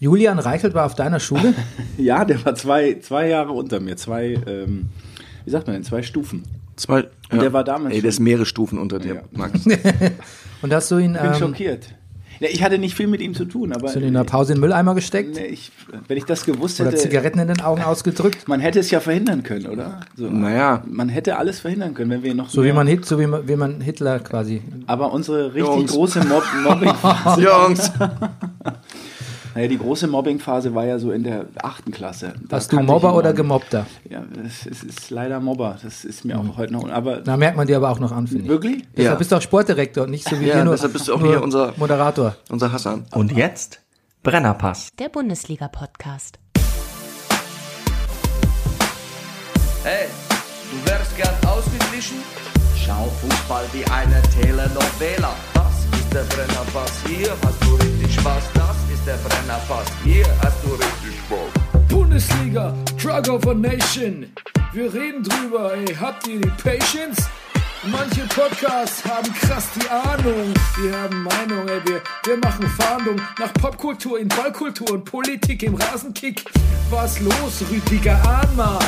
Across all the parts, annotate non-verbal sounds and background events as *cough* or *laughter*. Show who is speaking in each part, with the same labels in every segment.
Speaker 1: Julian Reichelt war auf deiner
Speaker 2: *laughs*
Speaker 1: Schule?
Speaker 3: Ja, der war zwei, zwei Jahre unter mir, zwei, ähm, wie sagt man denn, zwei Stufen.
Speaker 2: Zwei, ja.
Speaker 3: der war damals
Speaker 2: Ey, der ist mehrere Stufen unter dir,
Speaker 3: Ja.
Speaker 2: Max.
Speaker 1: Und hast du ihn
Speaker 3: Ich bin
Speaker 1: ähm,
Speaker 3: schockiert. Ja, ich hatte nicht viel mit ihm zu tun, aber
Speaker 1: hast du ihn in der Pause in den Mülleimer gesteckt
Speaker 3: nee, ich, wenn ich das gewusst
Speaker 1: oder
Speaker 3: hätte,
Speaker 1: Zigaretten in den Augen ausgedrückt?
Speaker 3: man hätte es ja verhindern können, oder? So,
Speaker 2: Naja.
Speaker 3: Man hätte alles verhindern können, wenn wir noch
Speaker 1: So wie
Speaker 3: mehr-
Speaker 1: man, Hit, so wie man, wie man Hitler quasi.
Speaker 3: Aber unsere richtig
Speaker 2: Jungs.
Speaker 3: große Mob *laughs* Mobbing,
Speaker 2: *laughs* Jungs!
Speaker 3: naja, die große Mobbingphase war ja so in der achten Klasse. Da
Speaker 1: Hast du
Speaker 3: kannte ich
Speaker 1: Mobber
Speaker 3: ihn
Speaker 1: oder
Speaker 3: noch.
Speaker 1: Gemobbter?
Speaker 3: Ja, es ist, ist leider Mobber. Das ist mir
Speaker 1: Mhm.
Speaker 3: auch heute noch. Aber
Speaker 1: Da merkt man dir aber auch noch an, finde ich.
Speaker 3: wirklich?
Speaker 1: Deshalb
Speaker 2: Ja.
Speaker 1: bist du auch Sportdirektor und nicht so wie
Speaker 2: Ja,
Speaker 1: wir nur,
Speaker 2: deshalb bist du auch
Speaker 1: nur
Speaker 2: hier unser-
Speaker 1: Moderator.
Speaker 2: Unser Hassan.
Speaker 4: Und jetzt Brennerpass.
Speaker 5: Der Bundesliga-Podcast.
Speaker 6: Hey, du wärst gern ausgeglichen? Schau Fußball wie eine Telenovela. Das ist der Brennerpass, hier hast du richtig Spaß. Das ist der Brennerpass, hier hast du richtig Spaß.
Speaker 7: Bundesliga, Drug of a Nation. Wir reden drüber, ey. Habt ihr die Patience? Manche Podcasts haben krass die Ahnung. Wir haben Meinung, ey. Wir, wir machen Fahndung nach Popkultur in Ballkultur und Politik im Rasenkick. Was los, Rüdiger Ahnma?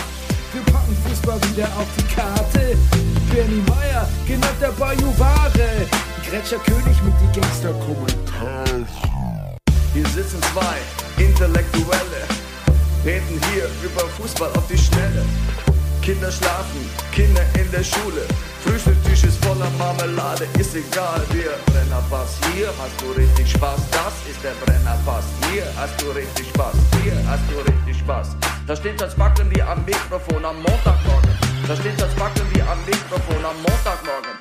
Speaker 7: Wir packen Fußball wieder auf die Karte. Benny Meyer, genannt der Bayou Ware. Gretscher König mit die Gangster
Speaker 6: Hier sitzen zwei Intellektuelle, reden hier über Fußball auf die Schnelle. Kinder schlafen, Kinder in der Schule. Frühstücktisch ist voller Marmelade, ist egal, wir Brennerpass. Hier hast du richtig Spaß, das ist der Brennerpass. Hier hast du richtig Spaß, hier hast du richtig Spaß. Da steht das Backen wie am Mikrofon am Montagmorgen. Da steht das Backen wie am Mikrofon am Montagmorgen.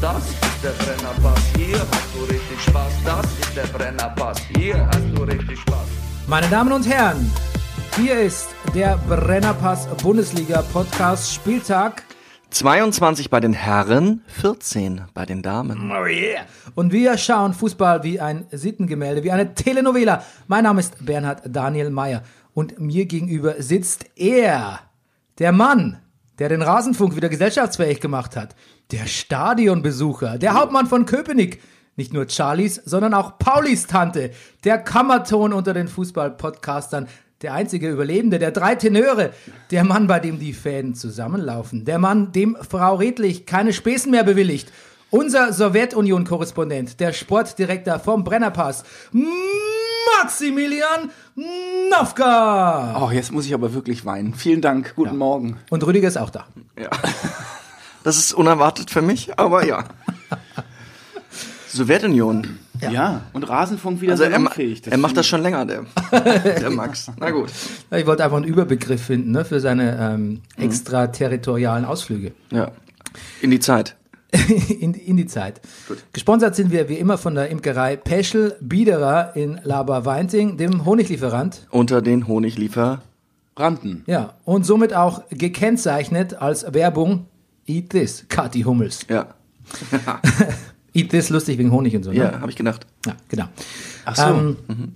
Speaker 6: Das ist der Brennerpass, hier hast du richtig Spaß. Das ist der Brennerpass, hier hast du richtig Spaß.
Speaker 1: Meine Damen und Herren, hier ist der Brennerpass Bundesliga Podcast Spieltag.
Speaker 2: 22 bei den Herren, 14 bei den Damen.
Speaker 1: Und wir schauen Fußball wie ein Sittengemälde, wie eine Telenovela. Mein Name ist Bernhard Daniel Mayer und mir gegenüber sitzt er, der Mann, der den Rasenfunk wieder gesellschaftsfähig gemacht hat, der Stadionbesucher, der Hauptmann von Köpenick, nicht nur Charlies, sondern auch Paulis Tante, der Kammerton unter den Fußball-Podcastern, der einzige Überlebende der drei Tenöre, der Mann, bei dem die Fäden zusammenlaufen, der Mann, dem Frau Redlich keine Späßen mehr bewilligt, unser Sowjetunion-Korrespondent, der Sportdirektor vom Brennerpass, Maximilian Nofka.
Speaker 3: Oh, jetzt muss ich aber wirklich weinen. Vielen Dank. Guten Morgen.
Speaker 1: Und Rüdiger ist auch da.
Speaker 2: Ja. Das ist unerwartet für mich, aber ja. Sowjetunion.
Speaker 3: Ja. Und Rasenfunk wieder
Speaker 2: Also
Speaker 3: also
Speaker 2: er, ma-
Speaker 3: salonfähig.
Speaker 2: er macht das schon länger, der, der Max. Na gut.
Speaker 1: Ich wollte einfach einen Überbegriff finden ne, für seine ähm, extraterritorialen Ausflüge
Speaker 2: Ja. In die Zeit.
Speaker 1: *laughs* in, in die Zeit. Gesponsert sind wir wie immer von der Imkerei Peschel Biederer in Laber-Weinting, dem Honiglieferant.
Speaker 2: Unter den Honigliefer.
Speaker 3: Branden.
Speaker 1: Ja, und somit auch gekennzeichnet als Werbung Eat This, Kathi Hummels.
Speaker 2: Ja.
Speaker 1: *laughs* Eat This, lustig wegen Honig und so. Ne?
Speaker 2: Ja, habe ich gedacht.
Speaker 1: Ja, genau.
Speaker 3: Ach so.
Speaker 1: Ähm, *laughs*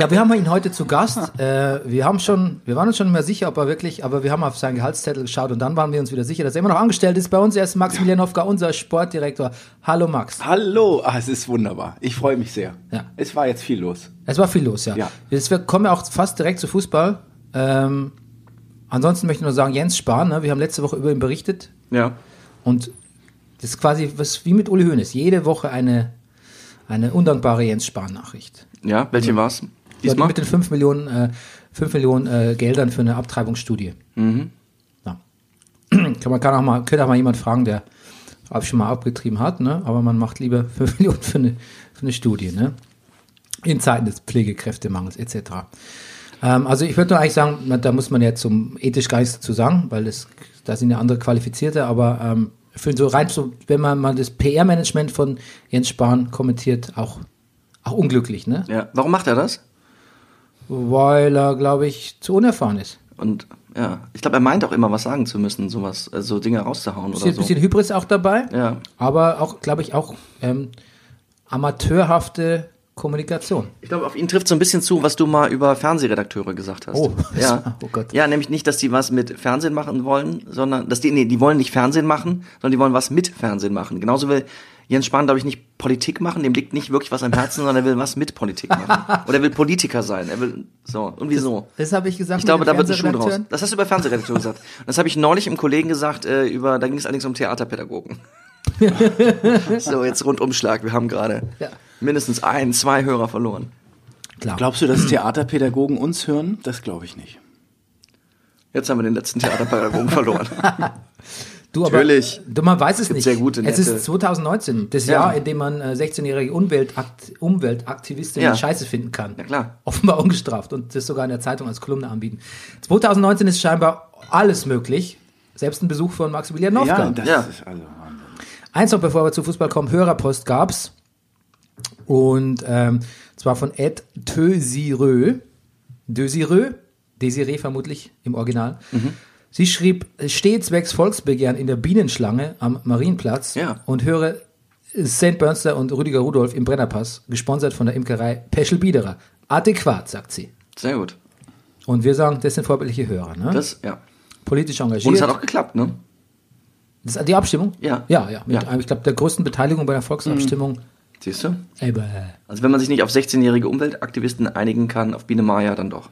Speaker 1: Ja, wir haben ihn heute zu Gast. Äh, wir haben schon, wir waren uns schon nicht mehr sicher, ob er wirklich, aber wir haben auf seinen Gehaltszettel geschaut und dann waren wir uns wieder sicher, dass er immer noch angestellt ist. Bei uns er ist Maximilian Hofka, unser Sportdirektor. Hallo Max.
Speaker 3: Hallo. Ah, es ist wunderbar. Ich freue mich sehr.
Speaker 1: Ja.
Speaker 3: Es war jetzt viel los.
Speaker 1: Es war viel los, ja.
Speaker 3: Ja.
Speaker 1: Jetzt, wir kommen ja auch fast direkt zu Fußball. Ähm, ansonsten möchte ich nur sagen, Jens Spahn, ne, wir haben letzte Woche über ihn berichtet
Speaker 2: Ja.
Speaker 1: und das ist quasi was wie mit Uli Hoeneß. Jede Woche eine, eine undankbare Jens Spahn-Nachricht.
Speaker 2: Ja, welche war's?
Speaker 1: Ja, die
Speaker 2: Diesmal?
Speaker 1: mit den 5 Millionen, äh, 5 Millionen äh, Geldern für eine Abtreibungsstudie. Ja. *clears throat* kann man kann auch mal, könnte auch mal jemand fragen, der ab schon mal abgetrieben hat, ne? aber man macht lieber *laughs* 5 Millionen für eine, für eine Studie. Ne? In Zeiten des Pflegekräftemangels etc. Ähm, also ich würde nur eigentlich sagen, na, da muss man ja zum ethisch gar nichts dazu sagen, weil das, da sind ja andere Qualifizierte, aber ähm, ich finde so rein, so, wenn man mal das PR-Management von Jens Spahn kommentiert, auch, auch unglücklich, ne?
Speaker 2: Ja. Warum macht er das?
Speaker 1: Weil er, glaube ich, zu unerfahren ist.
Speaker 2: Und ja, ich glaube, er meint auch immer, was sagen zu müssen, sowas, äh, so Dinge rauszuhauen oder
Speaker 1: Bisschen,
Speaker 2: so.
Speaker 1: bisschen Hybris auch dabei,
Speaker 2: Ja.
Speaker 1: aber auch, glaube ich, auch ähm, amateurhafte Kommunikation.
Speaker 2: Ich glaube, auf ihn trifft so ein bisschen zu, was du mal über Fernsehredakteure gesagt hast.
Speaker 1: Oh. *laughs*
Speaker 2: ja.
Speaker 1: Oh Gott.
Speaker 2: Ja, nämlich nicht, dass die was mit Fernsehen machen wollen, sondern dass die, nee, die wollen nicht Fernsehen machen, sondern die wollen was mit Fernsehen machen. Genauso will Jens Spahn, glaube ich, nicht Politik machen, dem liegt nicht wirklich was am Herzen, sondern er will was mit
Speaker 1: *laughs*
Speaker 2: Politik machen. Oder er will Politiker sein. Er will so, irgendwie so.
Speaker 1: Das habe ich gesagt.
Speaker 2: Ich
Speaker 1: mit
Speaker 2: glaube,
Speaker 1: den
Speaker 2: da wird ein Schuh draus.
Speaker 1: Fernsehredakteuren.
Speaker 2: Das hast du über Fernsehredakteur gesagt. Und Das habe ich neulich im Kollegen gesagt, äh, über, da ging es allerdings um Theaterpädagogen. so, jetzt Rundumschlag. Wir haben gerade
Speaker 1: Ja.
Speaker 2: mindestens ein, zwei Hörer verloren.
Speaker 3: Glaubst du, dass Theaterpädagogen uns hören? Das glaube ich nicht.
Speaker 2: Jetzt haben wir den letzten Theaterpädagogen verloren.
Speaker 1: Du, aber,
Speaker 2: Natürlich.
Speaker 1: Du, man weiß es
Speaker 2: Gibt
Speaker 1: nicht.
Speaker 2: sehr gute,
Speaker 1: es
Speaker 2: nette-
Speaker 1: ist 2019, das Jahr, in dem man äh, 16-jährige Umweltakt, Umweltaktivistinnen
Speaker 2: Ja.
Speaker 1: scheiße finden kann.
Speaker 2: Ja, klar.
Speaker 1: Offenbar ungestraft und das sogar in der Zeitung als Kolumne anbieten. 2019 ist scheinbar alles möglich. Selbst ein Besuch von Maximilian Nofka.
Speaker 3: Ja, das
Speaker 2: Ja.
Speaker 3: ist also Wahnsinn.
Speaker 1: Eins noch, bevor wir zu Fußball kommen, Hörerpost gab's. Und ähm, zwar von Ed Desireux. Desireux, Desiré vermutlich im Original.
Speaker 2: Mhm.
Speaker 1: Sie schrieb, stehe zwecks Volksbegehren in der Bienenschlange am Marienplatz
Speaker 2: Ja.
Speaker 1: und höre St. Bernster und Rüdiger Rudolf im Brennerpass, gesponsert von der Imkerei Peschel Biederer. Adäquat, sagt sie.
Speaker 2: Sehr gut.
Speaker 1: Und wir sagen, das sind vorbildliche Hörer. Ne?
Speaker 2: Das, ja.
Speaker 1: Politisch engagiert.
Speaker 2: Und es hat auch geklappt, ne?
Speaker 1: das ist die Abstimmung?
Speaker 2: Ja.
Speaker 1: Ja, ja. Mit,
Speaker 2: Ja. Mhm.
Speaker 1: Ich glaube, der größten Beteiligung bei der Volksabstimmung.
Speaker 2: Siehst du?
Speaker 1: Aber
Speaker 2: Also wenn man sich nicht auf 16-jährige Umweltaktivisten einigen kann, auf Biene Maya dann doch.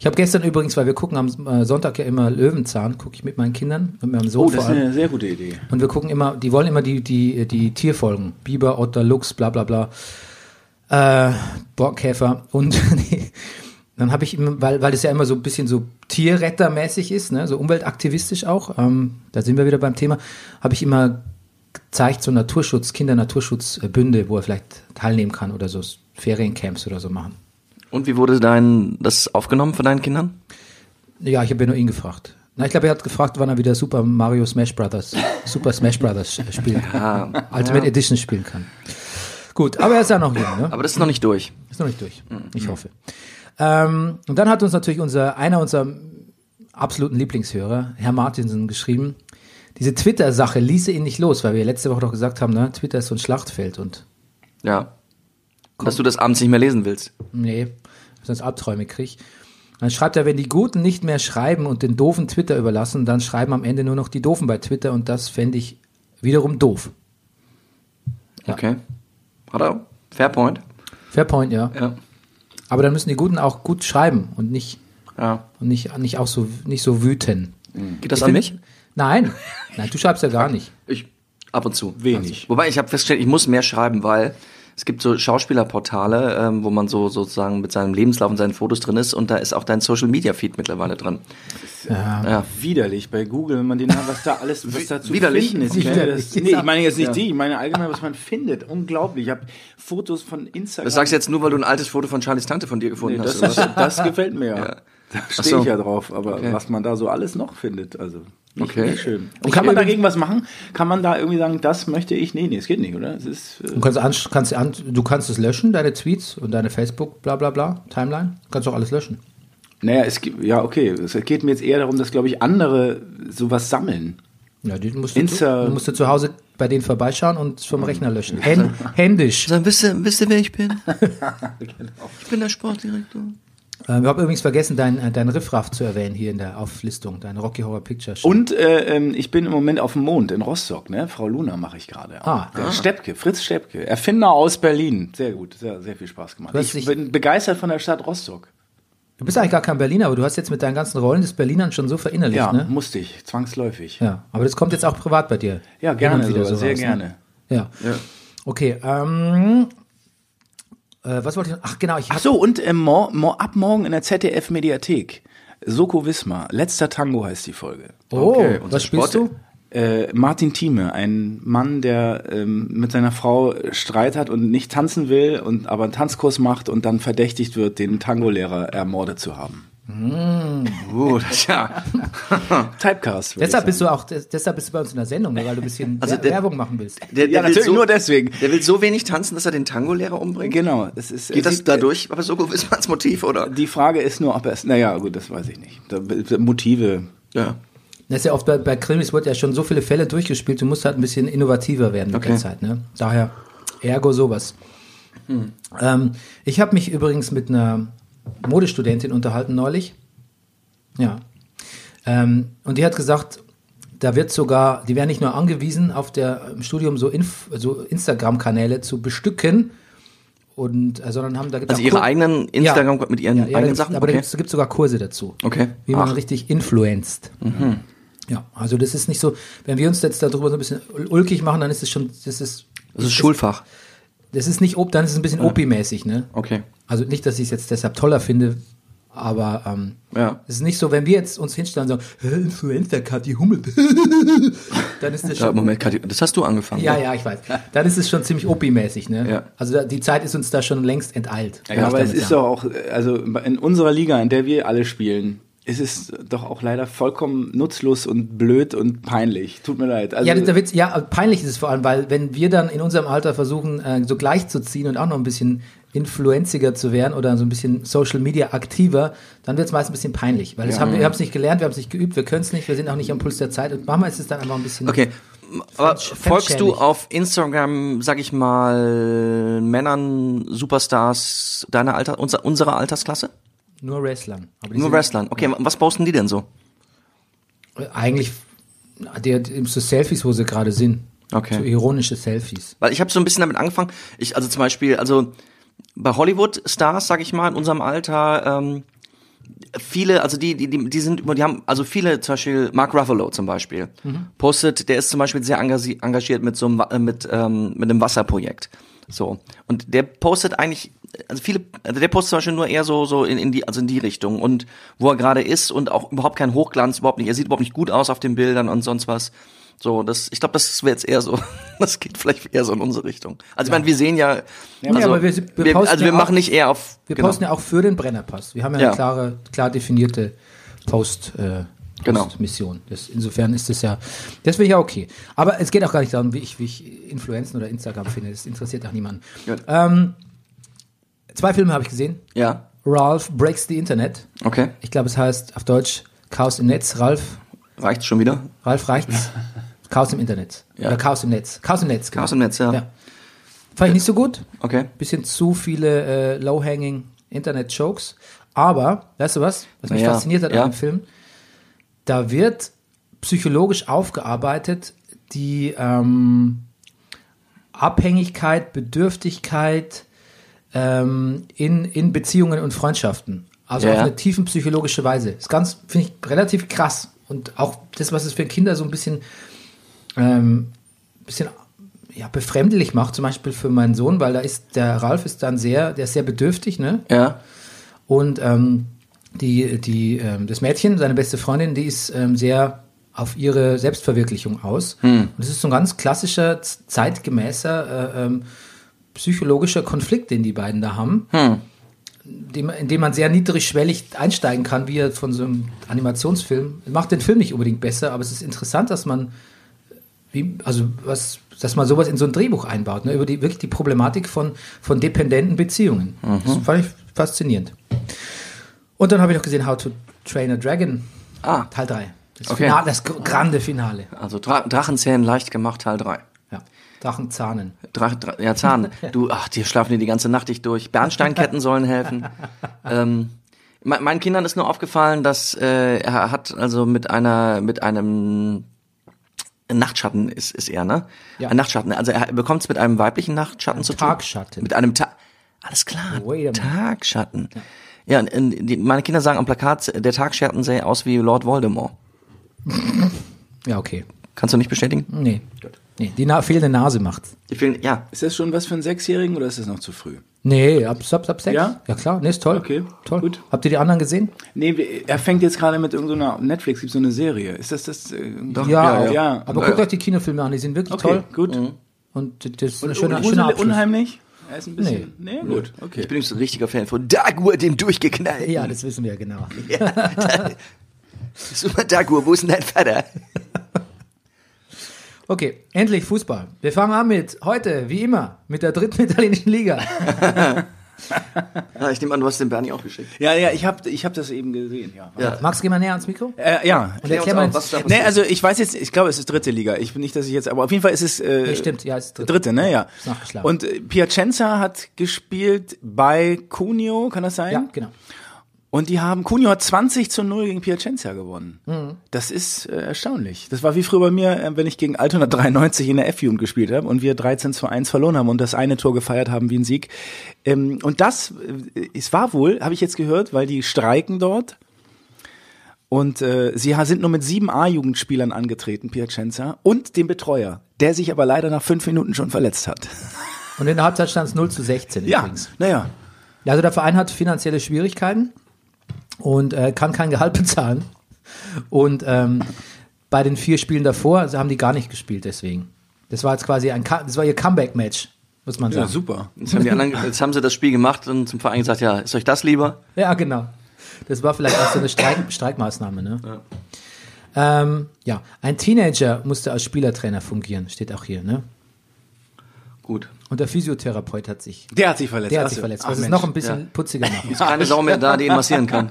Speaker 1: Ich habe gestern übrigens, weil wir gucken am äh, Sonntag ja immer Löwenzahn, gucke ich mit meinen Kindern, mit meinem Sohn
Speaker 3: Oh,
Speaker 1: vor
Speaker 3: das ist
Speaker 1: allem.
Speaker 3: eine sehr gute Idee.
Speaker 1: Und wir gucken immer, die wollen immer die, die, die Tierfolgen. Biber, Otter, Luchs, bla bla bla. Äh, Borkenkäfer. Und *laughs* die- dann habe ich, immer, weil, weil das ja immer so ein bisschen so tierrettermäßig ist, ne? so umweltaktivistisch auch, ähm, da sind wir wieder beim Thema, habe ich immer gezeigt, so Naturschutz, Kinder-Naturschutz-Bünde, wo er vielleicht teilnehmen kann oder so Feriencamps oder so machen.
Speaker 2: Und wie wurde dein das aufgenommen von deinen Kindern?
Speaker 1: Ja, ich habe ja nur ihn gefragt. Na, ich glaube, er hat gefragt, wann er wieder Super Mario Smash Brothers, Super Smash Brothers äh, spielen kann. Ultimate Edition spielen kann. Gut, aber er ist ja noch jung, ne?
Speaker 2: Aber das ist noch nicht durch.
Speaker 1: Ist noch nicht durch. Ich hoffe. Ähm, und dann hat uns natürlich unser, einer unserer absoluten Lieblingshörer, Herr Martinsen, geschrieben, diese Twitter-Sache ließe ihn nicht los, weil wir letzte Woche doch gesagt haben, ne, Twitter ist so ein Schlachtfeld und
Speaker 2: Ja. Dass du das abends nicht mehr lesen willst.
Speaker 1: Nee, sonst Albträume krieg. Dann schreibt er, wenn die Guten nicht mehr schreiben und den Doofen Twitter überlassen, dann schreiben am Ende nur noch die Doofen bei Twitter und das fände ich wiederum doof.
Speaker 2: Okay. Hat er? Fair point.
Speaker 1: Fair point, ja.
Speaker 2: Ja.
Speaker 1: Aber dann müssen die Guten auch gut schreiben und nicht,
Speaker 2: Ja.
Speaker 1: und nicht, nicht auch so, nicht so wüten.
Speaker 2: Geht das an mich?
Speaker 1: Nein, nein, du schreibst ja gar nicht.
Speaker 2: Ich ab und zu. Also,
Speaker 3: Wenig.
Speaker 2: Wobei ich habe festgestellt, ich muss mehr schreiben, weil es gibt so Schauspielerportale, ähm, wo man so sozusagen mit seinem Lebenslauf und seinen Fotos drin ist und da ist auch dein Social Media Feed mittlerweile drin.
Speaker 3: Widerlich bei Google, wenn man den was da alles was dazu
Speaker 2: widerlich.
Speaker 3: finden ist. Ich, meine, das, nee, ich meine jetzt nicht die, ich meine allgemein, was man findet. Unglaublich. Ich habe Fotos von Instagram.
Speaker 2: Das sagst du jetzt nur, weil du ein altes Foto von Charlies Tante von dir gefunden
Speaker 3: Nee,
Speaker 2: hast.
Speaker 3: das,
Speaker 2: oder was? *laughs*
Speaker 3: ist, das
Speaker 1: *laughs*
Speaker 3: gefällt mir ja. Da stehe
Speaker 2: so.
Speaker 3: ich ja drauf. Aber was man da so alles noch findet, also nicht,
Speaker 2: Okay.
Speaker 3: nicht schön. Und
Speaker 1: Ich
Speaker 3: kann
Speaker 1: hab
Speaker 3: man
Speaker 1: übrigens-
Speaker 3: dagegen was machen? Kann man da irgendwie sagen, das möchte ich? Nee, nee, es geht nicht, oder? Es ist, äh,
Speaker 1: Du kannst, an, kannst, an, du kannst es löschen, deine Tweets und deine Facebook, bla bla bla, Timeline. Du kannst auch alles löschen.
Speaker 3: naja, es gibt, ja, okay. Es geht mir jetzt eher darum, dass, glaube ich, andere sowas sammeln.
Speaker 1: Ja, die musst du,
Speaker 3: Insta-
Speaker 1: du musst du zu Hause bei denen vorbeischauen und vom Rechner löschen. Hän- Händisch.
Speaker 2: Dann wisst ihr, wisst ihr, wer ich bin? Ich bin der Sportdirektor.
Speaker 1: Ähm, ich habe übrigens vergessen, deinen dein Riffraff zu erwähnen hier in der Auflistung, dein Rocky Horror Picture Show.
Speaker 3: Und äh, ähm, ich bin im Moment auf dem Mond in Rostock, ne? Frau Luna mache ich gerade.
Speaker 1: Ah.
Speaker 3: Der Steppke, Fritz Steppke, Erfinder aus Berlin. Sehr gut, sehr, sehr viel Spaß gemacht.
Speaker 1: Du hast dich-
Speaker 3: Ich bin begeistert von der Stadt Rostock.
Speaker 1: Du bist eigentlich gar kein Berliner, aber du hast jetzt mit deinen ganzen Rollen des Berlinern schon so verinnerlicht,
Speaker 3: Ja,
Speaker 1: ne?
Speaker 3: musste ich, zwangsläufig.
Speaker 1: Ja, aber das kommt jetzt auch privat bei dir.
Speaker 3: Ja,
Speaker 1: Hin
Speaker 3: gerne,
Speaker 1: und wieder
Speaker 3: sogar, sehr
Speaker 1: raus, ne?
Speaker 3: gerne.
Speaker 1: Ja. Okay, ähm, äh, was wollte ich noch? Ach genau, ich
Speaker 3: Ach so, und ähm, mor mor ab morgen in der ZDF-Mediathek. Soko Wismar, letzter Tango heißt die Folge.
Speaker 1: Oh,
Speaker 2: Okay, unser
Speaker 1: was spielst
Speaker 2: Sport-
Speaker 1: du?
Speaker 3: Äh, Martin Thieme, ein Mann, der ähm, mit seiner Frau Streit hat und nicht tanzen will, und aber einen Tanzkurs macht und dann verdächtigt wird, den Tango-Lehrer ermordet zu haben.
Speaker 2: Oh, das, ja.
Speaker 3: Typecast. würde
Speaker 1: Deshalb
Speaker 3: ich sagen.
Speaker 1: bist du auch, des- deshalb bist du bei uns in der Sendung, ne, weil du ein
Speaker 3: *laughs*
Speaker 1: bisschen
Speaker 2: Also
Speaker 1: Wer-
Speaker 2: der-
Speaker 1: Werbung machen willst.
Speaker 2: Der,
Speaker 3: Ja,
Speaker 2: will
Speaker 3: natürlich, nur deswegen.
Speaker 2: Der will so wenig tanzen, dass er den Tango-Lehrer umbringt.
Speaker 3: Genau, es ist.
Speaker 2: Geht
Speaker 3: es
Speaker 2: das
Speaker 3: sieht-
Speaker 2: dadurch? Aber so gut ist man als Motiv, oder?
Speaker 3: Die Frage ist nur, ob er es. Naja, gut, das weiß ich nicht. Da- Motive.
Speaker 2: Ja.
Speaker 1: Das ist ja oft bei, bei Krimis wird ja schon so viele Fälle durchgespielt, du musst halt ein bisschen innovativer werden mit der
Speaker 2: Okay.
Speaker 1: Zeit. Ne? Daher ergo sowas.
Speaker 2: Hm.
Speaker 1: Ähm, ich habe mich übrigens mit einer Modestudentin unterhalten neulich. Ja. Ähm, und die hat gesagt, Da wird sogar, die werden nicht nur angewiesen, auf der im Studium so, Inf- so Instagram-Kanäle zu bestücken. Und, äh, sondern haben da
Speaker 2: Also ihre eigenen Instagram mit ihren
Speaker 1: ja,
Speaker 2: eigenen
Speaker 1: da
Speaker 2: Sachen?
Speaker 1: Gibt's, aber
Speaker 2: Okay.
Speaker 1: es gibt sogar Kurse dazu.
Speaker 2: Okay.
Speaker 1: Wie man
Speaker 2: Ach.
Speaker 1: richtig influenzt. Ja, also das ist nicht so, wenn wir uns jetzt darüber so ein bisschen ul- ulkig machen, dann ist es schon, das ist,
Speaker 2: Das ist Schulfach.
Speaker 1: das ist nicht ob, dann ist es ein bisschen OP-mäßig, ne?
Speaker 2: Okay.
Speaker 1: Also nicht, dass ich es jetzt deshalb toller finde, aber ähm,
Speaker 2: Ja.
Speaker 1: es ist nicht so, wenn wir jetzt uns hinstellen und sagen, "Hä, Influencer Kathi Hummel, *laughs* dann ist das
Speaker 2: Ja,
Speaker 1: schon,
Speaker 2: Moment, Kathi, das hast du angefangen.
Speaker 1: ja,
Speaker 2: ne?
Speaker 1: ja, ich weiß, dann ist es schon ziemlich OP-mäßig, ne?
Speaker 2: Ja.
Speaker 1: Also da, die Zeit ist uns da schon längst enteilt.
Speaker 3: Ja,
Speaker 1: kann ich
Speaker 3: aber
Speaker 1: genau,
Speaker 3: es
Speaker 1: damit
Speaker 3: ist
Speaker 1: sagen.
Speaker 3: doch auch, äh, also in unserer Liga, in der wir alle spielen, ist es doch auch leider vollkommen nutzlos und blöd und peinlich. Tut mir leid. Also,
Speaker 1: Ja, da wird's, ja, peinlich ist es vor allem, weil wenn wir dann in unserem Alter versuchen, äh, so gleich zu ziehen und auch noch ein bisschen influenziger zu werden oder so ein bisschen Social Media aktiver, dann wird es meist ein bisschen peinlich, weil das haben, wir haben es nicht gelernt, wir haben es nicht geübt, wir können es nicht, wir sind auch nicht am Puls der Zeit und manchmal ist es dann einfach ein bisschen.
Speaker 2: Okay. Aber
Speaker 1: Fremdsch-
Speaker 2: folgst du
Speaker 1: fremdschämig.
Speaker 2: auf Instagram, sag ich mal, Männern, Superstars deiner Alter, unser, unserer Altersklasse?
Speaker 1: Nur Wrestlern. Aber die
Speaker 2: Nur
Speaker 1: sind-
Speaker 2: Wrestlern. Okay, was posten die denn so?
Speaker 1: äh, Eigentlich na, die, die, so Selfies, wo sie gerade sind.
Speaker 2: Okay.
Speaker 1: So ironische Selfies.
Speaker 2: Weil ich habe so ein bisschen damit angefangen. Ich, also zum Beispiel, also bei Hollywood-Stars, sag ich mal, in unserem Alter, ähm, viele, also die, die, die, die sind immer, die haben, also viele, zum Beispiel Mark Ruffalo zum Beispiel,
Speaker 1: Mhm.
Speaker 2: postet, der ist zum Beispiel sehr engasi- engagiert mit so einem, Wa- äh, mit, ähm, mit einem Wasserprojekt. So. Und der postet eigentlich, also viele, also der postet zum Beispiel nur eher so, so in, in die, also in die Richtung und wo er gerade ist und auch überhaupt kein Hochglanz, überhaupt nicht, er sieht überhaupt nicht gut aus auf den Bildern und sonst was. So, das, ich glaube, das wäre jetzt eher so, *laughs* das geht vielleicht eher so in unsere Richtung. Also, ich meine, wir sehen ja, also,
Speaker 1: aber wir- wir
Speaker 2: wir,
Speaker 1: posten
Speaker 2: also
Speaker 1: ja
Speaker 2: wir machen
Speaker 1: auch-
Speaker 2: nicht eher auf,
Speaker 1: Wir
Speaker 2: genau.
Speaker 1: posten ja auch für den Brennerpass. Wir haben ja,
Speaker 2: Ja.
Speaker 1: eine klare, klar definierte Post, äh,
Speaker 2: Genau.
Speaker 1: Postmission. Das, insofern ist das ja, das finde ich ja okay. Aber es geht auch gar nicht darum, wie ich, wie ich Influenzen oder Instagram finde. Das interessiert auch niemanden.
Speaker 2: Gut.
Speaker 1: Ähm, zwei Filme habe ich gesehen.
Speaker 2: ja,
Speaker 1: Ralph Breaks the Internet.
Speaker 2: okay.
Speaker 1: Ich glaube, es heißt auf Deutsch Chaos im Netz. Ralf,
Speaker 2: Reicht's schon wieder?
Speaker 1: Ralf
Speaker 2: *laughs*
Speaker 1: reicht's? Chaos im Internet.
Speaker 2: Ja.
Speaker 1: Oder Chaos im Netz. Chaos im Netz, genau.
Speaker 2: Chaos im Netz, ja.
Speaker 1: Ja. Fand ich nicht so gut
Speaker 2: Okay.
Speaker 1: bisschen zu viele äh, low-hanging Internet-Jokes. Aber, weißt du was, was mich
Speaker 2: Ja,
Speaker 1: fasziniert hat
Speaker 2: ja.
Speaker 1: an dem Film? Da wird psychologisch aufgearbeitet die ähm, Abhängigkeit, Bedürftigkeit ähm, in, in Beziehungen und Freundschaften. Also
Speaker 2: Ja,
Speaker 1: auf
Speaker 2: ja.
Speaker 1: eine tiefenpsychologische Weise. Ist ganz, finde ich, relativ krass. Und auch das, was es für Kinder so ein bisschen ähm, bisschen ja, befremdlich macht, zum Beispiel für meinen Sohn, weil da ist der Ralf ist dann sehr, der ist sehr bedürftig, ne?
Speaker 2: Ja.
Speaker 1: Und ähm, die, die, ähm, das Mädchen, seine beste Freundin, die ist ähm, sehr auf ihre Selbstverwirklichung aus. Und das ist so ein ganz klassischer, z- zeitgemäßer äh, ähm, psychologischer Konflikt, den die beiden da haben,
Speaker 2: Hm.
Speaker 1: dem, in dem man sehr niedrigschwellig einsteigen kann, wie er von so einem Animationsfilm. Macht den Film nicht unbedingt besser, aber es ist interessant, dass man wie, also was, dass man sowas in so ein Drehbuch einbaut, ne? über die wirklich die Problematik von, von dependenten Beziehungen.
Speaker 2: Mhm.
Speaker 1: Das fand ich faszinierend. Und dann habe ich noch gesehen How to Train a Dragon,
Speaker 2: Ah.
Speaker 1: Teil 3. Das,
Speaker 2: Okay.
Speaker 1: Finale, das gr- grande Finale.
Speaker 2: Also Dra Drachenzähnen leicht gemacht, Teil 3.
Speaker 1: Ja. Drachenzahnen.
Speaker 2: Dra Dra
Speaker 1: *laughs*
Speaker 2: ja, Zahn. Du, ach, dir schlafen die die ganze Nacht nicht durch. Bernsteinketten
Speaker 1: *laughs*
Speaker 2: sollen helfen. Ähm, me meinen Kindern ist nur aufgefallen, dass äh, er hat also mit einer, mit einem Nachtschatten ist, ist er, ne?
Speaker 1: Ja.
Speaker 2: Ein Nachtschatten. Also er bekommt es mit einem weiblichen Nachtschatten zu tun.
Speaker 1: Tagschatten.
Speaker 2: Mit einem Tag. Alles klar.
Speaker 1: Wait a minute.
Speaker 2: Tagschatten. Ja, und, und die, meine Kinder sagen am Plakat, der Tagschatten sähe aus wie Lord Voldemort.
Speaker 1: Ja, okay.
Speaker 2: Kannst du nicht bestätigen?
Speaker 1: Nee. nee. Die na fehlende Nase macht's.
Speaker 2: Ich will, ja,
Speaker 3: ist das schon was für einen Sechsjährigen oder ist das noch zu früh?
Speaker 1: Nee, ab, ab, ab sechs.
Speaker 3: Ja?
Speaker 1: ja, klar. Nee, ist toll.
Speaker 3: Okay,
Speaker 1: toll.
Speaker 3: gut.
Speaker 1: Habt ihr die anderen gesehen?
Speaker 3: Nee, wir- er fängt jetzt gerade mit irgendeiner, Netflix gibt so eine Serie. Ist das das? äh,
Speaker 1: ja,
Speaker 3: ja.
Speaker 1: auch.
Speaker 3: ja.
Speaker 1: Aber guckt euch die Kinofilme an, die sind wirklich
Speaker 3: okay,
Speaker 1: toll.
Speaker 3: gut.
Speaker 1: Und das ist ein
Speaker 3: Und
Speaker 1: schöner,
Speaker 3: Ursula
Speaker 1: schöner Abschluss.
Speaker 3: unheimlich? Er ist ein bisschen. Nee, gut, okay.
Speaker 2: Ich bin übrigens ein richtiger Fan von Dagur, dem durchgeknallt.
Speaker 1: Ja, das wissen wir genau.
Speaker 2: *laughs* Super Dagur, wo ist denn dein Vater?
Speaker 1: Okay, endlich Fußball. Wir fangen an mit heute, wie immer, mit der dritten italienischen
Speaker 3: *laughs*
Speaker 1: Liga.
Speaker 2: Ja, Ah, ich nehme an, du hast den Bernie auch geschickt.
Speaker 3: Ja, ja, ich habe ich hab das eben gesehen, ja.
Speaker 1: Max, geh mal näher ans Mikro.
Speaker 3: Äh, ja.
Speaker 1: Und erklär mal,
Speaker 3: Nee, also ich weiß jetzt, ich glaube, es ist dritte Liga. Ich bin nicht, dass ich jetzt, aber auf jeden Fall ist es äh,
Speaker 1: Nee, stimmt, ja, ist dritte.
Speaker 3: dritte. ne? Ja.
Speaker 1: Ist nachgeschlagen.
Speaker 3: Und äh, Piacenza hat gespielt bei Cuneo, kann das sein?
Speaker 1: ja, genau.
Speaker 3: Und die haben, Cunio hat 20 zu 0 gegen Piacenza gewonnen.
Speaker 1: Mhm.
Speaker 3: Das ist äh, erstaunlich. Das war wie früher bei mir, äh, wenn ich gegen Altona 93 in der F-Jugend gespielt habe und wir 13 zu 1 verloren haben und das eine Tor gefeiert haben wie ein Sieg. Ähm, und das, äh, es war wohl, habe ich jetzt gehört, weil die streiken dort. Und äh, sie ha- sind nur mit sieben A-Jugendspielern angetreten, Piacenza, und dem Betreuer, der sich aber leider nach fünf Minuten schon verletzt hat.
Speaker 1: Und in der Halbzeit stand es 0 zu 16
Speaker 3: Ja,
Speaker 1: übrigens.
Speaker 3: naja,
Speaker 1: Ja, Also der Verein hat finanzielle Schwierigkeiten und äh, kann kein Gehalt *laughs* bezahlen. Und ähm, bei den vier Spielen davor also haben die gar nicht gespielt deswegen. Das war jetzt quasi ein, Ka- das war ihr Comeback-Match, muss man
Speaker 3: ja,
Speaker 1: sagen.
Speaker 3: super.
Speaker 2: Jetzt haben, die anderen, jetzt haben sie das Spiel gemacht und zum Verein gesagt, ja, ist euch das lieber?
Speaker 1: Ja, genau. Das war vielleicht auch so eine
Speaker 3: *laughs*
Speaker 1: Streik Streikmaßnahme, ne? Ja. Ähm, ja, ein Teenager musste als Spielertrainer fungieren, steht auch hier, ne?
Speaker 2: Gut.
Speaker 1: Und der Physiotherapeut hat sich,
Speaker 3: Der hat sich verletzt.
Speaker 1: der hat
Speaker 3: Ach
Speaker 1: sich
Speaker 3: so.
Speaker 1: verletzt,
Speaker 3: Ach,
Speaker 1: was es
Speaker 3: Mensch.
Speaker 1: noch ein bisschen
Speaker 3: *laughs*
Speaker 1: putziger macht.
Speaker 2: Ist keine Sau mehr da, die ihn massieren kann.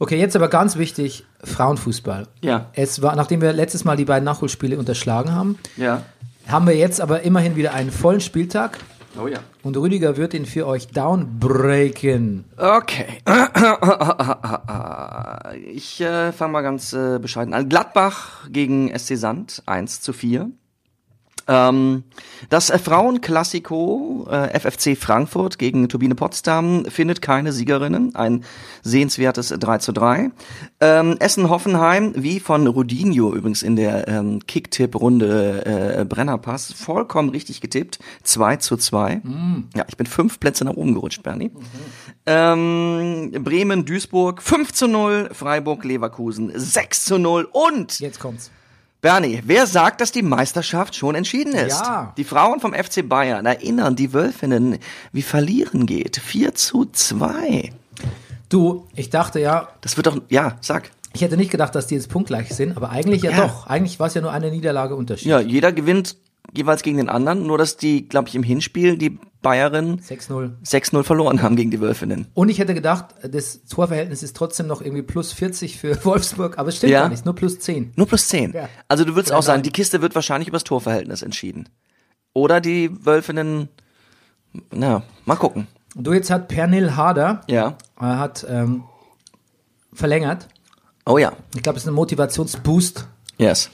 Speaker 1: Okay, jetzt aber ganz wichtig, Frauenfußball.
Speaker 2: Ja.
Speaker 1: Es war, nachdem wir letztes Mal die beiden Nachholspiele unterschlagen haben,
Speaker 2: Ja.
Speaker 1: haben wir jetzt aber immerhin wieder einen vollen Spieltag
Speaker 2: Oh ja.
Speaker 1: und Rüdiger wird ihn für euch downbreaken.
Speaker 2: Okay. *clears throat* Ich äh, fange mal ganz äh, bescheiden an. Gladbach gegen SC Sand, 1 zu 4. Ähm, das äh, Frauenklassiko äh, FFC Frankfurt gegen Turbine Potsdam findet keine Siegerinnen. Ein sehenswertes 3 zu 3. Ähm, Essen-Hoffenheim, wie von Rudinho übrigens in der ähm, Kicktipp-Runde äh, Brennerpass, vollkommen richtig getippt. 2 zu 2. Ja, ich bin fünf Plätze nach oben gerutscht, Bernie. Ähm, Bremen, Duisburg 5 zu 0, Freiburg, Leverkusen 6 zu 0 und
Speaker 1: Jetzt kommt's.
Speaker 2: Bernie, wer sagt, dass die Meisterschaft schon entschieden ist?
Speaker 1: Ja.
Speaker 2: Die Frauen vom FC Bayern erinnern die Wölfinnen, wie verlieren geht. 4 zu 2.
Speaker 1: Du, ich dachte ja,
Speaker 2: Das wird doch, ja, sag.
Speaker 1: ich hätte nicht gedacht, dass die jetzt punktgleich sind, aber eigentlich ja,
Speaker 2: Ja.
Speaker 1: doch. Eigentlich war es ja nur eine Niederlage Unterschied.
Speaker 2: Ja, jeder gewinnt jeweils gegen den anderen, nur dass die, glaube ich, im Hinspiel die Bayerinnen
Speaker 1: 6-0.
Speaker 2: 6-0 verloren haben gegen die Wölfinnen.
Speaker 1: Und ich hätte gedacht, das Torverhältnis ist trotzdem noch irgendwie plus 40 für *laughs* Wolfsburg, aber es stimmt
Speaker 2: Ja.
Speaker 1: gar nicht, nur plus 10.
Speaker 2: Nur plus 10.
Speaker 1: Ja.
Speaker 2: Also du würdest auch sagen, die Kiste wird wahrscheinlich übers Torverhältnis entschieden. Oder die Wölfinnen, na, mal gucken.
Speaker 1: Und du, jetzt hat Pernil Harder,
Speaker 2: Ja.
Speaker 1: er hat ähm, verlängert.
Speaker 2: Oh ja.
Speaker 1: Ich glaube, es ist ein Motivationsboost
Speaker 2: Yes.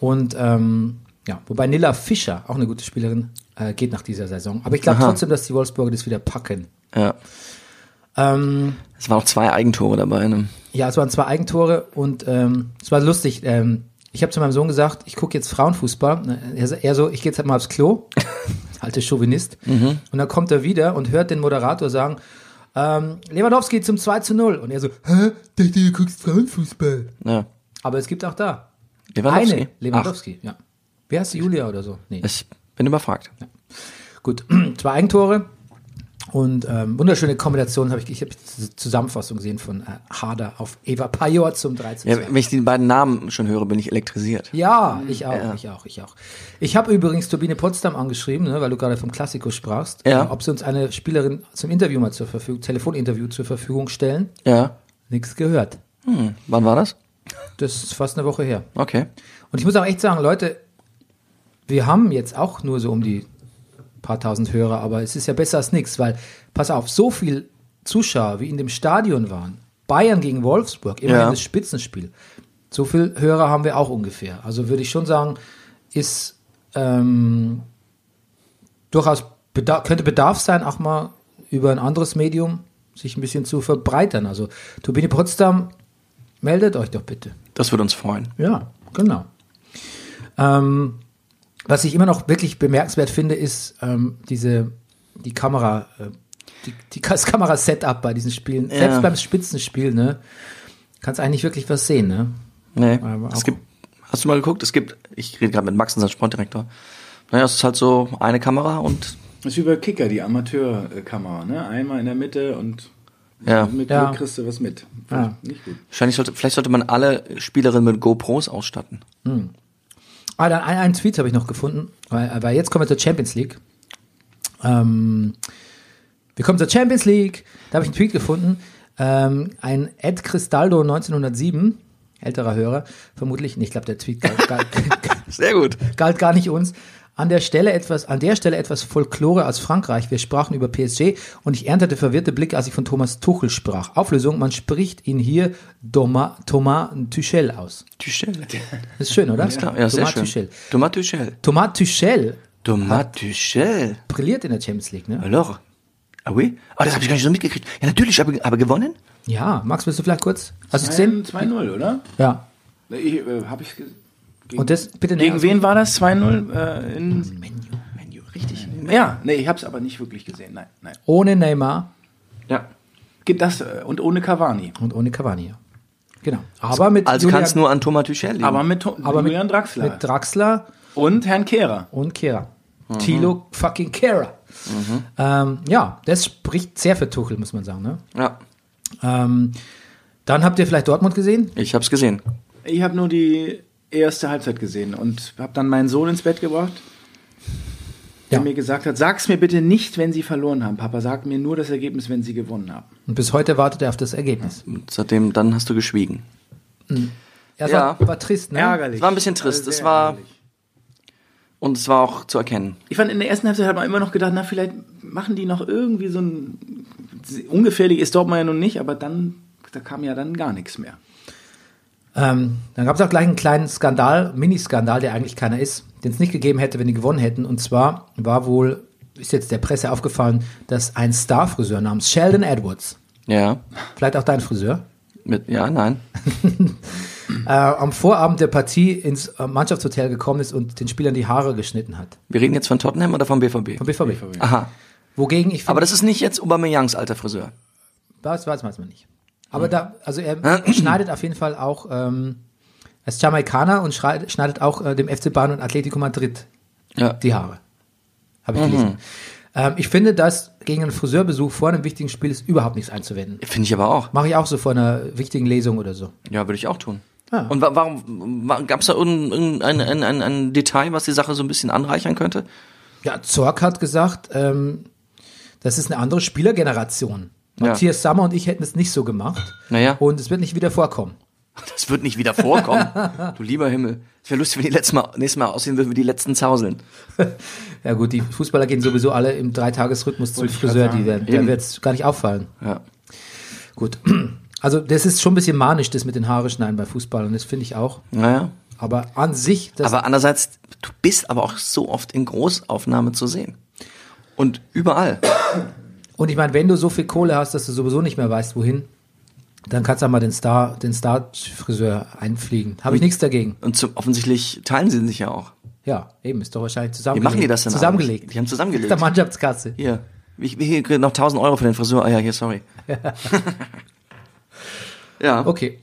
Speaker 1: Und ähm, ja, wobei Nilla Fischer, auch eine gute Spielerin, äh, geht nach dieser Saison. Aber ich glaube trotzdem, dass die Wolfsburger das wieder packen.
Speaker 2: Ja.
Speaker 1: Ähm,
Speaker 2: Es waren auch zwei Eigentore dabei. Ne?
Speaker 1: ja, es waren zwei Eigentore und ähm, es war lustig. Ähm, ich habe zu meinem Sohn gesagt, ich gucke jetzt Frauenfußball. Ne, Er, so- er so, ich gehe jetzt halt mal aufs Klo. *laughs* Alte Chauvinist. Und dann kommt er wieder und hört den Moderator sagen, ähm, Lewandowski zum 2 zu 0. Und er so, hä? Dachte, du guckst Frauenfußball.
Speaker 2: Ja.
Speaker 1: Aber es gibt auch da.
Speaker 2: Lewandowski.
Speaker 1: Eine, Lewandowski, ja. Wer heißt sie? Julia oder so? Nee.
Speaker 2: Ach, ich bin überfragt.
Speaker 1: Gut, *clears throat* zwei Eigentore und ähm, wunderschöne Kombination habe ich, ich habe die Zusammenfassung gesehen von äh, Harder auf Eva Pajor zum 13.
Speaker 2: Ja,
Speaker 1: Ja,
Speaker 2: wenn ich die beiden Namen schon höre, bin ich elektrisiert.
Speaker 1: ich auch, ich auch, ich auch. Ich habe übrigens Turbine Potsdam angeschrieben, ne, weil du gerade vom Klassiko sprachst,
Speaker 2: Ja.
Speaker 1: äh, ob sie uns eine Spielerin zum Interview mal zur Verfügung, Telefoninterview zur Verfügung stellen.
Speaker 2: Ja.
Speaker 1: Nichts gehört.
Speaker 2: Hm. Wann war das?
Speaker 1: Das ist fast eine Woche her.
Speaker 2: Okay.
Speaker 1: Und ich muss auch echt sagen, Leute, wir haben jetzt auch nur so um die paar tausend Hörer, aber es ist ja besser als nichts, weil, pass auf, so viel Zuschauer, wie in dem Stadion waren, Bayern gegen Wolfsburg, immerhin
Speaker 2: Ja.
Speaker 1: das Spitzenspiel, so viel Hörer haben wir auch ungefähr. Also würde ich schon sagen, ist ähm, durchaus, beda könnte Bedarf sein, auch mal über ein anderes Medium sich ein bisschen zu verbreitern. Also Turbine Potsdam, meldet euch doch bitte.
Speaker 2: Das würde uns freuen.
Speaker 1: Ja, genau. Ähm, was ich immer noch wirklich bemerkenswert finde, ist ähm, diese die Kamera, äh, die, die, das Kamera-Setup bei diesen Spielen. Selbst beim Spitzenspiel, ne? Kannst eigentlich wirklich was sehen, ne?
Speaker 2: Nee.
Speaker 1: Aber auch-
Speaker 2: Es gibt, hast du mal geguckt? Es gibt, ich rede gerade mit Max, unserem Sportdirektor. Naja, es ist halt so eine Kamera und
Speaker 3: Das ist wie bei Kicker, die Amateurkamera, ne? Einmal in der Mitte und
Speaker 2: ja.
Speaker 3: mit
Speaker 1: Ja.
Speaker 3: Glück kriegst du was mit.
Speaker 1: Ja.
Speaker 3: Nicht gut.
Speaker 2: Wahrscheinlich sollte, vielleicht sollte man alle Spielerinnen mit GoPros ausstatten.
Speaker 1: Ah, dann einen, einen Tweet habe ich noch gefunden, weil, weil jetzt kommen wir zur Champions League. Ähm, wir kommen zur Champions League. Da habe ich einen Tweet gefunden. Ähm, ein Ed Cristaldo 1907, älterer Hörer, vermutlich. Nee, ich glaube, der Tweet galt, *laughs* galt,
Speaker 2: Sehr gut.
Speaker 1: galt gar nicht uns. An der Stelle etwas, an der Stelle etwas Folklore aus Frankreich. Wir sprachen über PSG und ich erntete verwirrte Blicke, als ich von Thomas Tuchel sprach. Auflösung, man spricht ihn hier Doma, Thomas Tuchel aus.
Speaker 2: Tuchel.
Speaker 1: Das ist schön, oder?
Speaker 2: Ja, ja sehr
Speaker 1: Thomas
Speaker 2: schön.
Speaker 1: Tuchel.
Speaker 2: Thomas Tuchel.
Speaker 1: Thomas Tuchel
Speaker 2: Thomas Tuchel.
Speaker 1: brilliert in der Champions League, ne?
Speaker 2: Alors? Ah oui? Ah, das habe ich gar nicht so mitgekriegt. Ja, natürlich, aber, aber gewonnen?
Speaker 1: Ja, Max, willst du vielleicht kurz? Hast du gesehen?
Speaker 3: 2-0, oder?
Speaker 1: Ja.
Speaker 3: Ich, äh, hab ich ge- gegen,
Speaker 1: Und das bitte nicht
Speaker 3: gegen
Speaker 1: ausmachen.
Speaker 3: wen war das? 2-0 äh, in.
Speaker 2: Menu, Menu, richtig.
Speaker 3: Ja, nee, ich hab's aber nicht wirklich gesehen. Nein, nein.
Speaker 1: Ohne Neymar
Speaker 2: Ja.
Speaker 3: Gibt das äh, und ohne Cavani.
Speaker 1: und ohne Cavani. ja. Genau. Aber mit
Speaker 2: Also
Speaker 1: Julia-
Speaker 2: kann es nur an Thomas Tuchel liegen.
Speaker 3: Aber mit, Tom-
Speaker 1: aber mit,
Speaker 3: Julian Draxler
Speaker 1: mit Draxler
Speaker 3: und Herrn Kehrer.
Speaker 1: und Kehrer. Thilo fucking Kehrer. Ähm, ja, das spricht sehr für Tuchel, muss man sagen. Ne?
Speaker 2: ja,
Speaker 1: Ähm, dann habt ihr vielleicht Dortmund gesehen?
Speaker 2: ich habe es gesehen.
Speaker 3: Ich habe nur die erste Halbzeit gesehen und habe dann meinen Sohn ins Bett gebracht, der
Speaker 1: Ja.
Speaker 3: mir gesagt hat, sag's mir bitte nicht, wenn sie verloren haben, Papa, sag mir nur das Ergebnis, wenn sie gewonnen haben.
Speaker 1: Und bis heute wartet er auf das Ergebnis.
Speaker 2: Und seitdem, dann hast du geschwiegen.
Speaker 1: Er
Speaker 2: Ja.
Speaker 1: war, war trist, ne?
Speaker 2: Es war ein bisschen trist.
Speaker 3: Also
Speaker 2: Es
Speaker 3: sehr
Speaker 2: war
Speaker 3: ärgerlich.
Speaker 2: und es war auch zu erkennen.
Speaker 3: Ich fand, in der ersten Halbzeit hat man immer noch gedacht, na, vielleicht machen die noch irgendwie so ein. Ungefährlich ist Dortmund ja nun nicht, aber dann, da kam ja dann gar nichts mehr.
Speaker 1: Ähm, dann gab es auch gleich einen kleinen Skandal, Miniskandal, der eigentlich keiner ist, den es nicht gegeben hätte, wenn die gewonnen hätten. Und zwar war wohl, ist jetzt der Presse aufgefallen, dass ein Star-Friseur namens Sheldon Edwards,
Speaker 2: Ja.
Speaker 1: vielleicht auch dein Friseur,
Speaker 2: Mit, ja, nein.
Speaker 1: äh, am Vorabend der Partie ins äh, Mannschaftshotel gekommen ist und den Spielern die Haare geschnitten hat.
Speaker 2: Wir reden jetzt von Tottenham oder vom BVB?
Speaker 1: Vom BVB.
Speaker 2: Aha.
Speaker 1: Ah. Wogegen ich
Speaker 2: Aber
Speaker 1: finde,
Speaker 2: das ist nicht jetzt Aubameyangs alter Friseur.
Speaker 1: das weiß, weiß man nicht. Aber da, also er schneidet auf jeden Fall auch, ähm, er ist Jamaikaner und schrei- schneidet auch äh, dem FC Bayern und Atletico Madrid
Speaker 2: Ja.
Speaker 1: die Haare.
Speaker 2: Mhm.
Speaker 1: Habe ich gelesen. Ähm, ich finde, dass gegen einen Friseurbesuch vor einem wichtigen Spiel ist überhaupt nichts einzuwenden.
Speaker 2: Finde ich aber auch.
Speaker 1: Mache ich auch so vor einer wichtigen Lesung oder so.
Speaker 2: Ja, würde ich auch tun.
Speaker 1: Ah.
Speaker 2: Und wa warum wa gab es da irgendein ein, ein, ein, ein Detail, was die Sache so ein bisschen anreichern könnte?
Speaker 1: Ja, Zorc hat gesagt, ähm, das ist eine andere Spielergeneration.
Speaker 2: Ja.
Speaker 1: Matthias Sammer und ich hätten es nicht so gemacht.
Speaker 2: Naja.
Speaker 1: Und es wird nicht wieder vorkommen.
Speaker 2: Das wird nicht wieder vorkommen. du lieber Himmel. Es wäre lustig, wenn die letztes Mal, nächstes Mal aussehen würden wie die letzten Zauseln.
Speaker 1: *laughs* Ja gut, die Fußballer gehen sowieso alle im Dreitagesrhythmus zum
Speaker 3: grad
Speaker 1: Friseur. Die
Speaker 3: sagen.
Speaker 1: werden, da
Speaker 2: Eben.
Speaker 1: wird es gar nicht auffallen.
Speaker 2: Ja.
Speaker 1: Gut. *clears throat* Also das ist schon ein bisschen manisch, das mit den Haare schneiden bei Fußballern. Das finde ich auch.
Speaker 2: Naja.
Speaker 1: Aber an sich, das
Speaker 2: aber andererseits, du bist aber auch so oft in Großaufnahme zu sehen. Und überall.
Speaker 1: Und ich meine, wenn du so viel Kohle hast, dass du sowieso nicht mehr weißt, wohin, dann kannst du auch mal den Star, den Star-Friseur einfliegen. Habe ich nichts dagegen.
Speaker 2: Und zum, offensichtlich teilen sie sich ja auch.
Speaker 1: Ja, eben, ist doch wahrscheinlich zusammengelegt.
Speaker 2: machen die das denn
Speaker 1: Zusammengelegt.
Speaker 2: alles? Die haben zusammengelegt.
Speaker 1: Aus Der Mannschaftskasse.
Speaker 2: Hier. Ich, hier krieg noch 1000 Euro für den Friseur. Ah ja,
Speaker 3: *laughs*
Speaker 2: hier, sorry. ja.
Speaker 1: Okay.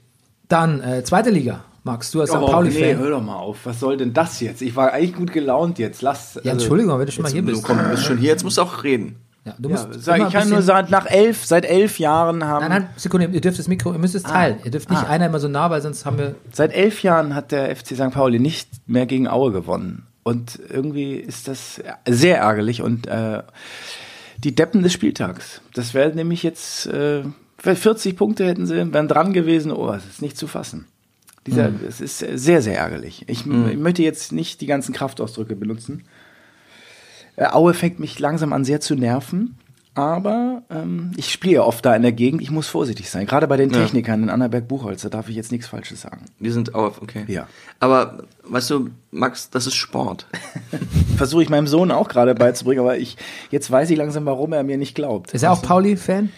Speaker 1: Dann, äh, zweite Liga. Max, du als St. Pauli-Fan.
Speaker 3: hör doch mal auf. Was soll denn das jetzt? Ich war eigentlich gut gelaunt jetzt. Lass. also,
Speaker 1: ja, Entschuldigung, wenn du schon mal hier
Speaker 2: Du
Speaker 1: bist.
Speaker 2: komm, du bist schon hier, jetzt musst du auch reden.
Speaker 1: Ja, du
Speaker 3: Ja,
Speaker 1: musst
Speaker 3: sag,
Speaker 1: immer
Speaker 3: ich
Speaker 1: ein
Speaker 3: kann nur
Speaker 1: bisschen-
Speaker 3: sagen, nach elf, seit elf Jahren haben.
Speaker 1: Nein, nein, Sekunde, ihr dürft das Mikro, ihr müsst
Speaker 3: Ah.
Speaker 1: es teilen. Ihr dürft nicht einer immer so nah, weil sonst haben wir.
Speaker 3: Seit elf Jahren hat der FC St. Pauli nicht mehr gegen Aue gewonnen. Und irgendwie ist das sehr ärgerlich und äh, die Deppen des Spieltags. Das wäre nämlich jetzt, äh, 40 Punkte hätten sie, wären dran gewesen. Oh, es ist nicht zu fassen. Dieser, Es ist sehr, sehr ärgerlich. Ich, ich möchte jetzt nicht die ganzen Kraftausdrücke benutzen. Äh, Aue fängt mich langsam an sehr zu nerven. Aber ähm, ich spiele ja oft da in der Gegend. Ich muss vorsichtig sein. Gerade bei den Technikern in Annaberg-Buchholz, da darf ich jetzt nichts Falsches sagen.
Speaker 2: Wir sind auf, okay.
Speaker 3: Ja.
Speaker 2: Aber, weißt du, Max, das ist Sport.
Speaker 3: versuche ich meinem Sohn auch gerade beizubringen, aber ich jetzt weiß ich langsam, warum er mir nicht glaubt.
Speaker 1: Ist er auch Pauli-Fan?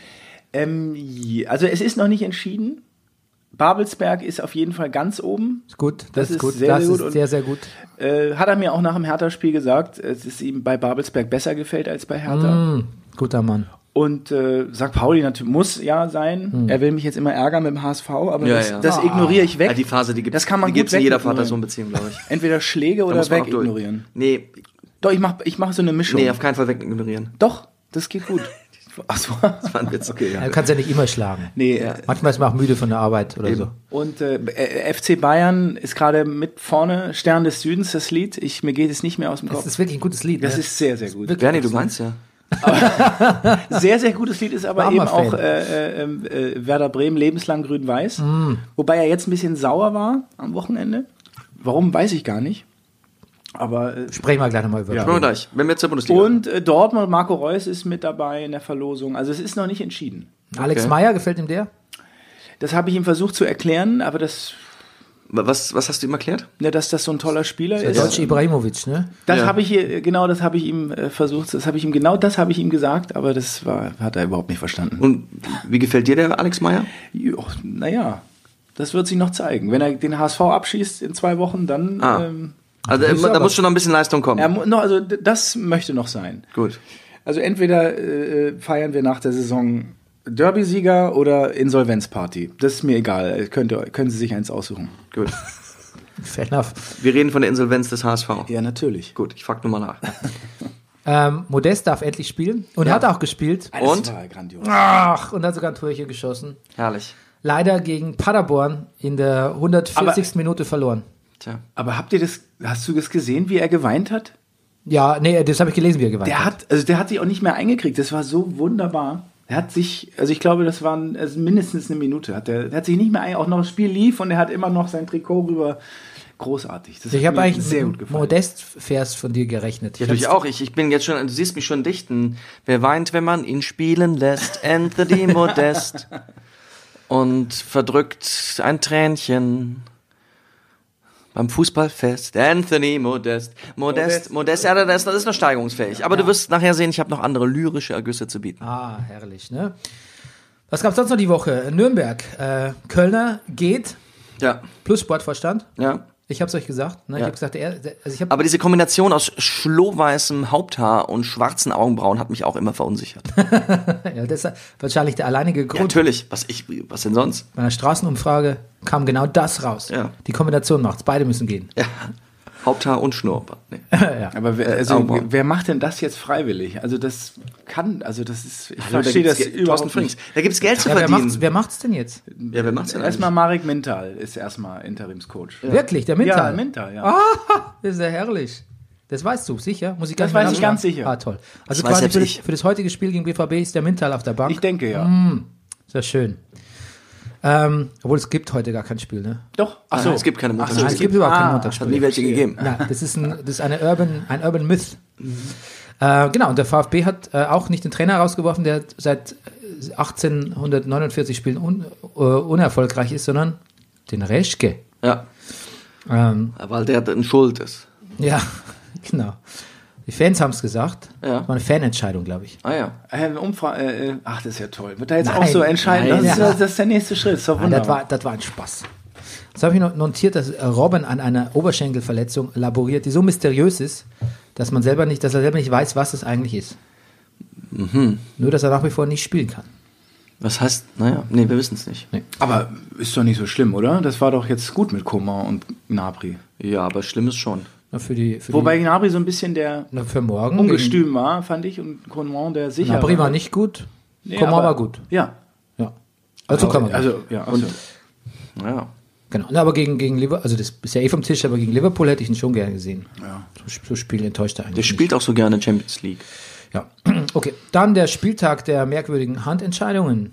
Speaker 3: Ähm, je- also es ist noch nicht entschieden. Babelsberg ist auf jeden Fall ganz oben.
Speaker 1: Ist gut, das,
Speaker 3: Das
Speaker 1: ist
Speaker 3: ist
Speaker 1: gut.
Speaker 3: sehr,
Speaker 1: das
Speaker 3: sehr
Speaker 1: ist
Speaker 3: gut und-
Speaker 1: sehr, sehr gut.
Speaker 3: Äh, hat er mir auch nach dem Hertha-Spiel gesagt, es ist ihm bei Babelsberg besser gefällt als bei Hertha.
Speaker 1: Hm, guter Mann.
Speaker 3: Und äh, St. Pauli natürlich muss ja sein. Er will mich jetzt immer ärgern mit dem HSV, aber
Speaker 2: Ja,
Speaker 3: das,
Speaker 2: ja.
Speaker 3: das ignoriere ich weg.
Speaker 2: Ja, die Phase, die gibt
Speaker 3: das kann man
Speaker 2: die
Speaker 3: gut
Speaker 2: gibt's in jeder
Speaker 3: wegignorieren.
Speaker 2: Vater-Sohn-Beziehung, glaube ich.
Speaker 3: Entweder Schläge *laughs*
Speaker 2: Da
Speaker 3: oder
Speaker 2: muss man auch durch.
Speaker 3: wegignorieren.
Speaker 2: Nee,
Speaker 3: Doch, ich mache ich mach so eine Mischung.
Speaker 2: nee, auf keinen Fall wegignorieren. *laughs*
Speaker 3: Doch, das geht gut. Ach so.
Speaker 2: Das war ein Witz. Okay,
Speaker 1: Du kannst ja nicht immer schlagen.
Speaker 3: Nee, äh,
Speaker 1: Manchmal ist man auch müde von der Arbeit oder so.
Speaker 3: Und äh, äh, FC Bayern ist gerade mit vorne, Stern des Südens, das Lied. Ich, mir geht es nicht mehr aus dem
Speaker 1: Das
Speaker 3: Kopf.
Speaker 1: ist wirklich ein gutes Lied.
Speaker 3: Das
Speaker 1: ne?
Speaker 3: ist sehr, sehr gut.
Speaker 2: Bernie, du meinst ja.
Speaker 3: Sehr, sehr gutes Lied ist aber
Speaker 1: War
Speaker 3: eben
Speaker 1: mal Fan.
Speaker 3: auch äh, äh, äh, Werder Bremen, lebenslang grün-weiß.
Speaker 1: Mm.
Speaker 3: Wobei er jetzt ein bisschen sauer war am Wochenende. Warum, weiß ich gar nicht. Aber äh,
Speaker 1: Sprechen wir gleich nochmal über.
Speaker 2: Schauen wir gleich, wenn wir zur Bundesliga.
Speaker 3: und äh, Dortmund, Marco Reus ist mit dabei in der Verlosung. Also es ist noch nicht entschieden.
Speaker 1: Alex
Speaker 2: Okay.
Speaker 1: Meyer, gefällt ihm der?
Speaker 3: Das habe ich ihm versucht zu erklären, aber das,
Speaker 2: Was, was hast du ihm erklärt?
Speaker 3: ne, dass das so ein toller Spieler
Speaker 1: Der
Speaker 3: ist.
Speaker 1: deutsche Ibrahimovic, ne?
Speaker 3: Das
Speaker 2: Ja.
Speaker 3: habe ich hier, genau das habe ich ihm äh, versucht, das habe ich ihm, genau das habe ich ihm gesagt, aber das war, hat er überhaupt nicht verstanden.
Speaker 2: Und wie gefällt dir der Alex Meyer?
Speaker 3: Jo, naja, das wird sich noch zeigen. Wenn er den HSV abschießt in zwei Wochen, dann,
Speaker 2: Ah.
Speaker 3: ähm,
Speaker 2: Also äh, da
Speaker 3: aber-
Speaker 2: muss schon noch ein bisschen Leistung kommen.
Speaker 3: er, mu- no, also d- das möchte noch sein.
Speaker 2: Gut.
Speaker 3: Also entweder äh, feiern wir nach der Saison Derby-Sieger oder Insolvenzparty. Das ist mir egal. Könnt ihr, können Sie sich eins aussuchen.
Speaker 2: Gut.
Speaker 1: Fair enough.
Speaker 2: Wir reden von der Insolvenz des HSV.
Speaker 3: Ja, natürlich.
Speaker 2: Gut, ich frage nur mal nach.
Speaker 1: Ähm, Modest darf endlich spielen und hat auch gespielt.
Speaker 2: Und?
Speaker 3: Das war grandios.
Speaker 1: Ach, und hat sogar ein Türchen geschossen.
Speaker 2: Herrlich.
Speaker 1: Leider gegen Paderborn in der 140. Minute verloren.
Speaker 2: Tja.
Speaker 3: Aber habt ihr das, hast du das gesehen, wie er geweint hat?
Speaker 1: Ja, nee, das habe ich gelesen, wie er gewandt
Speaker 3: Der
Speaker 1: hat.
Speaker 3: hat, also der hat sich auch nicht mehr eingekriegt. Das war so wunderbar. Er hat sich, also ich glaube, das waren also mindestens eine Minute. Hat der, der hat sich nicht mehr ein, auch noch das Spiel lief und er hat immer noch sein Trikot rüber. Großartig. Das
Speaker 1: Ich
Speaker 3: hat
Speaker 1: habe
Speaker 3: mir
Speaker 1: eigentlich
Speaker 3: sehr
Speaker 1: einen
Speaker 3: gut gefallen.
Speaker 1: Modest-Vers von dir gerechnet.
Speaker 2: Ja,
Speaker 1: Ich hab's-
Speaker 2: natürlich auch. Ich, ich bin jetzt schon, du siehst mich schon dichten. Wer weint, wenn man ihn spielen lässt? Anthony Modest. Und verdrückt ein Tränchen. Beim Fußballfest. Anthony Modest. Modest, Modest. Ja, das, das ist noch steigerungsfähig. Aber du wirst nachher sehen, ich habe noch andere lyrische Ergüsse zu bieten.
Speaker 1: Ah, herrlich, ne? Was gab es sonst noch die Woche? Nürnberg, äh, Kölner geht,
Speaker 2: Ja,
Speaker 1: plus Sportvorstand.
Speaker 2: ja.
Speaker 1: Ich habe es euch gesagt. Ne? Ich
Speaker 2: Ja.
Speaker 1: habe gesagt, der, der- also ich hab,
Speaker 2: Aber diese Kombination aus schlohweißem Haupthaar und schwarzen Augenbrauen hat mich auch immer verunsichert.
Speaker 1: ja, das ist wahrscheinlich der alleinige
Speaker 2: Ja,
Speaker 1: Grund.
Speaker 2: natürlich. Was ich, was denn sonst?
Speaker 1: Bei einer Straßenumfrage kam genau das raus.
Speaker 2: Ja.
Speaker 1: Die Kombination macht's. Beide müssen gehen.
Speaker 2: Ja. Haupthaar und Schnurrbart. *laughs* Nee.
Speaker 1: *laughs*
Speaker 3: Aber wer, also,
Speaker 2: Augenbrauen.
Speaker 3: wer macht denn das jetzt freiwillig? Also das kann, also das ist, ich
Speaker 2: Hallo, da
Speaker 3: verstehe das
Speaker 2: gibt's Ge- Thorsten
Speaker 3: überhaupt
Speaker 2: Frings.
Speaker 3: nicht.
Speaker 2: Da gibt's Geld zu
Speaker 1: Ja, wer,
Speaker 2: verdienen.
Speaker 1: macht's, wer macht's denn jetzt?
Speaker 2: ja, wer macht's denn
Speaker 3: Also Erstmal Marek Mintal ist erstmal Interimscoach.
Speaker 1: Wirklich, der
Speaker 3: Ja,
Speaker 1: Mintal?
Speaker 3: Mintal, ja.
Speaker 1: Das ist ja herrlich. Das weißt du, sicher? Muss ich gar
Speaker 3: Das
Speaker 1: nicht mehr
Speaker 3: weiß ich
Speaker 1: nachfragen.
Speaker 3: ganz sicher.
Speaker 1: Ah, toll. Also
Speaker 2: weiß
Speaker 1: quasi
Speaker 2: selbst
Speaker 1: für, das,
Speaker 2: ich.
Speaker 1: für das heutige Spiel gegen BVB ist der Mintal auf der Bank.
Speaker 3: Ich denke ja.
Speaker 1: Sehr schön. Ähm, obwohl es gibt heute gar kein Spiel, ne?
Speaker 3: Doch, ach so.
Speaker 2: es gibt keine
Speaker 3: Ach so,
Speaker 2: Montagsspiele.
Speaker 1: Nein,
Speaker 3: es
Speaker 1: es gibt überhaupt kein
Speaker 3: ah,
Speaker 2: Hat
Speaker 1: Montagsspiel.
Speaker 2: nie welche gegeben.
Speaker 1: Nein, das ist, ein, das ist eine Urban, ein Urban Myth. Äh, genau, und der VfB hat äh, auch nicht den Trainer rausgeworfen, der seit äh, 1849 Spielen un, äh, unerfolgreich ist, sondern den Reschke.
Speaker 2: Ja,
Speaker 1: Ähm,
Speaker 2: weil der dann schuld ist.
Speaker 1: ja, *laughs* genau. Die Fans haben es gesagt.
Speaker 2: Ja.
Speaker 1: Das war eine Fanentscheidung, glaube ich.
Speaker 2: Ah ja.
Speaker 3: Äh, Umfrage, äh, äh, ach, das ist ja toll. Wird da jetzt
Speaker 1: Nein,
Speaker 3: auch so entscheiden?
Speaker 1: nein.
Speaker 3: das, ist,
Speaker 1: Ja.
Speaker 3: das ist der nächste Schritt. Das ist doch
Speaker 1: Ah, das,
Speaker 3: wunderbar.
Speaker 1: war, das war ein Spaß. Jetzt habe ich noch notiert, dass äh, Robin an einer Oberschenkelverletzung laboriert, die so mysteriös ist, dass man selber nicht, dass er selber nicht weiß, was es eigentlich ist.
Speaker 3: Mhm.
Speaker 1: Nur, dass er nach wie vor nicht spielen kann.
Speaker 2: Was heißt, naja, nee, wir wissen es nicht.
Speaker 3: aber ist doch nicht so schlimm, oder? Das war doch jetzt gut mit Koma und Gnabry.
Speaker 2: Ja, aber schlimm ist schon.
Speaker 1: Na, für die, für
Speaker 3: Wobei Gnabry so ein bisschen der
Speaker 1: die, na, für morgen.
Speaker 3: ungestüm war, fand ich, und Coman der sicher.
Speaker 1: Na, Bremer nicht gut,
Speaker 3: Nee,
Speaker 1: Komma war gut.
Speaker 3: Ja.
Speaker 1: Ja. Also kann man.
Speaker 3: Also, ja. Also.
Speaker 2: Naja.
Speaker 1: genau. Na, aber gegen, gegen Liverpool, also das ist ja eh vom Tisch, aber gegen Liverpool hätte ich ihn schon gerne gesehen. Ja. So, so spielen enttäuscht er
Speaker 2: Der
Speaker 1: eigentlich.
Speaker 2: spielt auch so gerne Champions League.
Speaker 1: nicht. Ja. *clears throat* Okay. Dann der Spieltag der merkwürdigen Handentscheidungen.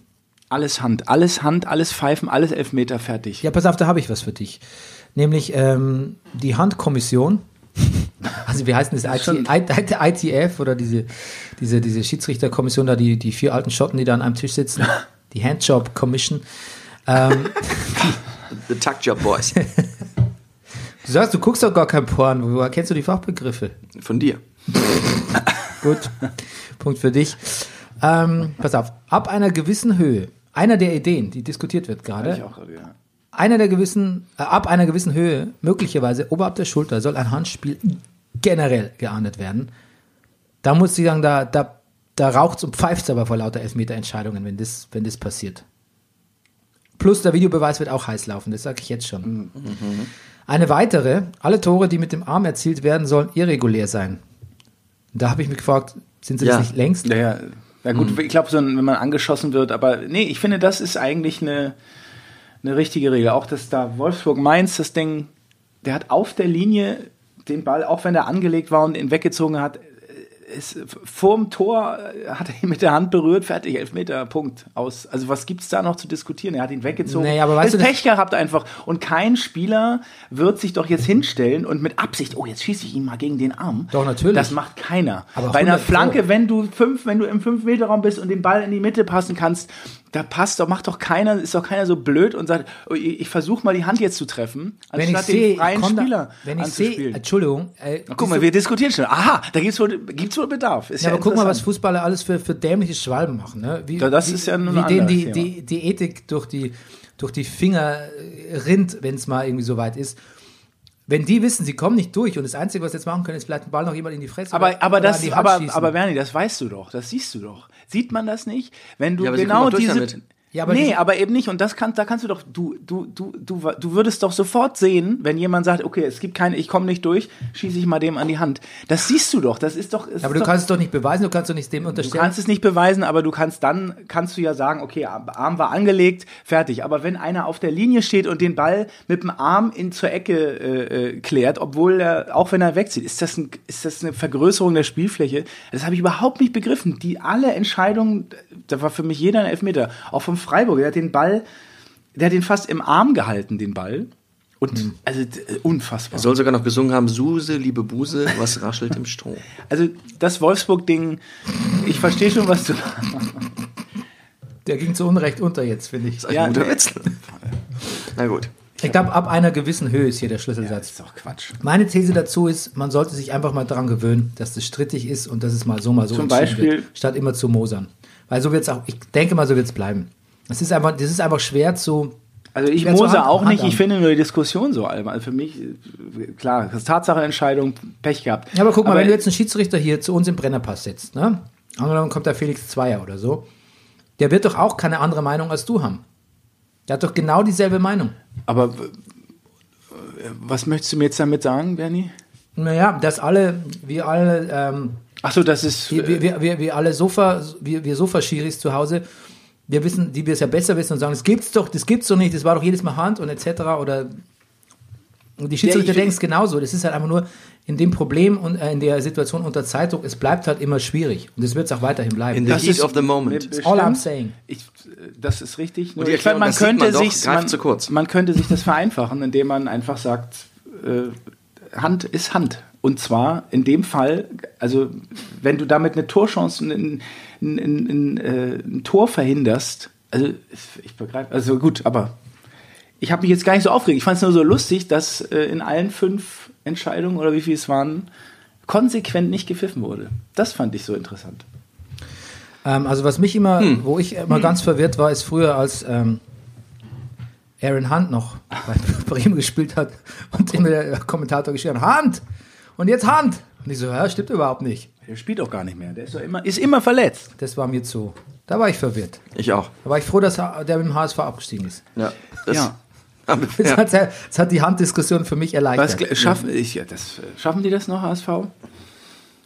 Speaker 3: Alles Hand, alles Hand, alles Pfeifen, alles Elfmeter fertig.
Speaker 1: Ja, pass auf, da habe ich was für dich. Nämlich ähm, die Handkommission. *laughs* Also wie heißt denn das? IT, I- ITF oder diese, diese, diese Schiedsrichterkommission da, die, die vier alten Schotten, die da an einem Tisch
Speaker 3: *laughs*
Speaker 1: sitzen. Die Handjob Commission.
Speaker 2: The Tuck Job *laughs* Boys.
Speaker 1: Du sagst, du guckst doch gar kein Porn. Woher kennst du die Fachbegriffe?
Speaker 2: Von dir.
Speaker 3: *laughs*
Speaker 1: Gut, Punkt für dich. Ähm, pass auf, ab einer gewissen Höhe, einer der Ideen, die diskutiert wird gerade,
Speaker 3: Ich auch, ja.
Speaker 1: einer der gewissen, äh, ab einer gewissen Höhe, möglicherweise oberhalb der Schulter, soll ein Handspiel generell geahndet werden. Da muss ich sagen, da, da, da raucht es und pfeift aber vor lauter Elfmeterentscheidungen, wenn das, wenn das passiert. Plus der Videobeweis wird auch heiß laufen, das sage ich jetzt schon. Eine weitere, alle Tore, die mit dem Arm erzielt werden, sollen irregulär sein. Da habe ich mich gefragt, sind sie
Speaker 2: Ja.
Speaker 1: das nicht längst?
Speaker 3: Ja, ja. ja gut,
Speaker 1: Hm.
Speaker 3: ich glaube, so ein- wenn man angeschossen wird, aber nee, ich finde, das ist eigentlich eine, eine richtige Regel. Auch dass da Wolfsburg Mainz das Ding, der hat auf der Linie den Ball, auch wenn er angelegt war und ihn weggezogen hat, äh, ist vorm Tor äh, hat er ihn mit der Hand berührt, fertig, Elfmeter, Punkt, aus. Also was gibt's da noch zu diskutieren? Er hat ihn weggezogen.
Speaker 1: Nee, aber weißt
Speaker 3: er
Speaker 1: du,
Speaker 3: ist
Speaker 1: das-
Speaker 3: Pech gehabt einfach. Und kein Spieler wird sich doch jetzt hinstellen und mit Absicht, oh, jetzt schieße ich ihn mal gegen den Arm.
Speaker 1: Doch, natürlich.
Speaker 3: Das macht keiner.
Speaker 1: Aber
Speaker 3: Bei einer
Speaker 1: 100
Speaker 3: Flanke,
Speaker 1: Pro.
Speaker 3: wenn du fünf, wenn du im Fünf-Meter-Raum bist und den Ball in die Mitte passen kannst, da passt doch, macht doch keiner, ist doch keiner so blöd und sagt, oh, ich, ich versuche mal die Hand jetzt zu treffen,
Speaker 1: Wenn ich
Speaker 3: anstatt
Speaker 1: sehe,
Speaker 3: den freien
Speaker 1: komm da-
Speaker 3: Spieler
Speaker 1: wenn ich sehe,
Speaker 3: anzuspielen.
Speaker 1: Entschuldigung, äh,
Speaker 3: Guck mal, wir diskutieren schon. Aha, da gibt's wohl, gibt's wohl Bedarf. Ist
Speaker 1: Ja,
Speaker 3: ja,
Speaker 1: aber guck mal, was
Speaker 3: interessant.
Speaker 1: Fußballer alles für, für dämliche Schwalben machen. Ne? Wie,
Speaker 3: Da- das
Speaker 1: wie,
Speaker 3: ist ja nun
Speaker 1: wie
Speaker 3: ein
Speaker 1: denen die,
Speaker 3: anderes
Speaker 1: die, die Ethik durch die, durch die Finger äh, rinnt, wenn es mal irgendwie so weit ist. Wenn die wissen, sie kommen nicht durch und das Einzige, was sie jetzt machen können, ist vielleicht einen Ball noch jemand in die Fresse
Speaker 3: aber,
Speaker 1: oder
Speaker 3: aber,
Speaker 1: an
Speaker 3: das,
Speaker 1: die Hand
Speaker 3: aber,
Speaker 1: schießen.
Speaker 3: aber Bernie, das weißt du doch, das siehst du doch. Sieht man das nicht? Wenn du
Speaker 2: Ja, aber sie kommen
Speaker 3: genau
Speaker 2: auch durch
Speaker 3: diese.
Speaker 2: damit.
Speaker 1: Ja, aber
Speaker 3: nee,
Speaker 1: die-
Speaker 3: aber eben nicht. Und das kann, da kannst du doch, du, du, du, du, du würdest doch sofort sehen, wenn jemand sagt, okay, es gibt keine, ich komme nicht durch, schieße ich mal dem an die Hand. Das siehst du doch. Das ist doch. es
Speaker 1: Ja, aber du
Speaker 3: ist doch,
Speaker 1: kannst es doch nicht beweisen, du kannst doch nicht dem
Speaker 3: Du
Speaker 1: unterstellen.
Speaker 3: kannst es nicht beweisen, aber du kannst dann, kannst du ja sagen, okay, Arm war angelegt, fertig. Aber wenn einer auf der Linie steht und den Ball mit dem Arm in zur Ecke äh, äh, klärt, obwohl er, auch wenn er wegzieht, ist das, ein, ist das eine Vergrößerung der Spielfläche? Das habe ich überhaupt nicht begriffen. Die alle Entscheidungen, da war für mich jeder ein Elfmeter. Auch vom Freiburg, der hat den Ball, der hat den fast im Arm gehalten, den Ball. Und, also, d- unfassbar.
Speaker 2: Er soll sogar noch gesungen haben, Suse, liebe Buse, was raschelt im Stroh.
Speaker 3: Also, das Wolfsburg-Ding, ich verstehe schon, was du.
Speaker 1: Der ging zu Unrecht unter jetzt, finde ich.
Speaker 2: Das ist ein
Speaker 3: Ja,
Speaker 2: guter
Speaker 3: nee.
Speaker 2: Witz. *laughs* Na gut.
Speaker 1: Ich glaube, ab einer gewissen Höhe ist hier der Schlüsselsatz.
Speaker 3: ist doch Quatsch.
Speaker 1: Meine These dazu ist, man sollte sich einfach mal daran gewöhnen, dass das strittig ist und dass es mal so, mal so
Speaker 3: Zum
Speaker 1: entschieden
Speaker 3: Beispiel-
Speaker 1: wird, statt immer zu mosern. Weil so wird's auch, ich denke mal, so wird's bleiben. Das ist einfach, das ist einfach schwer zu.
Speaker 3: Also ich
Speaker 1: schwer zu
Speaker 3: mose
Speaker 1: hand-
Speaker 3: auch nicht,
Speaker 1: handhaben.
Speaker 3: ich finde nur die Diskussion so albern. Also Für mich, äh, klar, das ist Tatsachenentscheidung, Pech gehabt.
Speaker 1: Ja, aber guck mal, wenn du jetzt einen Schiedsrichter hier zu uns im Brennerpass setzt, ne? Angenommen kommt da Felix Zweier oder so, der wird doch auch keine andere Meinung als du haben. Der hat doch genau dieselbe Meinung.
Speaker 3: Aber w- äh, was möchtest du mir jetzt damit sagen, Bernie?
Speaker 1: Naja, dass alle, wir alle, ähm,
Speaker 3: Achso, das ist...
Speaker 1: wir, wir, wir- wir, wir alle Sofa, wir, wir Sofa-Schiris zu Hause, wir wissen, die wir es ja besser wissen und sagen, das gibt's doch, das gibt's doch nicht, das war doch jedes Mal Hand und etc. Oder und die
Speaker 3: Ja, ich
Speaker 1: Schiedsrichter
Speaker 3: find-
Speaker 1: denken es genauso. Das ist halt einfach nur in dem Problem und äh, in der Situation unter Zeitdruck, es bleibt halt immer schwierig. Und das wird es auch weiterhin
Speaker 2: In
Speaker 1: bleiben.
Speaker 2: the
Speaker 3: Das
Speaker 2: heat
Speaker 3: ist-
Speaker 2: of the moment.
Speaker 3: Bestimmt.
Speaker 1: All I'm saying.
Speaker 3: Ich, äh, das ist richtig. Nur
Speaker 2: die
Speaker 3: ich glaube,
Speaker 2: Erklärung,
Speaker 3: man
Speaker 2: das sieht
Speaker 3: könnte
Speaker 2: man doch,
Speaker 3: sich
Speaker 2: greift
Speaker 3: man,
Speaker 2: zu kurz.
Speaker 3: man könnte sich das vereinfachen, indem man einfach sagt, äh, Hand ist Hand. Und zwar in dem Fall, also wenn du damit eine Torchance, ein, ein, ein, ein, äh, ein Tor verhinderst, also ich begreife, also gut, aber ich habe mich jetzt gar nicht so aufgeregt. Ich fand es nur so lustig, dass äh, in allen fünf Entscheidungen oder wie viel es waren, konsequent nicht gepfiffen wurde. Das fand ich so interessant.
Speaker 1: Ähm, also was mich immer,
Speaker 3: Hm.
Speaker 1: wo ich immer ganz verwirrt war, ist früher als ähm, Aaron Hunt noch bei *laughs* Bremen gespielt hat und immer der Kommentator geschrien hat, Hand! Und jetzt Hand! Und ich so, ja, stimmt überhaupt nicht.
Speaker 3: Der spielt auch gar nicht mehr. Der ist doch immer, ist immer verletzt.
Speaker 1: Das war mir zu. Da war ich verwirrt.
Speaker 2: Ich auch.
Speaker 1: Da war ich froh, dass er- der mit dem HSV abgestiegen ist.
Speaker 2: Ja. Das,
Speaker 3: Ja.
Speaker 1: Das,
Speaker 2: ja.
Speaker 1: hat, das hat die Handdiskussion für mich
Speaker 3: Was,
Speaker 1: erleichtert.
Speaker 3: gl- schaffen, ich, ja, das, äh, schaffen die das noch, HSV?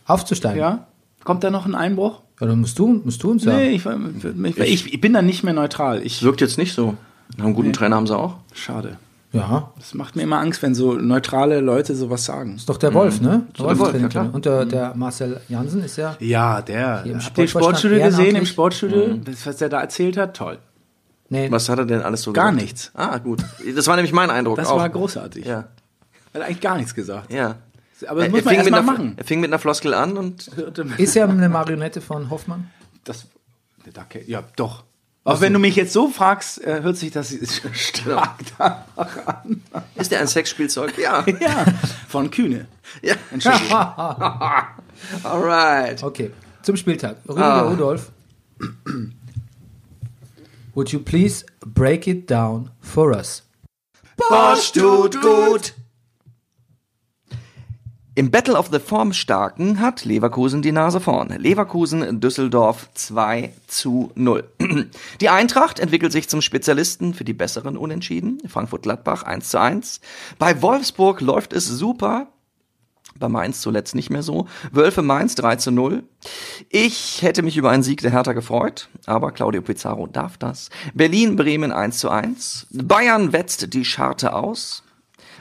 Speaker 1: Aufzusteigen. Ja.
Speaker 3: Ja? Kommt da noch ein Einbruch?
Speaker 1: dann musst du, musst du uns sagen.
Speaker 3: Nee, ich, ich, ich, ich bin da nicht mehr neutral. Ich,
Speaker 2: Wirkt jetzt nicht so. Einen guten Trainer haben sie auch.
Speaker 3: schade.
Speaker 1: Ja,
Speaker 3: Das macht mir immer Angst, wenn so neutrale Leute sowas sagen.
Speaker 1: ist doch der Wolf, ne? Der
Speaker 2: Mhm. der Wolf,
Speaker 1: trainiert
Speaker 2: ja klar. Mhm.
Speaker 1: ihn. Und der, der Marcel Jansen ist ja.
Speaker 3: Ja, der.
Speaker 1: Hier im
Speaker 3: Habt ihr
Speaker 1: Sportvorstand
Speaker 3: Sportstudio gesehen? Im
Speaker 1: ehrenamtlich?
Speaker 3: Sportstudio? Mhm. Das, was der da erzählt hat? Toll.
Speaker 1: Nee,
Speaker 2: Was hat er denn alles so
Speaker 3: Gar
Speaker 2: gesagt?
Speaker 3: nichts.
Speaker 2: Ah, gut. Das war nämlich mein Eindruck.
Speaker 3: Das
Speaker 2: auch.
Speaker 3: war großartig.
Speaker 2: Ja.
Speaker 3: Hat eigentlich gar nichts gesagt.
Speaker 2: ja.
Speaker 3: Aber das
Speaker 2: Er-
Speaker 3: muss man
Speaker 2: er fing mit
Speaker 3: erstmal
Speaker 2: einer-
Speaker 3: machen.
Speaker 2: Er fing mit einer Floskel an und
Speaker 1: ist ja eine Marionette von Hoffmann.
Speaker 3: Das, da, ke- ja, doch. Auch wenn du mich jetzt so fragst, äh, hört sich das *laughs* stark danach an.
Speaker 2: ist er ein Sexspielzeug? Ja.
Speaker 3: Ja, von Kühne.
Speaker 2: *laughs* ja.
Speaker 3: *laughs* Entschuldigung.
Speaker 2: Alright.
Speaker 1: Okay, zum Spieltag. Rüdiger
Speaker 2: Ah.
Speaker 1: Rudolf. Would you please break it down for us?
Speaker 2: Bosch tut gut. Im Battle of the Formstarken hat Leverkusen die Nase vorn. Leverkusen Düsseldorf 2 zu 0. *clears throat* Die Eintracht entwickelt sich zum Spezialisten für die besseren Unentschieden. Frankfurt Gladbach 1 zu 1. Bei Wolfsburg läuft es super. Bei Mainz zuletzt nicht mehr so. Wölfe Mainz 3 zu 0. Ich hätte mich über einen Sieg der Hertha gefreut, aber Claudio Pizarro darf das. Berlin Bremen 1 zu 1. Bayern wetzt die Scharte aus.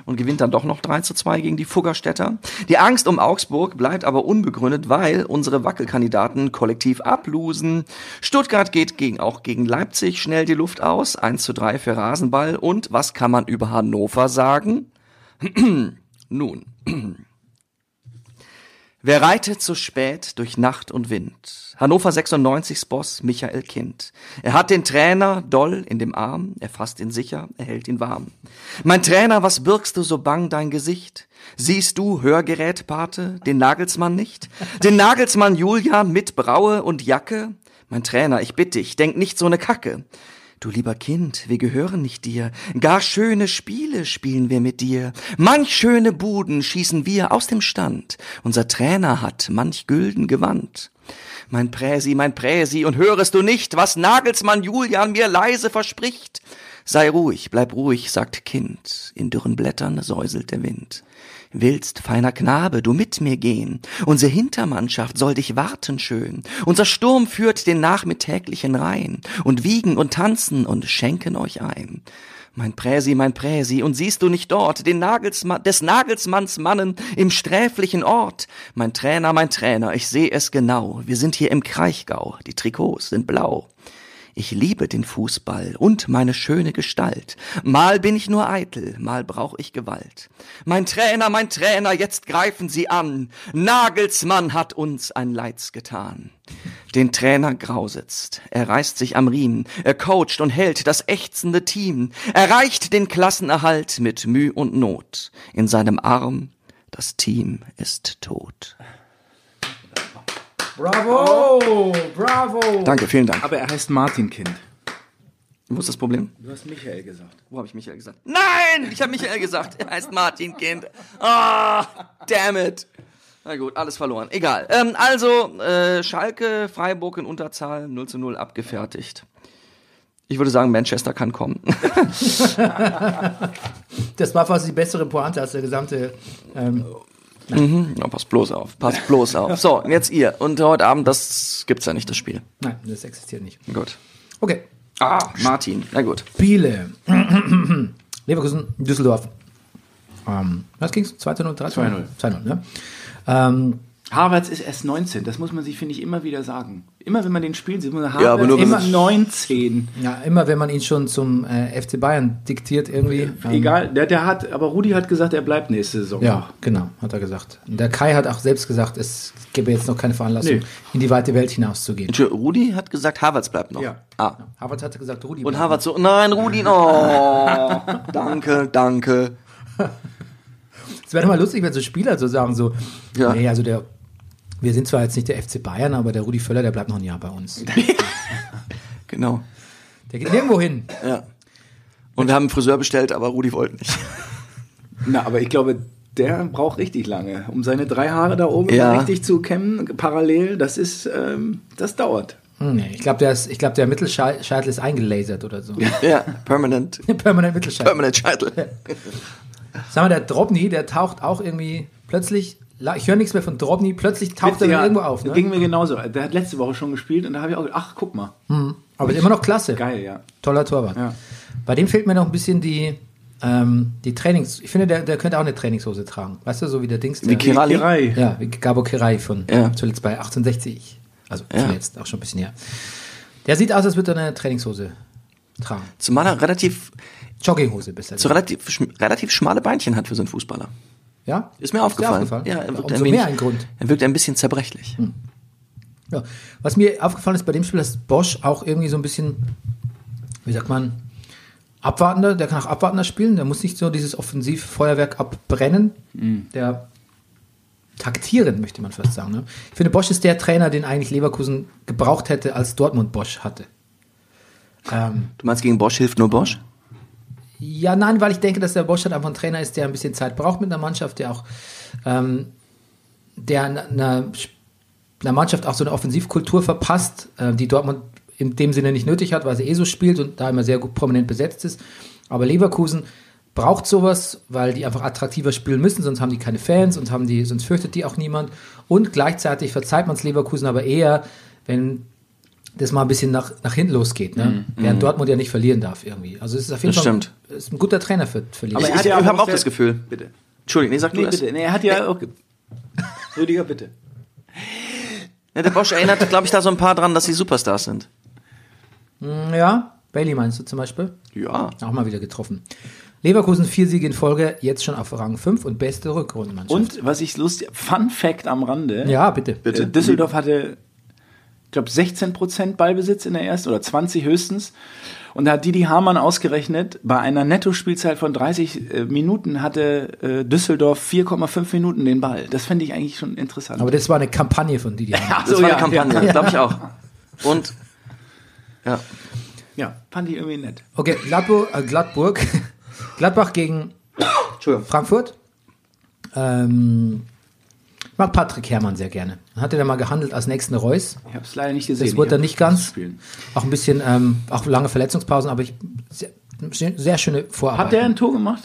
Speaker 2: und gewinnt dann doch noch 3 zu 2 gegen die Fuggerstädter. Die Angst um Augsburg bleibt aber unbegründet, weil unsere Wackelkandidaten kollektiv ablosen. Stuttgart geht gegen, auch gegen Leipzig schnell die Luft aus. 1 zu 3 für Rasenball. Und was kann man über Hannover sagen? *clears throat* Nun. Wer reitet so spät durch Nacht und Wind? Hannover 96s Boss Michael Kind. Er hat den Trainer doll in dem Arm, er fasst ihn sicher, er hält ihn warm. Mein Trainer, was birgst du so bang dein Gesicht? Siehst du, Hörgerätpate, den Nagelsmann nicht? Den Nagelsmann Julian mit Braue und Jacke? Mein Trainer, ich bitte dich, denk nicht so ne Kacke. Du lieber Kind, wir gehören nicht dir. Gar schöne Spiele spielen wir mit dir. Manch schöne Buden schießen wir aus dem Stand. Unser Trainer hat manch Gülden gewandt. Mein Präsi, mein Präsi, und hörest du nicht, was Nagelsmann Julian mir leise verspricht? Sei ruhig, bleib ruhig, sagt Kind. In dürren Blättern säuselt der Wind. Willst, feiner Knabe, du mit mir gehen? Unsere Hintermannschaft soll dich warten schön. Unser Sturm führt den nachmittäglichen Rhein und wiegen und tanzen und schenken euch ein. Mein Präsi, mein Präsi, und siehst du nicht dort den Nagelsmann, des Nagelsmanns Mannen im sträflichen Ort? Mein Trainer, mein Trainer, ich seh es genau. Wir sind hier im Kraichgau, die Trikots sind blau. Ich liebe den Fußball und meine schöne Gestalt. Mal bin ich nur eitel, mal brauch ich Gewalt. Mein Trainer, mein Trainer, jetzt greifen Sie an. Nagelsmann hat uns ein Leids getan. Den Trainer grausitzt, er reißt sich am Riemen, er coacht und hält das ächzende Team, erreicht den Klassenerhalt mit Mühe und Not. In seinem Arm, das Team ist tot.
Speaker 1: Bravo! Bravo!
Speaker 2: Danke, vielen Dank.
Speaker 3: Aber er heißt Martin Kind.
Speaker 2: Wo ist das Problem?
Speaker 3: Du hast Michael gesagt.
Speaker 2: Wo habe ich Michael gesagt? Nein! Ich habe Michael gesagt. Er heißt Martin Kind. Ah, damn it. Na gut, alles verloren. Egal. Ähm, also, äh, Schalke, Freiburg in Unterzahl 0 zu 0 abgefertigt. Ich würde sagen, Manchester kann kommen. *laughs*
Speaker 1: Das war fast die bessere Pointe als der gesamte. Ähm,
Speaker 2: ja, passt bloß auf. Passt bloß auf. So, jetzt ihr. Und heute Abend, das gibt's ja nicht, das Spiel.
Speaker 1: nein, das existiert nicht.
Speaker 2: Gut.
Speaker 1: Okay.
Speaker 2: Ah, Martin. Na gut.
Speaker 1: Spiele. *clears throat* Leverkusen, Düsseldorf. Ähm, was ging's? 2 0, 3 0. 2 0, ne? Ähm,
Speaker 3: Harvards ist erst 19. Das muss man sich, finde ich, immer wieder sagen. Immer wenn man den spielt, sieht man Harvards
Speaker 2: aber nur, wenn
Speaker 3: immer
Speaker 2: man-
Speaker 3: 19.
Speaker 1: ja, immer wenn man ihn schon zum äh, FC Bayern diktiert, irgendwie. ähm,
Speaker 3: Egal, der, der hat, aber Rudi hat gesagt, er bleibt nächste Saison.
Speaker 1: Ja, genau, hat er gesagt. Der Kai hat auch selbst gesagt, es gäbe jetzt noch keine Veranlassung,
Speaker 3: Nee.
Speaker 1: in die weite Welt hinauszugehen.
Speaker 2: Entschuldigung, Rudi hat gesagt, Harvards bleibt noch.
Speaker 1: Ja.
Speaker 2: Ah.
Speaker 1: Harvard hatte gesagt, Rudi.
Speaker 2: Und Harvard so, nein, Rudi, oh, danke, danke.
Speaker 1: Es wäre doch mal lustig, wenn so Spieler so sagen, so,
Speaker 2: Ja.
Speaker 1: nee, also der, wir sind zwar jetzt nicht der FC Bayern, aber der Rudi Völler, der bleibt noch ein Jahr bei uns.
Speaker 2: Genau.
Speaker 1: Der geht nirgendwo hin.
Speaker 2: Ja. Und wir haben einen Friseur bestellt, aber Rudi wollte nicht.
Speaker 3: Na, aber ich glaube, der braucht richtig lange, um seine drei Haare da oben
Speaker 2: Ja.
Speaker 3: richtig zu kämmen, parallel. Das ist, ähm, das dauert.
Speaker 1: Hm, nee, ich glaube, der, ist- ich glaub, der Mittelscheitel ist eingelasert oder so.
Speaker 2: Ja, permanent.
Speaker 1: *laughs* Permanent Mittelscheitel.
Speaker 2: Permanent Scheitel.
Speaker 1: Sag mal, der Drobny, der taucht auch irgendwie plötzlich, la- ich höre nichts mehr von Drobny, plötzlich taucht er
Speaker 3: Ja,
Speaker 1: wieder irgendwo auf. Ne?
Speaker 3: Ging mir genauso. Der hat letzte Woche schon gespielt und da habe ich auch gedacht, ach, guck mal.
Speaker 2: Hm.
Speaker 1: Aber immer noch klasse.
Speaker 3: Geil, ja.
Speaker 1: Toller Torwart.
Speaker 3: Ja.
Speaker 1: Bei dem fehlt mir noch ein bisschen die, ähm, die Trainings. Ich finde, der, der könnte auch eine Trainingshose tragen. Weißt du, so wie der Dings. Der,
Speaker 2: Wie Kirali?
Speaker 3: Kirei.
Speaker 1: Ja, wie Gabo Kirai von
Speaker 2: Ja.
Speaker 1: zuletzt bei 1860. Also
Speaker 2: Ja.
Speaker 1: zuletzt, auch schon ein bisschen her. Der sieht aus, als würde er eine Trainingshose tragen.
Speaker 2: Zumal er relativ,
Speaker 1: Jogginghose besser.
Speaker 2: so relativ, schm- relativ schmale Beinchen hat für so einen Fußballer.
Speaker 1: ja?
Speaker 2: Ist mir aufgefallen.
Speaker 1: aufgefallen?
Speaker 2: Ja, er
Speaker 1: Ja,
Speaker 2: wirkt,
Speaker 1: umso
Speaker 2: ein wenig,
Speaker 1: mehr ein Grund.
Speaker 2: er wirkt ein bisschen zerbrechlich.
Speaker 1: Ja. Was mir aufgefallen ist bei dem Spiel, dass Bosch auch irgendwie so ein bisschen, wie sagt man, abwartender, der kann auch abwartender spielen, der muss nicht so dieses Offensivfeuerwerk abbrennen,
Speaker 2: Mhm.
Speaker 1: der taktieren, möchte man fast sagen. Ne? Ich finde, Bosch ist der Trainer, den eigentlich Leverkusen gebraucht hätte, als Dortmund Bosch hatte. Ähm,
Speaker 2: Du meinst, gegen Bosch hilft nur Bosch?
Speaker 1: ja, nein, weil ich denke, dass der Bosch halt einfach ein Trainer ist, der ein bisschen Zeit braucht mit einer Mannschaft, der auch, ähm, der einer- einer, Sp- einer Mannschaft auch so eine Offensivkultur verpasst, äh, die Dortmund in dem Sinne nicht nötig hat, weil sie eh so spielt und da immer sehr gut prominent besetzt ist. Aber Leverkusen braucht sowas, weil die einfach attraktiver spielen müssen, sonst haben die keine Fans und haben die, sonst fürchtet die auch niemand. Und gleichzeitig verzeiht man es Leverkusen aber eher, wenn das mal ein bisschen nach, nach hinten losgeht, ne? Während Dortmund ja nicht verlieren darf irgendwie. Also es ist auf jeden
Speaker 2: Mhm. Das
Speaker 1: Fall
Speaker 2: stimmt.
Speaker 1: Ist ein guter Trainer für, für Leeds.
Speaker 3: Aber
Speaker 2: Ich,
Speaker 3: er
Speaker 2: ich,
Speaker 3: hat
Speaker 2: ich
Speaker 3: ja auch
Speaker 2: habe auch
Speaker 3: sehr-
Speaker 2: das Gefühl.
Speaker 3: Bitte.
Speaker 2: Entschuldigung, nee, sag du
Speaker 3: Nee,
Speaker 2: das.
Speaker 3: bitte. Nee, er hat ja auch. ge- Rüdiger, bitte.
Speaker 2: Ja, der Bosch erinnert, glaube ich, da so ein paar dran, dass sie Superstars sind.
Speaker 1: Ja, Bailey meinst du zum Beispiel?
Speaker 2: Ja.
Speaker 1: Auch mal wieder getroffen. Leverkusen vier Siege in Folge, jetzt schon auf Rang 5 und beste Rückrundenmannschaft.
Speaker 3: Und was ich lustig. Fun Fact am Rande.
Speaker 1: Ja, bitte.
Speaker 3: Äh, Düsseldorf hatte, ich glaube, 16% Ballbesitz in der ersten oder 20 höchstens. Und da hat Didi Hamann ausgerechnet, bei einer Nettospielzeit von 30 äh, Minuten hatte äh, Düsseldorf 4,5 Minuten den Ball. Das fände ich eigentlich schon interessant.
Speaker 1: Aber das war eine Kampagne von Didi. Hamann.
Speaker 2: Das war eine Kampagne, glaube ich auch. Und ja,
Speaker 3: Ja, ja, fand ich irgendwie nett.
Speaker 1: Okay, Gladburg, äh, Gladburg. *laughs* Gladbach gegen Frankfurt. Ähm, ich mag Patrick Herrmann sehr gerne. Hat er da mal gehandelt als nächsten Reus?
Speaker 3: Ich habe es leider nicht gesehen.
Speaker 1: Das wurde
Speaker 3: Ich
Speaker 1: dann
Speaker 3: hab
Speaker 1: nicht ganz.
Speaker 3: Spielen.
Speaker 1: Auch ein bisschen, ähm, auch lange Verletzungspausen, aber ich sehr, sehr schöne Vorarbeit.
Speaker 3: Hat der ein Tor gemacht?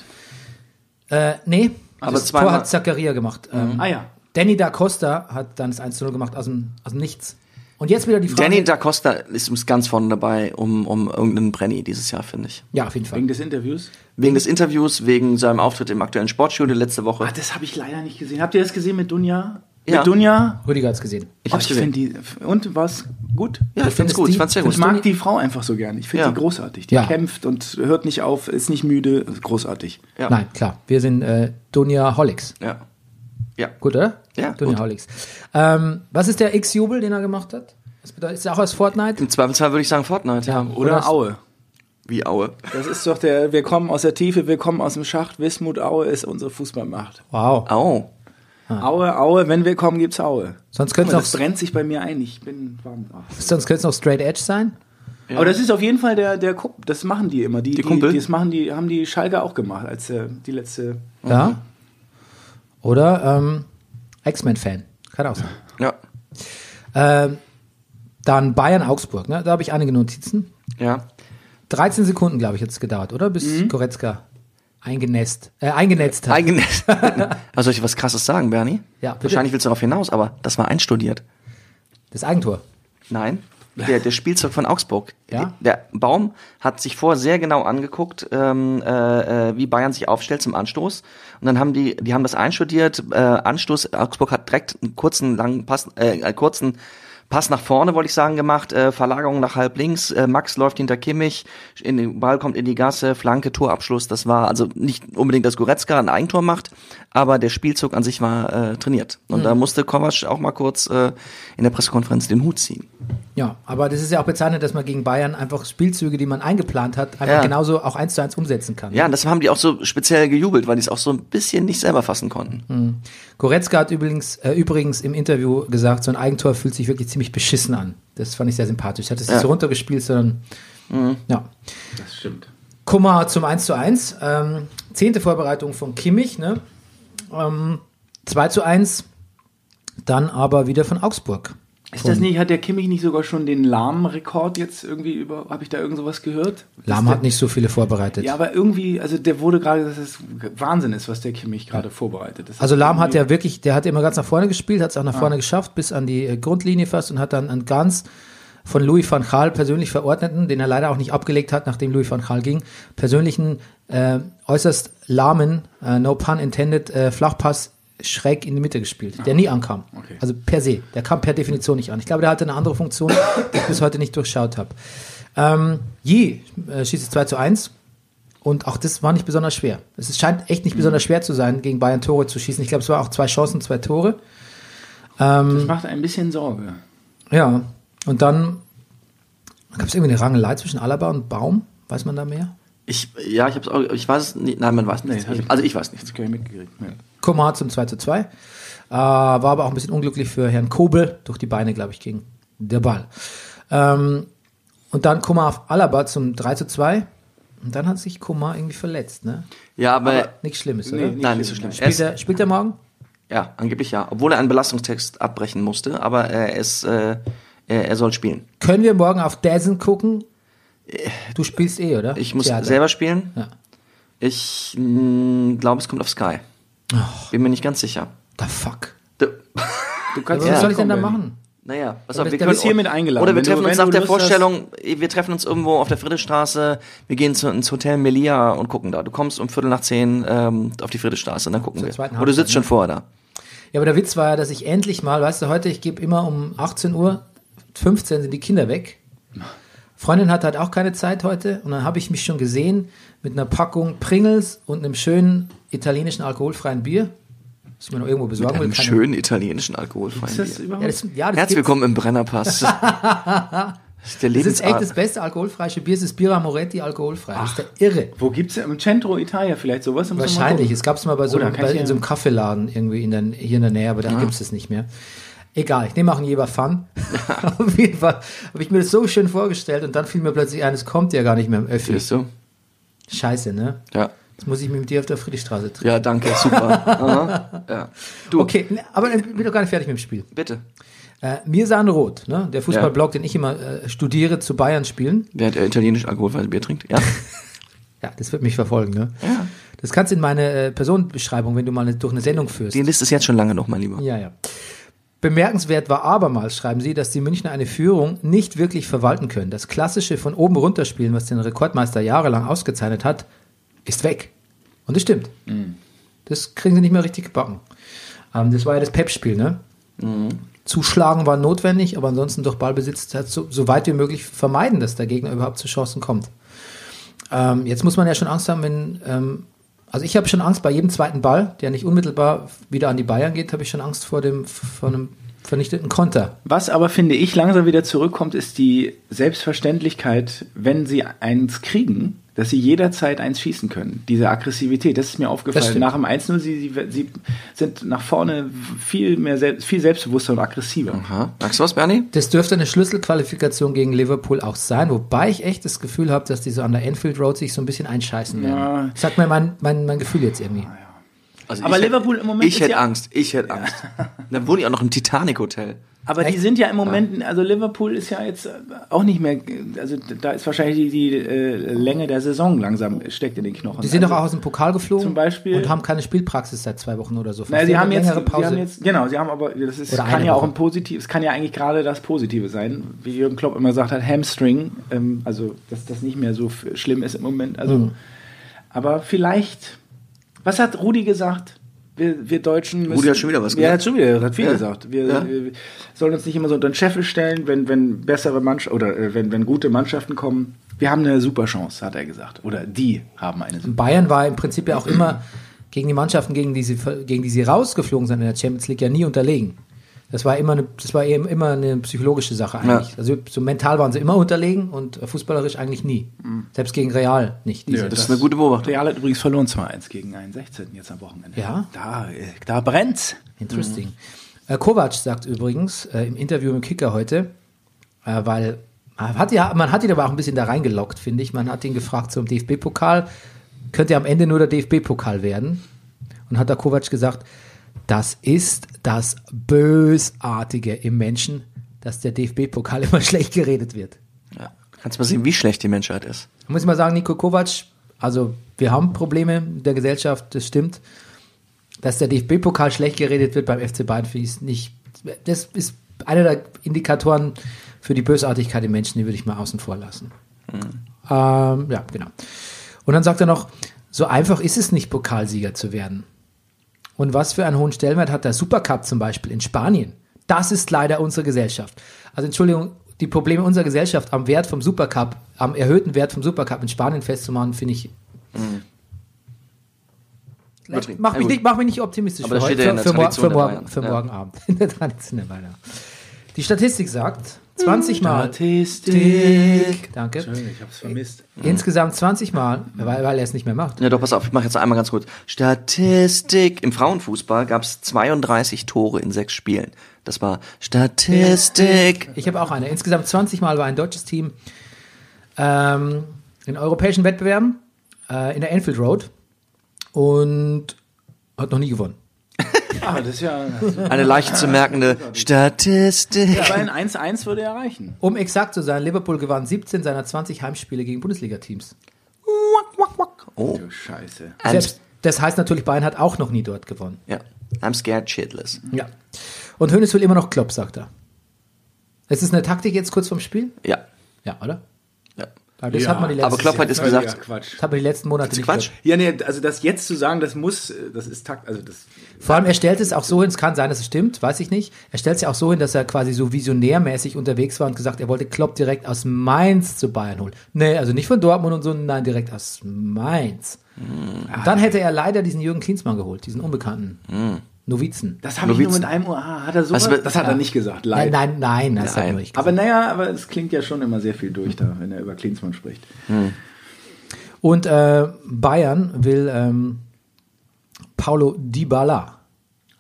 Speaker 1: Äh, nee,
Speaker 2: Aber
Speaker 1: das
Speaker 2: zweimal- Mhm.
Speaker 1: Tor hat Zakaria gemacht. Ähm,
Speaker 3: Ah ja.
Speaker 1: Danny da Costa hat dann das 1 0 gemacht aus dem, aus dem Nichts. Und jetzt wieder die Frage.
Speaker 2: Danny Da Costa ist uns ganz vorne dabei, um, um irgendeinen Brenny dieses Jahr, finde ich.
Speaker 1: ja, auf jeden Fall.
Speaker 3: Wegen des Interviews?
Speaker 2: Wegen des Interviews, wegen seinem Auftritt im aktuellen Sportstudio letzte Woche.
Speaker 3: Ah, das habe ich leider nicht gesehen. Habt ihr das gesehen mit Dunja?
Speaker 2: Ja.
Speaker 3: Mit Dunja?
Speaker 1: Rüdiger hat's gesehen.
Speaker 2: Ich
Speaker 3: Oh,
Speaker 2: hab's gesehen.
Speaker 3: find die, und was? Gut?
Speaker 2: Ja, ich find's
Speaker 1: findest
Speaker 2: gut,
Speaker 1: die-
Speaker 2: ich fand's sehr gut.
Speaker 3: Ich mag die Frau einfach so gern. Ich finde
Speaker 2: Ja.
Speaker 3: die großartig. Die
Speaker 1: Ja.
Speaker 3: kämpft und hört nicht auf, ist nicht müde, ist großartig.
Speaker 2: Ja.
Speaker 1: Nein, klar. Wir sind äh, Dunja Hollicks.
Speaker 2: Ja. Ja.
Speaker 1: Gut, oder?
Speaker 2: Ja,
Speaker 1: Dunja
Speaker 2: gut.
Speaker 1: Hollicks. Ähm, was ist der X-Jubel, den er gemacht hat? Das bedeutet, ist er auch aus Fortnite?
Speaker 2: Im Zweifelsfall würde ich sagen Fortnite.
Speaker 1: aus-
Speaker 3: Aue.
Speaker 2: Wie Aue.
Speaker 3: Das ist doch der, wir kommen aus der Tiefe, wir kommen aus dem Schacht, Wismut Aue ist unsere Fußballmacht.
Speaker 1: Wow.
Speaker 2: Au.
Speaker 3: Aue, Aue, wenn wir kommen, gibt's Aue.
Speaker 1: Sonst könnte
Speaker 3: Guck mal,
Speaker 1: es
Speaker 3: das
Speaker 1: auch-
Speaker 3: brennt sich bei mir ein, ich bin warm. Ach.
Speaker 1: Sonst könnte es noch Straight Edge sein.
Speaker 3: Aber das ist auf jeden Fall der, der Kumpel, das machen die immer. Die, die,
Speaker 2: Kumpel?
Speaker 3: Die, das machen die, haben die Schalker auch gemacht, als äh, die letzte.
Speaker 2: Mhm.
Speaker 1: Ja. Oder ähm, X-Men-Fan. Kann
Speaker 2: *laughs*
Speaker 1: auch sein.
Speaker 2: Ja.
Speaker 1: Ähm, dann Bayern-Augsburg. Ne? Da habe ich einige Notizen.
Speaker 2: Ja.
Speaker 1: 13 Sekunden, glaube ich, jetzt gedauert, oder? Bis
Speaker 2: Mhm.
Speaker 1: Goretzka eingenässt, äh, eingenetzt hat.
Speaker 2: Eigen
Speaker 1: *laughs*
Speaker 2: also soll ich was krasses sagen, Bernie?
Speaker 1: Ja, bitte.
Speaker 2: Wahrscheinlich willst du darauf hinaus, aber das war einstudiert.
Speaker 1: das Eigentor.
Speaker 2: Nein. Der, der Spielzeug von Augsburg.
Speaker 1: Ja?
Speaker 2: Der Baum hat sich vorher sehr genau angeguckt, ähm, äh, äh, wie Bayern sich aufstellt zum Anstoß. Und dann haben die, die haben das einstudiert. Äh, Anstoß, Augsburg hat direkt einen kurzen, langen Pass, äh, einen kurzen Pass nach vorne, wollte ich sagen, gemacht. Äh, Verlagerung nach halb links. Äh, Max läuft hinter Kimmich. In den Ball kommt in die Gasse. Flanke, Torabschluss. Das war also nicht unbedingt, dass Goretzka ein Eigentor macht, aber der Spielzug an sich war äh, trainiert. Und da musste Kovac auch mal kurz äh, in der Pressekonferenz den Hut ziehen.
Speaker 1: Ja, aber das ist ja auch bezeichnend, dass man gegen Bayern einfach Spielzüge, die man eingeplant hat, einfach
Speaker 2: Ja.
Speaker 1: genauso auch eins zu eins umsetzen kann.
Speaker 2: Ja, und das haben die auch so speziell gejubelt, weil die es auch so ein bisschen nicht selber fassen konnten.
Speaker 1: Hm. Goretzka hat übrigens, äh, übrigens im Interview gesagt, so ein Eigentor fühlt sich wirklich ziemlich beschissen an. Das fand ich sehr sympathisch. Hat es nicht
Speaker 2: Ja.
Speaker 1: so runtergespielt, sondern ja.
Speaker 3: Das stimmt.
Speaker 1: Kummer zum 1 zu 1. Ähm, zehnte Vorbereitung von Kimmich, ne? Ähm, 2 zu 1, dann aber wieder von Augsburg.
Speaker 3: Ist das nicht, hat der Kimmich nicht sogar schon den Lahm-Rekord jetzt irgendwie über, habe ich da irgend sowas gehört?
Speaker 1: Lahm
Speaker 3: Dass
Speaker 1: hat nicht so viele vorbereitet.
Speaker 3: der, Ja, aber irgendwie, also der wurde gerade, dass es Wahnsinn ist, was der Kimmich gerade vorbereitet. Das
Speaker 1: Also
Speaker 3: ist
Speaker 1: Lahm hat
Speaker 3: irgendwie- Ah.
Speaker 1: ja wirklich, der hat immer ganz nach vorne gespielt, hat es auch nach vorne geschafft, bis an die äh, Grundlinie fast und hat dann einen ganz von Louis van Gaal persönlich verordneten, den er leider auch nicht abgelegt hat, nachdem Louis van Gaal ging, persönlichen äh, äußerst lahmen, äh, no pun intended, äh, Flachpass schräg in die Mitte gespielt, der nie ankam.
Speaker 3: Ah. Okay.
Speaker 1: Also per se, der kam per Definition nicht an. Ich glaube, der hatte eine andere Funktion, die ich bis heute nicht durchschaut habe. Ähm, Yi äh, schießt es 2 zu 1. Und auch das war nicht besonders schwer. Es ist- scheint echt nicht besonders schwer zu sein, gegen Bayern Tore zu schießen. Ich glaube, es war auch zwei Chancen, zwei Tore.
Speaker 3: Das macht ein bisschen Sorge.
Speaker 1: Ja. Und dann gab es irgendwie eine Rangelei zwischen Alaba und Baum. Weiß man da mehr?
Speaker 2: Ich, ja, ich hab's auch, ich weiß es nicht, nein, man weiß nichts.
Speaker 3: hab ich-
Speaker 2: also ich weiß nichts.
Speaker 3: Das kann ich mitgekriegt. Ja.
Speaker 1: Komar zum 2 zu 2. Äh, war aber auch ein bisschen unglücklich für Herrn Kobel. Durch die Beine, glaube ich, ging der Ball. Ähm, und dann Komar auf Alaba zum 3 zu 2. Und dann hat sich Komar irgendwie verletzt. Ne?
Speaker 2: Ja, aber,
Speaker 1: Nichts Schlimmes,
Speaker 3: Äh, Nee,
Speaker 1: oder?
Speaker 3: nicht
Speaker 2: nein, nicht so schlimm. Er
Speaker 1: Spielt,
Speaker 2: ist,
Speaker 1: er, spielt er morgen?
Speaker 2: ja, angeblich ja. Obwohl er einen Belastungstext abbrechen musste, aber er ist, äh, er, er soll spielen.
Speaker 1: Können wir morgen auf Dazen gucken? Du spielst eh, oder?
Speaker 2: Ich muss
Speaker 1: Theater.
Speaker 2: selber spielen.
Speaker 1: Ja.
Speaker 2: Ich mh, glaube, es kommt auf Sky. Bin mir nicht ganz sicher.
Speaker 1: The fuck.
Speaker 2: D-
Speaker 3: Du kannst
Speaker 1: Was
Speaker 3: ja
Speaker 1: soll ich denn da
Speaker 3: kommen,
Speaker 1: machen?
Speaker 2: Naja, pass auf,
Speaker 1: bist- dann
Speaker 2: wir können
Speaker 1: bist
Speaker 3: du hiermit eingeladen.
Speaker 2: Oder wir
Speaker 3: Wenn du-
Speaker 2: treffen uns
Speaker 3: wenn du
Speaker 2: nach der
Speaker 3: Lust hast-
Speaker 2: Vorstellung, äh, wir treffen uns irgendwo auf der Friedestraße, wir gehen zu, ins Hotel Melia und gucken da. Du kommst um Viertel nach zehn ähm, auf die Friedestraße und dann gucken wir.
Speaker 1: zweiten ne?
Speaker 2: Oder du sitzt schon vorher da.
Speaker 1: Ja, aber der Witz war ja, dass ich endlich mal, weißt du, heute, ich gebe immer um 18 Uhr, 15 sind die Kinder weg. Freundin hat halt auch keine Zeit heute und dann habe ich mich schon gesehen mit einer Packung Pringles und einem schönen italienischen alkoholfreien Bier. Das ich mir noch irgendwo besorgen will.
Speaker 2: Einem
Speaker 1: Keine-
Speaker 2: schönen italienischen alkoholfreien
Speaker 3: Ist das
Speaker 2: Bier.
Speaker 1: Ja,
Speaker 3: überhaupt?
Speaker 1: das, ja, das
Speaker 2: Herzlich
Speaker 1: gibt's.
Speaker 2: willkommen
Speaker 1: *laughs*
Speaker 2: im Brennerpass. das ist der
Speaker 1: Das ist echt das
Speaker 2: Lebensart.
Speaker 1: beste alkoholfreie Bier. Es ist Bira Moretti alkoholfrei. Das ist der irre.
Speaker 3: Wo gibt's denn? Im Centro Italia vielleicht sowas? Da muss man mal
Speaker 1: Wahrscheinlich.
Speaker 3: gucken.
Speaker 1: Es gab es mal bei so,
Speaker 3: Oh, da
Speaker 1: einem-
Speaker 3: kann
Speaker 1: bei,
Speaker 3: ich ja-
Speaker 1: in so einem Kaffeeladen irgendwie in der, hier in der Nähe, aber da gibt's gibt es das nicht mehr. Egal, ich nehme auch einen Jeber
Speaker 3: *laughs*
Speaker 1: Fun. Auf jeden Fall habe ich mir das so schön vorgestellt und dann fiel mir plötzlich ein, es kommt ja gar nicht mehr im Öffi.
Speaker 2: Siehst du?
Speaker 1: Scheiße, ne?
Speaker 2: Ja.
Speaker 1: Jetzt muss ich mich mit dir auf der Friedrichstraße treffen.
Speaker 2: Ja, danke,
Speaker 1: *laughs*
Speaker 2: super. Aha. Ja. Du,
Speaker 1: Okay, ne, aber ich bin doch gar nicht fertig mit dem Spiel.
Speaker 2: bitte.
Speaker 1: Äh, Mirsan Roth, ne? der Fußballblog, den ich immer äh, studiere, zu Bayern spielen.
Speaker 2: Während er italienisch alkoholfreies Bier trinkt. Ja.
Speaker 1: Ja, das wird mich verfolgen. Ne? Ja. Das kannst du in meine äh, Personenbeschreibung, wenn du mal eine, durch eine Sendung führst.
Speaker 2: Die Liste ist jetzt schon lange noch, mein Lieber.
Speaker 1: Ja, ja. Bemerkenswert war abermals, schreiben Sie, dass die Münchner eine Führung nicht wirklich verwalten können. Das klassische von oben runterspielen, was den Rekordmeister jahrelang ausgezeichnet hat, ist weg. Und das stimmt. Das kriegen sie nicht mehr richtig gebacken. Ähm, das war ja das Pep-Spiel, ne? Zuschlagen war notwendig, aber ansonsten durch Ballbesitz halt so, so weit wie möglich vermeiden, dass der Gegner überhaupt zu Chancen kommt. Ähm, jetzt muss man ja schon Angst haben, wenn. Ähm, also ich habe schon Angst bei jedem zweiten Ball, der nicht unmittelbar wieder an die Bayern geht, habe ich schon Angst vor dem vor einem vernichteten Konter.
Speaker 3: Was aber, finde ich, langsam wieder zurückkommt, ist die Selbstverständlichkeit, wenn sie eins kriegen, dass sie jederzeit eins schießen können. Diese Aggressivität, das ist mir
Speaker 1: Das
Speaker 3: aufgefallen.
Speaker 1: stimmt.
Speaker 3: Nach dem 1-0, sie, sie, sie sind nach vorne viel mehr selbst, viel selbstbewusster und aggressiver.
Speaker 2: Aha. Magst du was, Bernie?
Speaker 1: Das dürfte eine Schlüsselqualifikation gegen Liverpool auch sein, wobei ich echt das Gefühl habe, dass die so an der Enfield Road sich so ein bisschen einscheißen werden.
Speaker 3: Ja.
Speaker 1: Sagt mir mein, mein, mein Gefühl jetzt irgendwie.
Speaker 2: Also
Speaker 3: Aber
Speaker 2: ich hätt-
Speaker 3: Liverpool im Moment
Speaker 2: Ich
Speaker 3: ist
Speaker 2: hätte
Speaker 3: ja-
Speaker 2: Angst, ich hätte Angst. Dann wohne ich auch noch im Titanic-Hotel.
Speaker 3: Aber die sind ja im
Speaker 1: Ah.
Speaker 3: Moment, also Liverpool ist ja jetzt auch nicht mehr, also da ist wahrscheinlich die, die äh, Länge der Saison langsam steckt in den Knochen.
Speaker 1: Die sind doch
Speaker 3: also,
Speaker 1: auch aus dem Pokal geflogen
Speaker 3: zum Beispiel-
Speaker 1: und haben keine Spielpraxis seit zwei Wochen oder so.
Speaker 3: Naja, sie
Speaker 1: Verfehlt
Speaker 3: haben jetzt,
Speaker 1: längere
Speaker 3: sie
Speaker 1: Pause.
Speaker 3: haben jetzt, genau, sie haben aber, das ist,
Speaker 1: Oder
Speaker 3: kann
Speaker 1: eine
Speaker 3: ja auch
Speaker 1: Woche.
Speaker 3: ein Positiv, es kann ja eigentlich gerade das Positive sein, wie Jürgen Klopp immer sagt hat, Hamstring, ähm, also dass das nicht mehr so f- schlimm ist im Moment. Also,
Speaker 1: Mhm.
Speaker 3: aber vielleicht, was hat Rudi gesagt? Wir, wir Deutschen müssen.
Speaker 2: hat schon wieder was
Speaker 3: gesagt. Er
Speaker 2: gesagt.
Speaker 3: hat schon wieder, hat viel
Speaker 2: Ja.
Speaker 3: gesagt. Wir,
Speaker 2: Ja.
Speaker 3: wir sollen uns nicht immer so unter den Scheffel stellen, wenn, wenn bessere Mannschaften oder äh, wenn, wenn gute Mannschaften kommen. Wir haben eine super Chance, hat er gesagt. Oder die haben eine super
Speaker 1: Bayern war im Prinzip ja auch immer gegen die Mannschaften, gegen die sie, gegen die sie rausgeflogen sind in der Champions League, ja nie unterlegen. Das war immer eine, das war eben immer eine psychologische Sache eigentlich.
Speaker 2: Ja.
Speaker 1: Also so mental waren sie immer unterlegen und fußballerisch eigentlich nie. Selbst gegen Real nicht. Diese-
Speaker 2: Das ist eine gute Beobachtung.
Speaker 3: Also Real hat übrigens verloren 2-1 gegen einen 16. jetzt am Wochenende.
Speaker 1: Ja?
Speaker 3: Da, äh, da brennt's.
Speaker 1: Interesting. Äh, Kovac sagt übrigens äh, im Interview mit Kicker heute, äh, weil man hat, ja, man hat ihn aber auch ein bisschen da reingelockt, finde ich. Man hat ihn gefragt zum DFB-Pokal, könnte ja am Ende nur der DFB-Pokal werden. Und hat da Kovac gesagt, das ist das Bösartige im Menschen, dass der DFB-Pokal *laughs* immer schlecht geredet wird.
Speaker 2: Ja. Kannst mal sehen, wie schlecht die Menschheit ist.
Speaker 1: Da muss ich mal sagen, Nico Kovac, also wir haben Probleme in der Gesellschaft, das stimmt. Dass der DFB-Pokal schlecht geredet wird beim FC Bayern, finde ich nicht. Das ist einer der Indikatoren für die Bösartigkeit im Menschen, die würde ich mal außen vor lassen. Ähm, ja, genau. Und dann sagt er noch, so einfach ist es nicht, Pokalsieger zu werden. Und was für einen hohen Stellenwert hat der Supercup zum Beispiel in Spanien? Das ist leider unsere Gesellschaft. Also Entschuldigung, die Probleme unserer Gesellschaft am Wert vom Supercup, am erhöhten Wert vom Supercup in Spanien festzumachen, finde ich. Mach
Speaker 2: Übertrieben. Mhm. Na
Speaker 1: mich,
Speaker 2: gut.
Speaker 1: nicht, mach mich nicht optimistisch
Speaker 2: Aber
Speaker 1: für,
Speaker 2: das steht
Speaker 1: heute,
Speaker 2: ja in
Speaker 1: für,
Speaker 2: der
Speaker 1: für, mor-
Speaker 2: Tradition
Speaker 1: für,
Speaker 2: der
Speaker 1: morgen,
Speaker 2: Bayern.
Speaker 1: für
Speaker 2: Ja.
Speaker 1: morgen Abend. *laughs* In der Tradition der Bayern. Die Statistik sagt, 20 Mal.
Speaker 3: Statistik.
Speaker 1: Danke.
Speaker 3: Ich hab's vermisst.
Speaker 1: Mhm. Insgesamt 20 Mal, weil, weil er es nicht mehr macht.
Speaker 2: Ja, doch, pass auf, ich mache jetzt einmal ganz kurz. Statistik. Im Frauenfußball gab es 32 Tore in sechs Spielen. Das war Statistik.
Speaker 1: Ich habe auch eine. Insgesamt 20 Mal war ein deutsches Team ähm, in europäischen Wettbewerben äh, in der Enfield Road und hat noch nie gewonnen.
Speaker 3: Ah, das ist ja.
Speaker 2: Eine leicht zu merkende Statistik.
Speaker 3: Aber ein 1-1 würde ja reichen.
Speaker 1: Um exakt zu sein, Liverpool gewann 17 seiner 20 Heimspiele gegen Bundesliga-Teams.
Speaker 2: Oh,
Speaker 3: Du Scheiße.
Speaker 2: I'm,
Speaker 1: Selbst, das heißt natürlich, Bayern hat auch noch nie dort gewonnen.
Speaker 2: ja. I'm scared shitless.
Speaker 1: Ja. Und Hönes will immer noch Klopp, sagt er. Es ist eine Taktik jetzt kurz vorm Spiel?
Speaker 2: Ja.
Speaker 1: Ja, oder?
Speaker 2: ja.
Speaker 1: Aber das
Speaker 3: Ja,
Speaker 1: hat man die letzten,
Speaker 2: Aber Klopp hat jetzt gesagt,
Speaker 3: Quatsch.
Speaker 1: das hat man die letzten Monate nicht
Speaker 2: Quatsch.
Speaker 3: Ja, nee, also das jetzt zu sagen, das muss, äh, das ist Takt, also das.
Speaker 1: gehört. Vor allem, er stellt es auch so hin, es kann sein, dass es stimmt, weiß ich nicht. Er stellt es ja auch so hin, dass er quasi so visionärmäßig unterwegs war und gesagt, er wollte Klopp direkt aus Mainz zu Bayern holen. Nee, also nicht von Dortmund und so, nein, direkt aus Mainz.
Speaker 2: Hm.
Speaker 1: Und dann hätte er leider diesen Jürgen Klinsmann geholt, diesen unbekannten
Speaker 2: Hm.
Speaker 1: Novizen.
Speaker 3: Das habe ich nur
Speaker 2: Novizen.
Speaker 3: mit einem Ohr. Ah, Hat er so
Speaker 2: Was
Speaker 3: was?
Speaker 2: wird-
Speaker 3: Das hat er nicht gesagt.
Speaker 1: Nein,
Speaker 3: Leider.
Speaker 1: nein, nein, das hat er
Speaker 2: Nein.
Speaker 1: nicht gesagt.
Speaker 3: Aber naja, aber es klingt ja schon immer sehr viel durch da, wenn er über Klinsmann spricht.
Speaker 1: Und äh, Bayern will ähm, Paulo Dybala,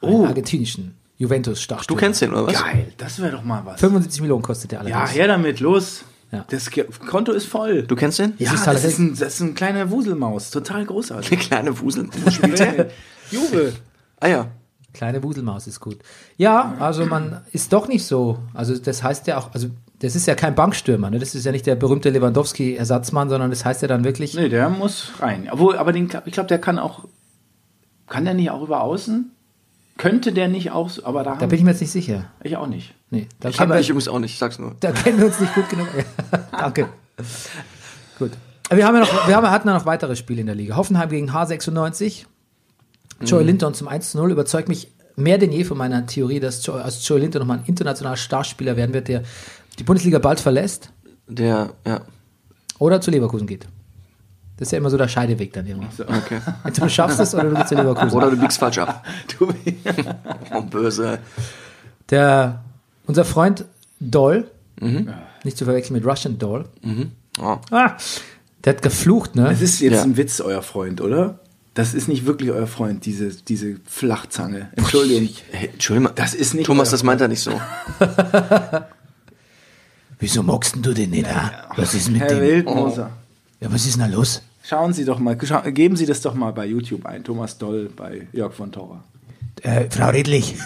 Speaker 1: einen argentinischen Juventus-Starspieler.
Speaker 2: Oh. Du kennst den, oder was?
Speaker 3: Geil, das wäre doch mal was.
Speaker 1: 75 Millionen kostet der
Speaker 3: Ja,
Speaker 1: allerdings.
Speaker 3: her damit, los.
Speaker 1: Ja.
Speaker 3: Das Ge- Konto ist voll.
Speaker 2: Du kennst den?
Speaker 3: ja,
Speaker 1: ist
Speaker 3: das,
Speaker 1: halt-
Speaker 3: ist ein, das ist ein kleiner Wuselmaus. Total großartig.
Speaker 1: *laughs*
Speaker 2: Eine kleine Wusel. Wo spielt der?
Speaker 3: Juve.
Speaker 2: Ah ja.
Speaker 1: Kleine Wuselmaus ist gut. Ja, also man ist doch nicht so. Also das heißt ja auch, also das ist ja kein Bankstürmer, ne? Das ist ja nicht der berühmte Lewandowski-Ersatzmann, sondern das heißt ja dann wirklich.
Speaker 3: Nee, der muss rein. Obwohl, aber den, ich glaube, der kann auch. Kann der nicht auch über außen? Könnte der nicht auch. so- Aber da,
Speaker 1: Da
Speaker 3: haben
Speaker 1: bin ich mir jetzt nicht sicher.
Speaker 3: ich auch nicht.
Speaker 1: Nee, da,
Speaker 2: Hab
Speaker 1: kennen wir-
Speaker 2: ich übrigens auch nicht, ich sag's nur.
Speaker 1: da kennen wir uns nicht gut genug. *laughs* Ja, danke. Gut. Aber Wir, haben ja noch, wir haben, hatten ja noch weitere Spiele in der Liga. Hoffenheim gegen H96. Joey Linton zum 1-0 überzeugt mich mehr denn je von meiner Theorie, dass Joey, also Joey Linton nochmal ein internationaler Starspieler werden wird, der die Bundesliga bald verlässt.
Speaker 2: Der, ja.
Speaker 1: Oder zu Leverkusen geht. Das ist ja immer so der Scheideweg dann immer.
Speaker 2: Okay.
Speaker 1: Entweder du schaffst es oder du gehst zu Leverkusen.
Speaker 2: Oder du biegst falsch ab. Du *laughs* oh, böse.
Speaker 1: Der, unser Freund Doll,
Speaker 3: Mhm.
Speaker 1: nicht zu verwechseln mit Russian Doll,
Speaker 2: Oh.
Speaker 1: ah, der hat geflucht, ne?
Speaker 3: Das ist jetzt
Speaker 2: Ja.
Speaker 3: ein Witz, euer Freund, oder? Das ist nicht wirklich euer Freund, diese, diese Flachzange. Entschuldigung.
Speaker 2: Hey, Entschuldigung.
Speaker 3: Das ist nicht
Speaker 2: Thomas,
Speaker 3: euer-
Speaker 2: das meint er nicht so.
Speaker 1: Wieso mockst denn du den nicht? ah? Was ist mit
Speaker 3: Herr Wildmoser.
Speaker 1: Ja, was ist denn da los?
Speaker 3: Schauen Sie doch mal, scha geben Sie das doch mal bei YouTube ein. Thomas Doll bei Jörg von Torra.
Speaker 1: Äh, Frau Redlich,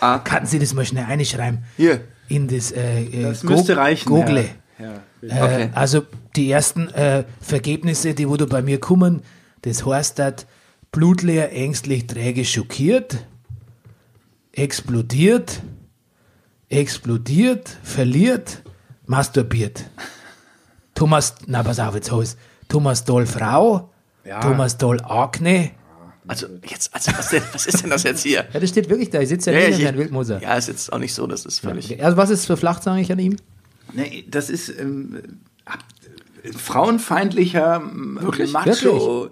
Speaker 3: Ah.
Speaker 1: kann Sie das mal schnell einschreiben?
Speaker 2: Hier.
Speaker 1: In das, äh, äh,
Speaker 3: Das müsste reichen.
Speaker 1: Google.
Speaker 3: Herr, Herr
Speaker 1: Äh,
Speaker 2: Okay.
Speaker 1: Also die ersten äh, Vergebnisse, die wo du bei mir kommen, das heißt dat blutleer, ängstlich, träge, schockiert, explodiert, explodiert, verliert, masturbiert. Thomas, na pass auf, jetzt heißt Thomas Doll Frau, Thomas Doll Akne.
Speaker 2: Also, jetzt, also, was, denn, was ist denn das jetzt hier?
Speaker 1: *laughs* Ja, das steht wirklich da, ich sitze
Speaker 2: Ja, ich, ja, ist jetzt auch nicht so, das ist völlig.
Speaker 1: Also was ist für Flacht, sage ich an ihm?
Speaker 3: Nee, Ne, das ist ähm, ab, äh, frauenfeindlicher ähm, Macho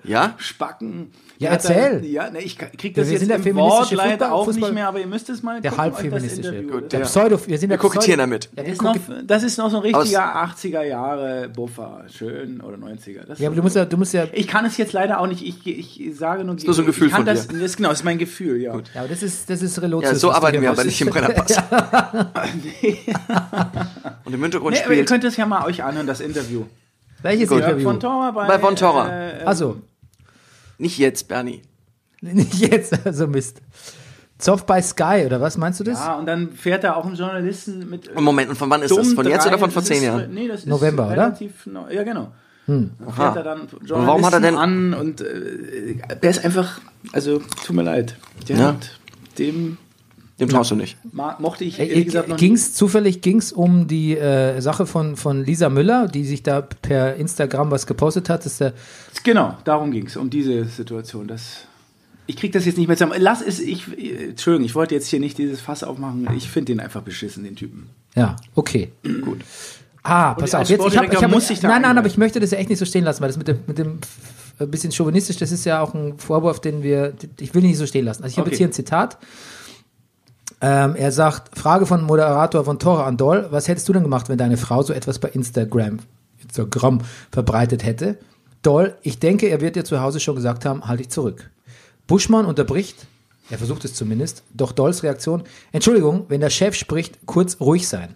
Speaker 2: Wirklich? Ja?
Speaker 3: Spacken.
Speaker 1: Ja,
Speaker 3: Der hat da-
Speaker 1: erzähl.
Speaker 3: ja, nee, ich krieg das
Speaker 1: Wir
Speaker 3: jetzt
Speaker 1: sind der
Speaker 3: im
Speaker 1: feministische
Speaker 3: Wort leider
Speaker 1: Fußball-
Speaker 3: auch
Speaker 1: Fußball-
Speaker 3: nicht mehr, aber ihr müsst es mal
Speaker 1: Der
Speaker 3: gucken, euch das
Speaker 1: halbfeministische.
Speaker 3: Interview an.
Speaker 1: Der Pseudo, wir sind
Speaker 2: Wir kokettieren damit.
Speaker 1: Ja,
Speaker 3: Der
Speaker 1: wir
Speaker 3: ist noch,
Speaker 1: koket-
Speaker 3: das ist noch so ein richtiger
Speaker 2: Aus-
Speaker 3: 80er Jahre Buffer. Schön. Oder 90er. Das
Speaker 1: ja, aber du musst ja, du musst ja
Speaker 3: ich kann es jetzt leider auch nicht. Ich, ich sage nur,
Speaker 2: nur so ein
Speaker 3: ich
Speaker 2: Gefühl
Speaker 3: kann
Speaker 2: von
Speaker 3: das,
Speaker 2: dir.
Speaker 3: Das, genau, das ist mein Gefühl, ja.
Speaker 1: Ja, aber das ist, das ist Relotius.
Speaker 2: Ja, so
Speaker 1: was du
Speaker 2: arbeiten
Speaker 1: hier
Speaker 2: wir aber
Speaker 1: machst.
Speaker 2: nicht im Brennerpass. *laughs* Und im Hintergrund
Speaker 3: Nee, Ne, aber ihr
Speaker 2: spielt.
Speaker 3: könnt es ja mal euch anhören, das Interview.
Speaker 1: *laughs* Welches
Speaker 2: Gut.
Speaker 3: Jörg
Speaker 1: Interview?
Speaker 3: von Torra bei,
Speaker 2: Bei von Torra.
Speaker 3: Äh,
Speaker 1: also,
Speaker 2: Nicht jetzt, Bernie.
Speaker 1: *laughs* nicht jetzt, also Mist. Zoff bei Sky, oder was meinst du das?
Speaker 3: ja, und dann fährt da auch ein Journalisten mit.
Speaker 2: Und Moment, und von wann ist das? Von jetzt oder von vor zehn Jahren?
Speaker 3: Nee, das ist
Speaker 1: November, oder? Hm.
Speaker 3: relativ neu. Ja, genau. Dann fährt er dann Journalisten
Speaker 2: warum hat er denn-
Speaker 3: an und äh, der ist einfach. Also, tut mir leid. Der
Speaker 2: Ja.
Speaker 3: hat dem
Speaker 2: Dem traust du nicht.
Speaker 3: ma- mochte ich
Speaker 1: Äh,
Speaker 3: ehrlich gesagt noch nie.
Speaker 1: ging's zufällig ging's um die äh, Sache von, von Lisa Müller, die sich da per Instagram was gepostet hat, dass der
Speaker 3: Genau, darum ging es, um diese Situation. Das, ich krieg das jetzt nicht mehr zusammen. Lass es, ich, äh, Entschuldigung, ich wollte jetzt hier nicht dieses Fass aufmachen. Ich finde den einfach beschissen, den Typen.
Speaker 1: Ja, okay. Gut. Ah, pass
Speaker 3: als
Speaker 1: auf. Jetzt, ich hab, ich
Speaker 3: Sportdirektor
Speaker 1: hab,
Speaker 3: muss ich da
Speaker 1: nein, nein,
Speaker 3: eingreifen.
Speaker 1: aber ich möchte das ja echt nicht so stehen lassen, weil das mit dem, mit dem f- ein bisschen chauvinistisch, das ist ja auch ein Vorwurf, den wir, ich will ihn nicht so stehen lassen. Also ich habe
Speaker 3: Okay.
Speaker 1: jetzt hier ein Zitat. Ähm, er sagt, Frage von Moderator von Tora an Doll, was hättest du denn gemacht, wenn deine Frau so etwas bei Instagram, Instagram verbreitet hätte? Doll, ich denke, er wird dir zu Hause schon gesagt haben, halt dich zurück. Buschmann unterbricht, er versucht es zumindest, doch Dolls Reaktion, Entschuldigung, wenn der Chef spricht, kurz ruhig sein.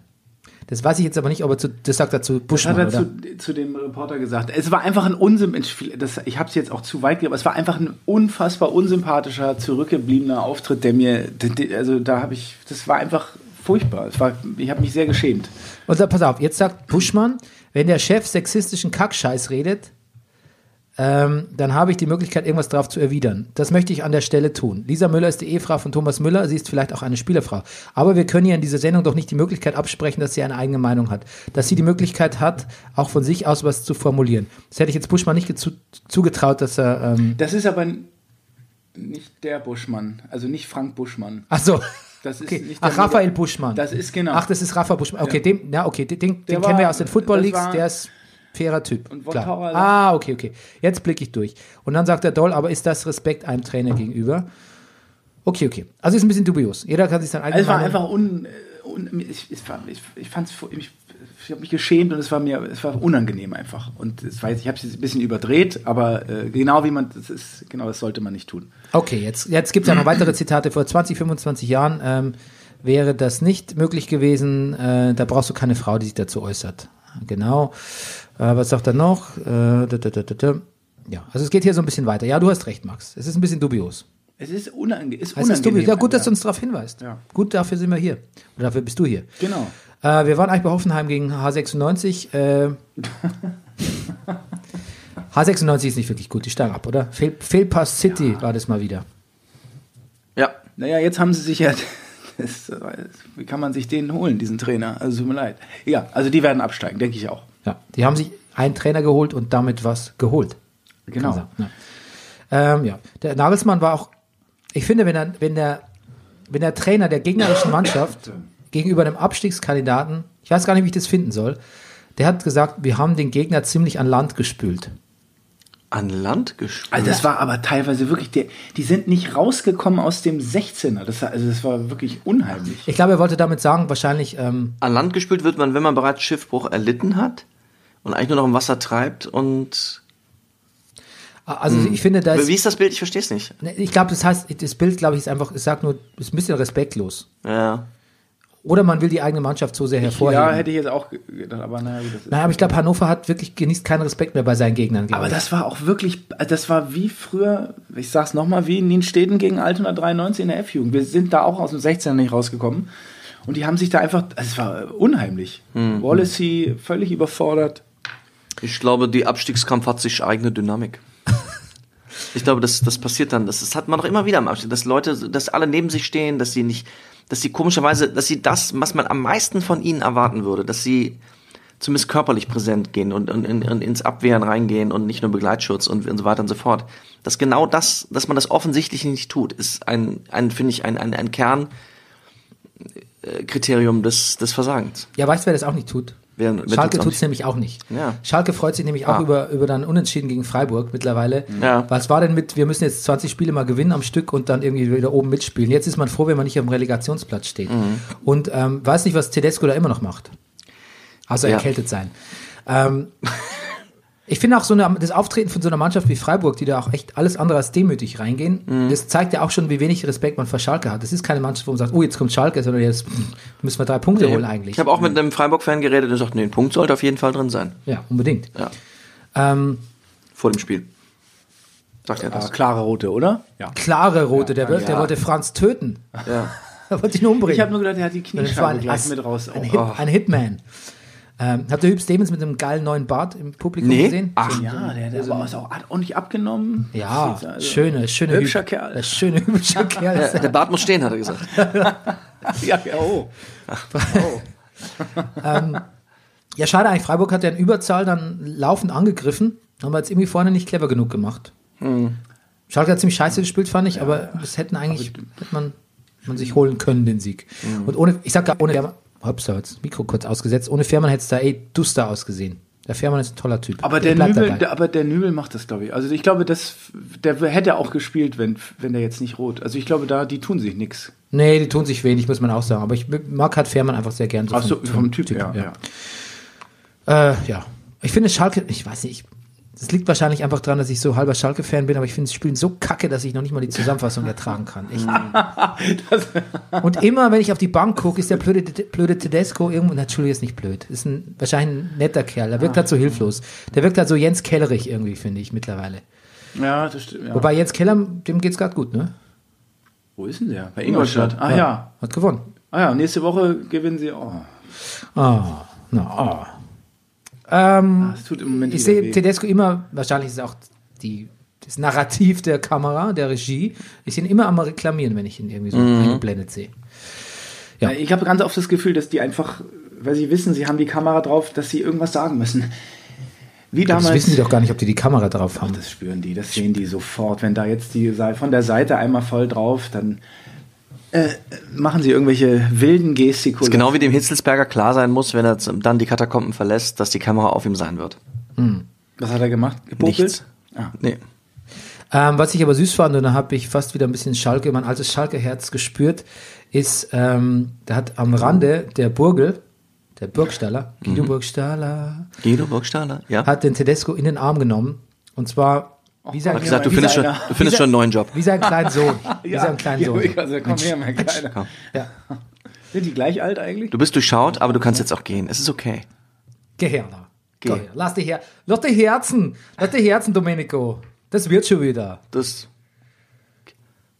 Speaker 1: Das weiß ich jetzt aber nicht, ob er zu, das sagt er zu
Speaker 3: Das
Speaker 1: Buschmann,
Speaker 3: hat er
Speaker 1: oder?
Speaker 3: zu, zu dem Reporter gesagt. Es war einfach ein unsympathischer, das, ich habe es jetzt auch zu weit gegeben, aber es war einfach ein unfassbar unsympathischer, zurückgebliebener Auftritt, der mir, de- de- also da habe ich, das war einfach furchtbar. Es war, ich habe mich sehr geschämt.
Speaker 1: Und da, pass auf, jetzt sagt Buschmann, wenn der Chef sexistischen Kackscheiß redet, ähm, dann habe ich die Möglichkeit, irgendwas darauf zu erwidern. Das möchte ich an der Stelle tun. Lisa Müller ist die Ehefrau von Thomas Müller. Sie ist vielleicht auch eine Spielerfrau. Aber wir können ihr in dieser Sendung doch nicht die Möglichkeit absprechen, dass sie eine eigene Meinung hat. Dass sie die Möglichkeit hat, auch von sich aus was zu formulieren. Das hätte ich jetzt Buschmann nicht gezu- zugetraut, dass er. Ähm,
Speaker 3: Das ist aber nicht der Buschmann, also nicht Frank Buschmann.
Speaker 1: ach so.
Speaker 3: Das ist
Speaker 1: Okay.
Speaker 3: nicht der
Speaker 1: Ach, Raphael
Speaker 3: Nieder-
Speaker 1: Buschmann.
Speaker 3: Das ist genau.
Speaker 1: Ach, das ist Rafa Buschmann. Okay, dem, ja, okay, den, den
Speaker 3: Der
Speaker 1: den kennen
Speaker 3: war-
Speaker 1: wir aus den Football
Speaker 3: das
Speaker 1: Leagues,
Speaker 3: war-
Speaker 1: der ist fairer Typ.
Speaker 3: Und
Speaker 1: Klar.
Speaker 3: Wojtauer-
Speaker 1: Ah, okay, okay. Jetzt blicke ich durch. Und dann sagt er Doll, aber ist das Respekt einem Trainer gegenüber? Okay, okay. Also ist ein bisschen dubios. Jeder kann sich sein
Speaker 3: Also
Speaker 1: eigenes.
Speaker 3: es war einfach un, un ich, ich, war- ich, ich fand's fu- ich, ich habe mich geschämt und es war mir es war unangenehm einfach und es weiß ich habe es jetzt ein bisschen überdreht, aber äh, genau wie man das ist genau das sollte man nicht tun.
Speaker 1: Okay, jetzt, jetzt gibt es ja noch weitere Zitate. Vor 20, 25 Jahren ähm, wäre das nicht möglich gewesen. Äh, da brauchst du keine Frau, die sich dazu äußert. Genau. Äh, was sagt er noch? Äh, da, da, da, da, da. Ja, also es geht hier so ein bisschen weiter. Ja, du hast recht, Max. Es ist ein bisschen dubios.
Speaker 3: Es ist unange ist
Speaker 1: Es ist
Speaker 3: unangenehm.
Speaker 1: dubios. Ja, gut, dass du
Speaker 3: einfach.
Speaker 1: uns darauf hinweist.
Speaker 3: Ja.
Speaker 1: Gut, dafür sind wir hier. Oder dafür bist du hier.
Speaker 3: genau.
Speaker 1: Äh, wir waren eigentlich bei Hoffenheim gegen H96.
Speaker 3: *laughs*
Speaker 1: Äh, H96 ist nicht wirklich gut. Die steigen ab, oder? Fehl, Fehlpass City war das mal wieder.
Speaker 2: Ja.
Speaker 3: Naja, jetzt haben sie sich ja *laughs* das, äh, wie kann man sich den holen, diesen Trainer? Also tut mir leid. Ja, also die werden absteigen, denke ich auch.
Speaker 1: Ja, die haben sich einen Trainer geholt und damit was geholt.
Speaker 3: Genau.
Speaker 1: Kann man sagen, Ja. Ähm, ja. Der Nagelsmann war auch, ich finde, wenn der, wenn der, wenn der Trainer der gegnerischen Mannschaft gegenüber einem Abstiegskandidaten, ich weiß gar nicht, wie ich das finden soll, der hat gesagt, wir haben den Gegner ziemlich an Land gespült.
Speaker 2: An Land gespielt.
Speaker 3: Also das war aber teilweise wirklich, die, die sind nicht rausgekommen aus dem 16er. Das, war- also das war wirklich unheimlich.
Speaker 1: Ich glaube, er wollte damit sagen, wahrscheinlich, ähm,
Speaker 2: An Land gespült wird man, wenn man bereits Schiffbruch erlitten hat und eigentlich nur noch im Wasser treibt und
Speaker 1: also
Speaker 3: Mhm.
Speaker 1: ich finde, da
Speaker 2: wie
Speaker 1: ist, ne,
Speaker 2: ist das Bild? Ich verstehe es nicht.
Speaker 1: ich glaube, das heißt, das Bild, glaube ich, ist einfach, es sagt nur, ist ein bisschen respektlos.
Speaker 2: Ja.
Speaker 1: Oder man will die eigene Mannschaft so sehr hervorheben.
Speaker 3: Ja, hätte ich jetzt auch ge- gedacht, aber naja, gut, das ist.
Speaker 1: Nein, aber ich glaube, Hannover hat wirklich genießt keinen Respekt mehr bei seinen Gegnern. glaub
Speaker 3: Aber
Speaker 1: ich.
Speaker 3: das war auch wirklich, also das war wie früher, ich sag's nochmal, wie in Niensteden gegen Altona 93 in der F-Jugend. Wir sind da auch aus dem 16er nicht rausgekommen. Und die haben sich da einfach, also es war unheimlich. Wallacey völlig überfordert.
Speaker 2: Ich glaube, die Abstiegskampf hat sich eigene Dynamik. Ich glaube, das, das passiert dann. Das, das hat man doch immer wieder am Abstieg, dass Leute, dass alle neben sich stehen, dass sie nicht, dass sie komischerweise, dass sie das, was man am meisten von ihnen erwarten würde, dass sie zumindest körperlich präsent gehen und, und, und, und ins Abwehren reingehen und nicht nur Begleitschutz und, und so weiter und so fort. Dass genau das, dass man das offensichtlich nicht tut, ist ein, ein finde ich, ein, ein, ein Kernkriterium des, des Versagens.
Speaker 1: ja, weißt du, wer das auch nicht tut?
Speaker 2: Wer- wer
Speaker 1: Schalke
Speaker 2: tut's auch
Speaker 1: tut es
Speaker 2: nicht?
Speaker 1: nämlich auch nicht.
Speaker 2: Ja.
Speaker 1: Schalke freut sich nämlich auch
Speaker 2: Ah.
Speaker 1: über, über dann Unentschieden gegen Freiburg mittlerweile.
Speaker 2: Ja.
Speaker 1: Was war denn mit, wir müssen jetzt 20 Spiele mal gewinnen am Stück und dann irgendwie wieder oben mitspielen. Jetzt ist man froh, wenn man nicht am Relegationsplatz steht.
Speaker 2: Mhm.
Speaker 1: Und ähm, weiß nicht, was Tedesco da immer noch macht. Also
Speaker 2: Ja.
Speaker 1: erkältet sein. Ähm, ich finde auch so eine, das Auftreten von so einer Mannschaft wie Freiburg, die da auch echt alles andere als demütig reingehen,
Speaker 2: Mhm.
Speaker 1: das zeigt ja auch schon, wie wenig Respekt man vor Schalke hat. Das ist keine Mannschaft, wo man sagt, oh, jetzt kommt Schalke, sondern jetzt hm, müssen wir drei Punkte holen eigentlich. Mhm.
Speaker 2: Ich habe auch mit einem Freiburg-Fan geredet und sagt, nee, ein Punkt sollte auf jeden Fall drin sein.
Speaker 1: Ja, unbedingt.
Speaker 2: Ja.
Speaker 1: Ähm,
Speaker 2: Vor dem Spiel. Sagt er
Speaker 3: Ah,
Speaker 2: das.
Speaker 3: klare Rote, oder? Ja.
Speaker 1: klare Rote, der, wollte- der wollte Franz
Speaker 3: *laughs*
Speaker 1: töten.
Speaker 2: Ja.
Speaker 1: Er wollte ihn umbringen.
Speaker 3: Ich habe nur gedacht, er hat die
Speaker 1: Das war
Speaker 3: Kniescheibe gleich mit raus. Oh,
Speaker 1: Ein, Hit, ein Hitman. Ähm, habt ihr Hüb Stevens mit einem geilen neuen Bart im Publikum
Speaker 2: Nee.
Speaker 1: gesehen?
Speaker 2: Ach.
Speaker 3: Ja, der, der aber ist auch hat ordentlich abgenommen.
Speaker 1: Ja,
Speaker 3: Das ist also-
Speaker 1: schöne, schöne
Speaker 3: Hübscher
Speaker 1: Hüb.
Speaker 3: Kerl.
Speaker 1: Der schöne hübscher Kerl.
Speaker 2: Der, der Bart muss stehen, hat er gesagt.
Speaker 3: *laughs* Ja, ja, oh.
Speaker 1: Ja, schade eigentlich. Freiburg hat ja in Überzahl dann laufend angegriffen. Haben wir jetzt irgendwie vorne nicht clever genug gemacht.
Speaker 3: Hm.
Speaker 1: Schalke hat ziemlich scheiße gespielt, fand ich, aber das hätten eigentlich, hätte man, man sich holen können, den Sieg.
Speaker 3: Hm.
Speaker 1: Und ohne, ich sag gar ohne Fährmann, ups, da hat's das Mikro kurz ausgesetzt, ohne Fährmann hätte es da eh duster ausgesehen. Der Fährmann ist ein toller Typ.
Speaker 3: Aber
Speaker 1: Ich
Speaker 3: der,
Speaker 1: bleib
Speaker 3: Nübel,
Speaker 1: dabei.
Speaker 3: der, aber der Nübel macht das, glaube ich. Also ich glaube, das, der hätte auch gespielt, wenn, wenn der jetzt nicht rot. Also ich glaube, da, die tun sich nichts.
Speaker 1: Nee, die tun sich wenig, muss man auch sagen. Aber ich mag halt Fährmann einfach sehr gern. So
Speaker 3: Ach so, vom Typ, ja, ja.
Speaker 1: Äh, ja. Ich finde Schalke, ich weiß nicht, ich- das liegt wahrscheinlich einfach daran, dass ich so halber Schalke-Fan bin, aber ich finde das Spielen so kacke, dass ich noch nicht mal die Zusammenfassung ertragen kann. Echt. Und immer, wenn ich auf die Bank gucke, ist der blöde, blöde Tedesco irgendwo, na, Entschuldigung, ist nicht blöd, ist ein, wahrscheinlich ein netter Kerl, der wirkt halt so hilflos. Der wirkt halt so Jens Kellerich irgendwie, finde ich mittlerweile.
Speaker 3: Ja, das stimmt. Ja.
Speaker 1: Wobei Jens Keller, dem geht's gerade gut, ne?
Speaker 3: Wo ist denn der? Bei Ingolstadt. Ah ja.
Speaker 1: Hat gewonnen.
Speaker 3: Ah ja, nächste Woche gewinnen sie. Oh,
Speaker 1: Ah, na, ah. Ähm,
Speaker 3: das tut im Moment
Speaker 1: Ich
Speaker 3: wieder
Speaker 1: sehe
Speaker 3: weh.
Speaker 1: Tedesco immer, wahrscheinlich ist es auch die, das Narrativ der Kamera, der Regie. Ich ihn immer am reklamieren, wenn ich ihn irgendwie so eingeblendet sehe. Ja.
Speaker 3: Äh, Ich habe ganz oft das Gefühl, dass die einfach, weil sie wissen, sie haben die Kamera drauf, dass sie irgendwas sagen müssen. Wie damals.
Speaker 1: Das wissen die doch gar nicht, ob die die Kamera drauf haben.
Speaker 3: Das spüren die, das sehen die sofort. Wenn da jetzt die Sei- von der Seite einmal voll drauf, dann äh, machen sie irgendwelche wilden Gestikulationen.
Speaker 2: Genau wie dem Hitzelsberger klar sein muss, wenn er z- dann die Katakomben verlässt, dass die Kamera auf ihm sein wird.
Speaker 3: Was hat er gemacht? Gepopelt? Ah.
Speaker 2: Nichts. Nee.
Speaker 1: Ähm, was ich aber süß fand, und da habe ich fast wieder ein bisschen Schalke, mein altes Schalke-Herz gespürt, ist, ähm, da hat am Rande der Burgel, der Burgstaller, Guido Burgstaller,
Speaker 2: Guido Burgstaller, ja.
Speaker 1: hat den Tedesco in den Arm genommen. Und zwar, wie sein,
Speaker 2: Hat gesagt, du
Speaker 3: Wie
Speaker 2: findest, schon,
Speaker 3: seiner.
Speaker 2: du findest schon einen neuen Job.
Speaker 1: wie sein
Speaker 2: *laughs*
Speaker 1: kleiner Sohn. Wie sein kleiner Sohn.
Speaker 3: also komm her, mein Kleiner.
Speaker 1: Ja.
Speaker 3: Sind die gleich alt eigentlich?
Speaker 2: Du bist durchschaut, aber du kannst jetzt auch gehen. Es ist okay.
Speaker 1: Geh her, da. Geh. her. Lass dich her. Lass die Herzen. Lass die Herzen, Domenico. Das wird schon wieder.
Speaker 2: Das.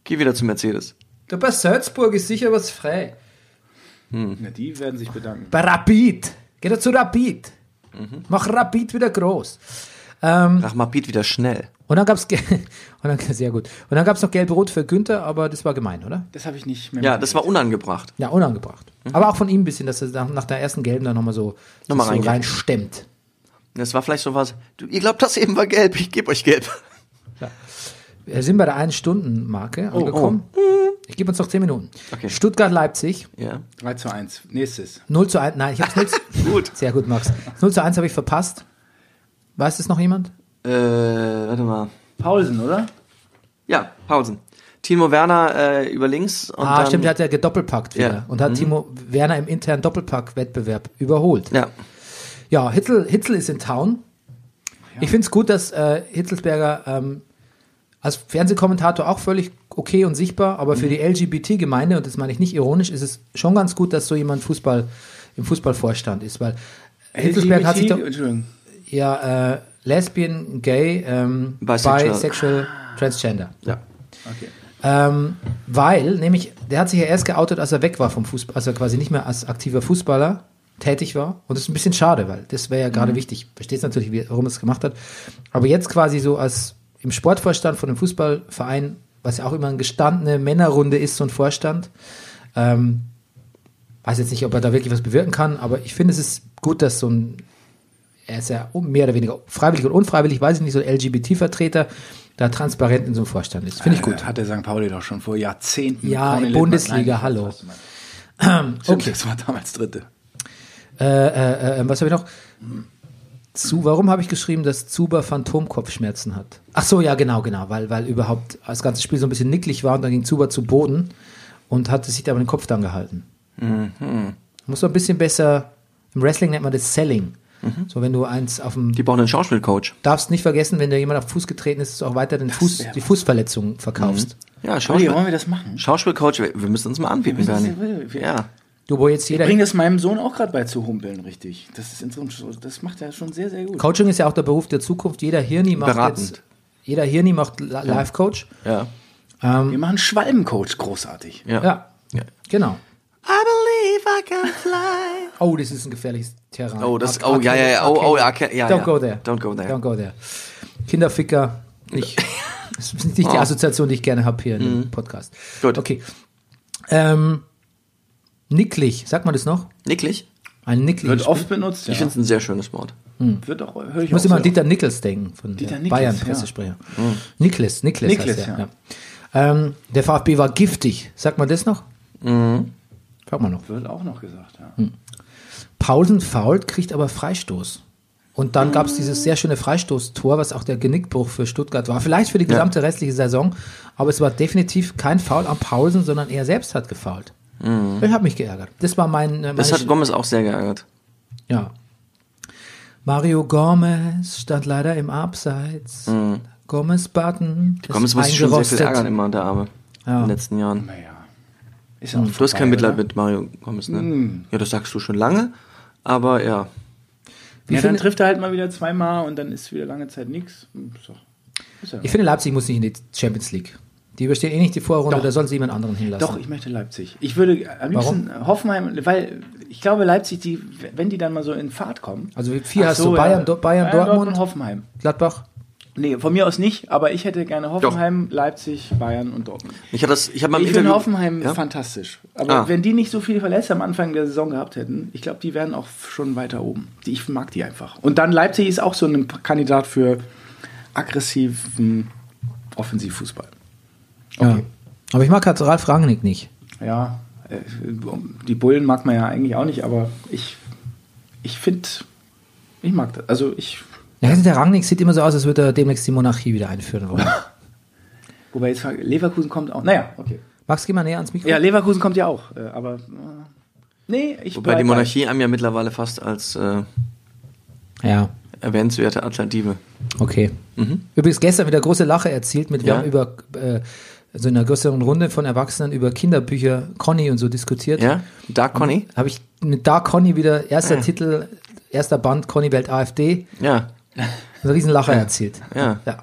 Speaker 2: Geh wieder zu Mercedes.
Speaker 1: Da bei Salzburg ist sicher was frei.
Speaker 3: Na, die werden sich bedanken.
Speaker 1: Bei Rapid. Geh doch zu Rapid.
Speaker 2: Mhm.
Speaker 1: Mach Rapid wieder groß. Ähm,
Speaker 2: Nach Mapid wieder schnell.
Speaker 1: Und dann gab's *laughs* ge- und dann, sehr gut. Und dann gab's noch gelb-rot für Günther, aber das war gemein, oder?
Speaker 3: Das habe ich nicht mehr.
Speaker 2: Ja, das war unangebracht.
Speaker 1: Ja, unangebracht.
Speaker 2: Mhm.
Speaker 1: Aber auch von ihm ein bisschen, dass er nach, nach der ersten gelben dann nochmal so, sich
Speaker 2: Nochmal
Speaker 1: so
Speaker 2: reingeht.
Speaker 1: reinstemmt.
Speaker 2: Das war vielleicht sowas. Du, ihr glaubt, das eben war gelb. Ich gebe euch gelb.
Speaker 1: Wir sind bei der 1-Stunden-Marke angekommen. Ich gebe uns noch 10 Minuten.
Speaker 2: Oh, Mhm. Okay.
Speaker 1: Stuttgart-Leipzig,
Speaker 2: Ja.
Speaker 3: 3 zu 1. Nächstes.
Speaker 1: 0 zu 1. Nein, ich hab's 0 zu,
Speaker 2: *laughs* Gut.
Speaker 1: Sehr gut, Max. 0 zu 1 habe ich verpasst. Weiß es noch jemand?
Speaker 2: Äh, warte mal.
Speaker 3: Paulsen, oder?
Speaker 2: Ja, Pausen. Timo Werner äh, über links. Und
Speaker 1: ah,
Speaker 2: dann,
Speaker 1: stimmt, der hat ja gedoppelpackt wieder.
Speaker 2: Ja. Mhm.
Speaker 1: Und hat Timo Werner im internen Doppelpack-Wettbewerb überholt.
Speaker 2: Ja.
Speaker 1: Ja, Hitzel, Hitzel ist in Town. Ich finde es gut, dass äh, Hitzelsberger ähm, als Fernsehkommentator auch völlig okay und sichtbar, aber für die LGBT-Gemeinde, und das meine ich nicht ironisch, ist es schon ganz gut, dass so jemand Fußball im Fußballvorstand ist, weil Hitzelsberger hat sich doch
Speaker 3: Entschuldigung.
Speaker 1: ja äh, lesbian, gay, ähm, bisexual.
Speaker 2: Bisexual.
Speaker 1: transgender.
Speaker 2: Ja.
Speaker 3: Okay.
Speaker 1: Ähm, weil, nämlich, der hat sich ja erst geoutet, als er weg war vom Fußball, als er quasi nicht mehr als aktiver Fußballer tätig war. Und das ist ein bisschen schade, weil das wäre ja gerade wichtig. Verstehst natürlich, wie, warum er es gemacht hat. Aber jetzt quasi so als im Sportvorstand von einem Fußballverein, was ja auch immer eine gestandene Männerrunde ist, so ein Vorstand. Ähm, weiß jetzt nicht, ob er da wirklich was bewirken kann, aber ich finde, es ist gut, dass so ein er ist ja um, mehr oder weniger freiwillig und unfreiwillig, weiß ich nicht, so ein LGBT-Vertreter da transparent in so einem Vorstand ist. Finde ich gut.
Speaker 3: Äh, Hat der St. Pauli doch schon vor Jahrzehnten.
Speaker 1: Ja,
Speaker 3: Cornel
Speaker 1: in
Speaker 3: Littmann-
Speaker 1: Bundesliga,
Speaker 3: Nein,
Speaker 1: hallo.
Speaker 3: das war's.
Speaker 1: *clears throat*
Speaker 3: Stimmt, Das war damals Dritte.
Speaker 1: Äh, äh, äh, was habe ich noch? Zu, warum habe ich geschrieben, dass Zuber Phantomkopfschmerzen hat? Ach so, ja, genau, genau, weil, weil überhaupt das ganze Spiel so ein bisschen nicklig war und dann ging Zuber zu Boden und hatte sich aber den Kopf dann gehalten.
Speaker 2: Mhm.
Speaker 1: Muss man ein bisschen besser, im Wrestling nennt man das Selling. So, wenn du eins auf dem,
Speaker 2: Mhm. Die brauchen einen Schauspielcoach.
Speaker 1: darfst nicht vergessen, wenn dir jemand auf den Fuß getreten ist, dass du auch weiter den Fuß,
Speaker 3: wär
Speaker 1: die Fußverletzung verkaufst.
Speaker 2: Ja,
Speaker 3: Pauli,
Speaker 2: Schauspiel
Speaker 3: wollen wir das machen?
Speaker 2: Schauspielcoach. Wir wir müssen uns mal anbieten,
Speaker 3: müssen
Speaker 2: Bernie.
Speaker 3: das- wir-
Speaker 2: Ja.
Speaker 1: Du, wo jetzt jeder,
Speaker 3: Bring das meinem Sohn auch gerade bei zu humpeln, richtig. Das ist interessant. Das macht er schon sehr, sehr gut.
Speaker 1: Coaching ist ja auch der Beruf der Zukunft, jeder Hirni macht
Speaker 2: Beratend.
Speaker 1: jetzt, jeder Hirni macht Li- Life-Coach.
Speaker 2: Ja.
Speaker 3: Wir machen Schwalbencoach, großartig.
Speaker 2: Ja.
Speaker 1: Ja.
Speaker 2: Ja.
Speaker 1: Genau.
Speaker 2: I believe I can fly.
Speaker 1: Oh, das ist ein gefährliches Terrain.
Speaker 2: Oh, das-
Speaker 1: Arcade-
Speaker 2: oh, ja, ja, ja, oh,
Speaker 1: Arcade.
Speaker 2: oh, ja, Arcade- ja,
Speaker 1: Don't
Speaker 2: ja.
Speaker 1: go there.
Speaker 2: Don't go there.
Speaker 1: Don't go there. Kinderficker,
Speaker 2: *laughs*
Speaker 1: nicht. Das ist nicht die Assoziation, die ich gerne habe hier im Podcast.
Speaker 2: Oh. Mhm. Gut.
Speaker 1: Okay. Ähm, nicklig, sagt man das noch?
Speaker 2: Nicklich?
Speaker 1: Ein nicklig.
Speaker 3: Wird oft benutzt. Ja.
Speaker 2: Ich finde es ein sehr schönes Wort.
Speaker 3: Wird auch, hör ich
Speaker 1: Ich muss
Speaker 3: auch
Speaker 1: immer an
Speaker 3: sehr
Speaker 1: Dieter Nichols denken, von
Speaker 3: Dieter
Speaker 1: der
Speaker 3: Nichols,
Speaker 1: Bayern-Pressesprecher. Nichols, Nichols,
Speaker 3: Nichols,
Speaker 1: heißt er. Ja.
Speaker 3: ja.
Speaker 1: Ähm, der VfB war giftig, sagt man das noch?
Speaker 2: Mhm.
Speaker 1: Fragt man noch.
Speaker 3: oft. Wird auch noch gesagt, ja.
Speaker 1: Hm. Paulsen fault, kriegt aber Freistoß. Und dann gab es dieses sehr schöne Freistoßtor, was auch der Genickbruch für Stuttgart war. Vielleicht für die gesamte restliche Saison, aber es war definitiv kein Foul an Paulsen, sondern er selbst hat gefault. Ich habe mich geärgert. Das war mein. äh, Meine
Speaker 2: Mhm. Das hat
Speaker 1: Sch-
Speaker 2: Gomez auch sehr geärgert.
Speaker 1: ja. Mario Gomez stand leider im Abseits. Gomez Button. ist
Speaker 2: Mhm. Gomez muss sich schon sehr viel
Speaker 1: eingerostet.
Speaker 2: ärgern immer, der Arme. In den letzten Jahren.
Speaker 3: Naja. Ist
Speaker 1: Hm,
Speaker 3: ja auch
Speaker 2: Du hast
Speaker 3: vorbei,
Speaker 2: kein Mitleid
Speaker 3: oder?
Speaker 2: mit Mario Gomez, ne? Ja, das sagst du schon lange. Aber ja.
Speaker 1: Wie
Speaker 3: Ja, dann
Speaker 1: finde-
Speaker 3: trifft er halt mal wieder zweimal und dann ist wieder lange Zeit nichts. So.
Speaker 1: Ich finde, Leipzig muss nicht in die Champions League. Die überstehen eh nicht die Vorrunde,
Speaker 3: Doch.
Speaker 1: da sollen sie jemand anderen hinlassen.
Speaker 3: Doch, ich möchte Leipzig. Ich würde am liebsten Hoffenheim, weil ich glaube, Leipzig, die, wenn die dann mal so in Fahrt kommen.
Speaker 1: Also vier
Speaker 3: Ach
Speaker 1: hast du Bayern, Do- Bayern, Dortmund.
Speaker 3: Hoffenheim.
Speaker 1: Gladbach.
Speaker 3: Nee, von mir aus nicht, aber ich hätte gerne Hoffenheim, Leipzig, Bayern und Dortmund.
Speaker 2: Ich habe das, ich habe mal im
Speaker 3: ich
Speaker 2: Interview.
Speaker 3: finde Hoffenheim
Speaker 2: ja?
Speaker 3: fantastisch. Aber
Speaker 2: Ah.
Speaker 3: wenn die nicht so viele Verletzte am Anfang der Saison gehabt hätten, ich glaube, die wären auch schon weiter oben. Die- Ich mag die einfach. Und dann Leipzig ist auch so ein Kandidat für aggressiven Offensivfußball.
Speaker 1: Ja. Aber ich mag halt Ralf Rangnick nicht.
Speaker 3: Ja, äh, die Bullen mag man ja eigentlich auch nicht, aber ich, ich finde, ich mag das. Also ich,
Speaker 1: Ja, jetzt der Rangnick sieht immer so aus, als würde er demnächst die Monarchie wieder einführen wollen.
Speaker 3: wobei jetzt Leverkusen kommt auch. Naja, okay.
Speaker 1: Max, geh mal näher ans Mikro.
Speaker 3: Ja, Leverkusen kommt ja auch, äh, aber äh, nee, ich
Speaker 2: Wobei
Speaker 3: bleib
Speaker 2: die
Speaker 3: bei-
Speaker 2: Monarchie einem ja mittlerweile fast als äh,
Speaker 1: ja.
Speaker 2: erwähnenswerte Alternative.
Speaker 1: Okay. Übrigens gestern wieder große Lache erzielt mit, wir
Speaker 2: Mhm. Ja.
Speaker 1: haben über äh, so in einer größeren Runde von Erwachsenen über Kinderbücher Conny und so diskutiert.
Speaker 2: Ja? Dark Conny?
Speaker 1: Habe ich mit Da Conny wieder erster Titel, erster Band Conny Welt AfD,
Speaker 3: Mhm.
Speaker 2: Ja.
Speaker 1: einen Riesenlacher erzielt.
Speaker 2: Ja.
Speaker 1: ja.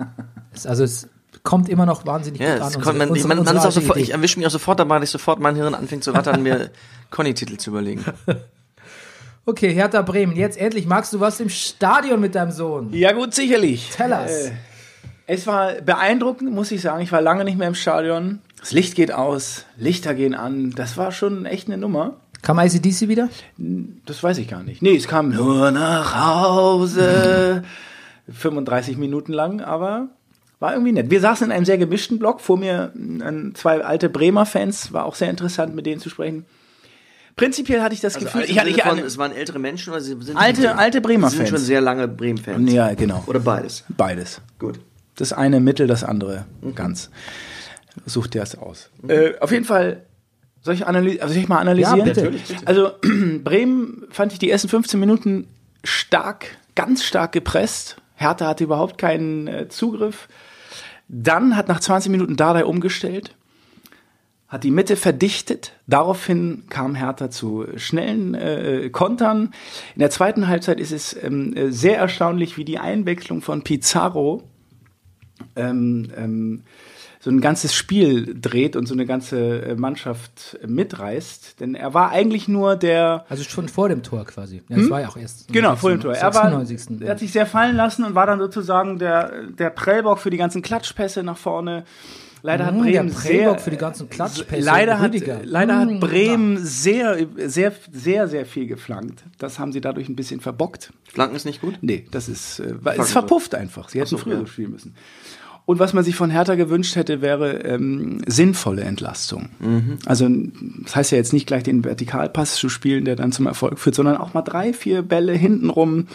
Speaker 1: Es, also es kommt immer noch wahnsinnig
Speaker 2: Ja,
Speaker 1: gut an.
Speaker 2: es
Speaker 1: unsere-
Speaker 2: kommt, man,
Speaker 1: unsere-
Speaker 2: man, man
Speaker 1: unsere
Speaker 2: ist auch
Speaker 1: alte
Speaker 2: sofort,
Speaker 1: Idee.
Speaker 2: ich erwische mich auch sofort dabei, dass sofort mein Hirn anfängt zu rattern, mir *laughs* Conny-Titel
Speaker 3: *laughs*
Speaker 2: zu überlegen.
Speaker 1: Okay, Hertha Bremen, jetzt endlich. Max, du warst im Stadion mit deinem Sohn.
Speaker 3: Ja gut, sicherlich.
Speaker 1: Tellers.
Speaker 3: Äh, es war beeindruckend, muss ich sagen. Ich war lange nicht mehr im Stadion. Das Licht geht aus, Lichter gehen an. Das war schon echt eine Nummer.
Speaker 1: Kam ICDC wieder?
Speaker 3: Das weiß ich gar nicht. Nee, es kam nur nach Hause.
Speaker 2: Mhm.
Speaker 3: 35 Minuten lang, aber war irgendwie nett. Wir saßen in einem sehr gemischten Block. Vor mir ähm, zwei alte Bremer-Fans. War auch sehr interessant, mit denen zu sprechen. Prinzipiell hatte ich
Speaker 2: Also,
Speaker 3: das Gefühl, ich hatte ich
Speaker 2: von,
Speaker 3: hatte-
Speaker 2: es waren ältere Menschen oder sie sind
Speaker 3: alte, alte
Speaker 2: sie sind schon
Speaker 3: Bremer-Fans.
Speaker 2: sehr lange Bremen-Fans.
Speaker 3: Ja, genau.
Speaker 2: Oder beides.
Speaker 3: Beides.
Speaker 2: Gut.
Speaker 3: Das eine Mittel, das andere ganz. Such dir das aus. Mhm. Äh, auf jeden Fall, soll ich, analy also soll ich mal analysieren?
Speaker 1: Ja, bitte.
Speaker 2: Natürlich, bitte.
Speaker 3: Also, *clears throat* Bremen fand ich die ersten 15 Minuten stark, ganz stark gepresst. Hertha hatte überhaupt keinen äh, Zugriff. Dann hat nach 20 Minuten Dardai umgestellt, hat die Mitte verdichtet. Daraufhin kam Hertha zu schnellen äh, Kontern. In der zweiten Halbzeit ist es ähm, äh, sehr erstaunlich, wie die Einwechslung von Pizarro ähm, ähm, so ein ganzes Spiel dreht und so eine ganze äh, Mannschaft äh, mitreißt. Denn er war eigentlich nur der
Speaker 1: Also schon vor dem Tor quasi. Ja, das war ja auch erst.
Speaker 3: Genau, vor dem Tor. Er, war,
Speaker 1: 96.
Speaker 3: er hat sich sehr fallen lassen und war dann sozusagen der, der Prellbock für die ganzen Klatschpässe nach vorne. Leider hat
Speaker 1: Mm,
Speaker 3: Bremen
Speaker 1: der
Speaker 3: sehr,
Speaker 1: Prellbock für die ganzen Klatschpässe.
Speaker 3: Leider hat,
Speaker 1: Rüdiger.
Speaker 3: leider
Speaker 1: Mm,
Speaker 3: hat Bremen sehr, sehr, sehr, sehr viel geflankt. Das haben sie dadurch ein bisschen verbockt.
Speaker 2: Flanken ist nicht gut?
Speaker 3: Nee, das ist, äh, war-
Speaker 2: Fragen
Speaker 3: ist verpufft einfach. Sie hätten
Speaker 2: so,
Speaker 3: früher
Speaker 2: ja.
Speaker 3: spielen müssen. Und was man sich von Hertha gewünscht hätte, wäre ähm, sinnvolle Entlastung.
Speaker 2: Mhm.
Speaker 3: Also das heißt ja jetzt nicht gleich den Vertikalpass zu spielen, der dann zum Erfolg führt, sondern auch mal drei, vier Bälle hintenrum,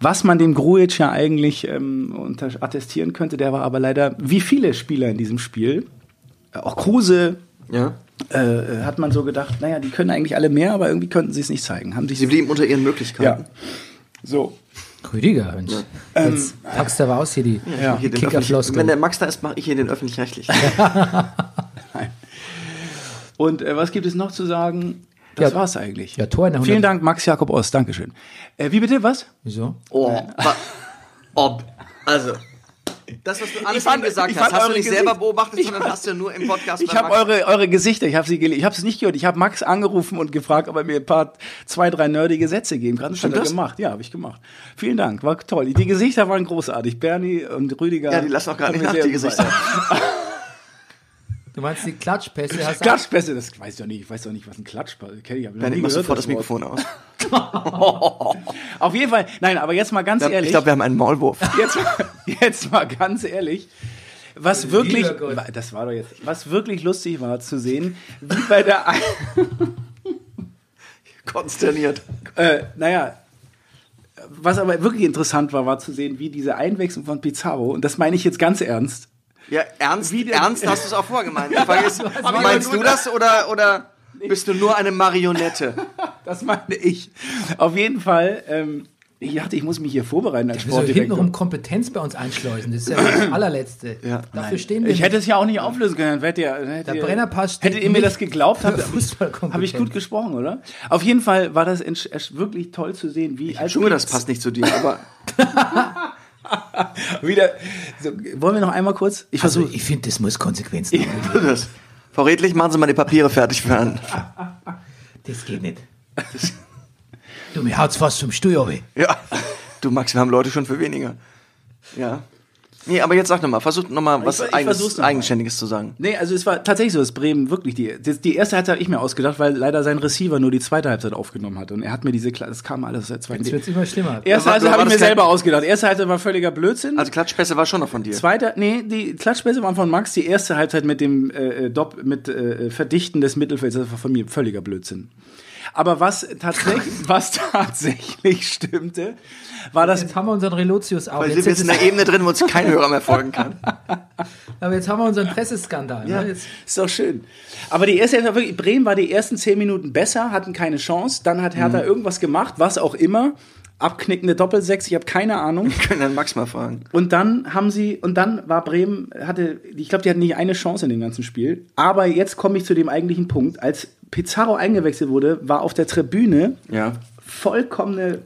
Speaker 3: was man dem Grujic ja eigentlich ähm, unter attestieren könnte. Der war aber leider, wie viele Spieler in diesem Spiel, äh, auch Kruse,
Speaker 2: Ja.
Speaker 3: äh, äh, hat man so gedacht, naja, die können eigentlich alle mehr, aber irgendwie könnten sie es nicht zeigen. Haben sich
Speaker 2: Sie blieben unter ihren Möglichkeiten.
Speaker 3: ja. So,
Speaker 1: Rüdiger, Mensch. Jetzt
Speaker 3: Ähm,
Speaker 1: packst du aber aus hier die
Speaker 2: Ich mach hier den öffentlich-
Speaker 1: Kickerfloskel.
Speaker 2: Wenn der Max da ist, mache ich hier den öffentlich-rechtlichen.
Speaker 3: Und äh, was gibt es noch zu sagen? Das
Speaker 1: Ja.
Speaker 3: war's eigentlich.
Speaker 1: Ja, Tor in der 100
Speaker 3: Vielen Dank, Max Jakob Ost. Dankeschön. Äh, wie bitte, was?
Speaker 1: Wieso?
Speaker 2: Oh, wa- ob. Also. Das, was du alles
Speaker 3: fand-
Speaker 2: eben gesagt
Speaker 3: ich
Speaker 2: hast,
Speaker 3: fand
Speaker 2: hast du
Speaker 3: eure
Speaker 2: nicht selber
Speaker 3: Gesicht-
Speaker 2: beobachtet,
Speaker 3: Ich
Speaker 2: sondern
Speaker 3: fand-
Speaker 2: hast du nur im Podcast
Speaker 3: Ich
Speaker 2: bei
Speaker 3: habe
Speaker 2: Max-
Speaker 3: eure, eure Gesichter, ich habe sie gelesen. Ich habe es nicht gehört. Ich habe Max angerufen und gefragt, ob er mir ein paar, zwei, drei nerdige Sätze geben kann. Das hat er
Speaker 2: das?
Speaker 3: gemacht. Ja, habe ich gemacht. Vielen Dank, war toll. Die Gesichter waren großartig. Bernie und Rüdiger.
Speaker 2: Ja, die lassen auch gerade
Speaker 3: haben
Speaker 2: nicht
Speaker 3: mir
Speaker 2: nach,
Speaker 3: sehr
Speaker 2: die
Speaker 3: gefallen.
Speaker 2: Gesichter.
Speaker 1: Du meinst die Klatschpässe? Hast du-
Speaker 3: Klatschpässe, das weiß ich doch nicht. Ich weiß doch nicht, was ein Klatschpass ist. Kenn ich, hab ich noch
Speaker 2: Dann
Speaker 3: nie
Speaker 2: nimm mal
Speaker 3: gehört,
Speaker 2: sofort das
Speaker 3: Wort.
Speaker 2: Mikrofon aus.
Speaker 3: Auf jeden Fall. Nein, aber jetzt mal ganz ehrlich.
Speaker 2: Ich glaube, wir haben einen Maulwurf.
Speaker 3: jetzt, jetzt mal ganz ehrlich, was wirklich,
Speaker 1: Gott.
Speaker 3: wa- das war doch jetzt, was wirklich lustig war zu sehen, wie bei der, ein-
Speaker 2: Konsterniert.
Speaker 3: äh, naja, was aber wirklich interessant war, war zu sehen, wie diese Einwechslung von Pizarro, und das meine ich jetzt ganz ernst,
Speaker 2: Ja, ernst,
Speaker 3: Wie der-
Speaker 2: ernst hast du es auch vorgemeint. Ich
Speaker 3: *laughs*
Speaker 2: frage jetzt,
Speaker 3: ich
Speaker 2: meinst
Speaker 3: nur
Speaker 2: du das oder, oder bist du nur eine Marionette?
Speaker 3: *laughs* das meine ich. Auf jeden Fall, ähm, ich dachte, ich muss mich hier vorbereiten als
Speaker 1: Wieso hinten
Speaker 3: Sportdirektor.
Speaker 1: um Kompetenz bei uns einschleusen? Das ist ja
Speaker 3: *clears throat*
Speaker 1: das allerletzte. Dafür stehen wir
Speaker 3: Ich hätte es ja auch nicht auflösen können. Dann Wärt ihr, dann hättet
Speaker 1: Der
Speaker 3: ihr-
Speaker 1: Brennerpass steht
Speaker 3: Hättet ihr mir
Speaker 1: nicht
Speaker 3: das geglaubt,
Speaker 1: für
Speaker 3: habe
Speaker 1: Fußballkompetenz.
Speaker 3: hab ich gut gesprochen, oder? Auf jeden Fall war das entsch- erst wirklich toll zu sehen, wie als
Speaker 2: Junge, das passt nicht zu dir, aber *laughs*
Speaker 3: wieder. So, wollen wir noch einmal kurz? Ich versuche.
Speaker 1: Also, ich finde, das muss Konsequenzen haben.
Speaker 2: das. Frau Redlich, machen Sie mal die Papiere fertig für einen.
Speaker 1: Das geht nicht. Du, mir haut's fast zum Stuhl, weh.
Speaker 2: Ja. Du Max, wir haben Leute schon für weniger. Ja. Nee, aber jetzt sag nochmal, versuch nochmal was
Speaker 3: ver- ich versuch's
Speaker 2: Eigenes,
Speaker 3: noch mal.
Speaker 2: Eigenständiges zu sagen.
Speaker 3: Nee, also es war tatsächlich so, dass Bremen wirklich die, die, die erste Halbzeit habe ich mir ausgedacht, weil leider sein Receiver nur die zweite Halbzeit aufgenommen hat und er hat mir diese, Kla- das kam alles aus der zweiten.
Speaker 1: Jetzt wird es immer schlimmer.
Speaker 3: Erste
Speaker 2: War-
Speaker 3: Halbzeit
Speaker 2: war
Speaker 3: habe ich
Speaker 2: das
Speaker 3: mir
Speaker 2: kein-
Speaker 3: selber ausgedacht. Erste Halbzeit war völliger Blödsinn.
Speaker 2: Also Klatschpässe war schon noch von dir.
Speaker 3: Zweiter, nee, die Klatschbässe waren von Max. Die erste Halbzeit mit dem äh, äh, Dopp, mit äh, Verdichten des Mittelfelds, das war von mir völliger Blödsinn. Aber was
Speaker 1: *laughs*
Speaker 3: tatsächlich, was tatsächlich stimmte, war das.
Speaker 1: Jetzt haben wir unseren Relotius auch.
Speaker 2: Weil
Speaker 1: Jetzt,
Speaker 2: sind wir jetzt
Speaker 1: jetzt
Speaker 2: in einer
Speaker 1: ist,
Speaker 2: Ebene drin, wo uns kein Hörer mehr
Speaker 3: *laughs*
Speaker 2: folgen kann.
Speaker 1: aber jetzt haben wir unseren Presseskandal. Ne? Jetzt,
Speaker 3: Ist doch schön. Aber die erste Hälfte war wirklich, Bremen war die ersten zehn Minuten besser, hatten keine Chance. Dann hat Hertha irgendwas gemacht, was auch immer. Abknickende Doppelsechs, ich habe keine Ahnung.
Speaker 2: Wir können dann Max mal fragen.
Speaker 3: Und dann haben sie, und dann war Bremen, hatte, ich glaube, die hatten nicht eine Chance in dem ganzen Spiel. Aber jetzt komme ich zu dem eigentlichen Punkt. Als Pizarro eingewechselt wurde, war auf der Tribüne
Speaker 2: Ja.
Speaker 3: vollkommene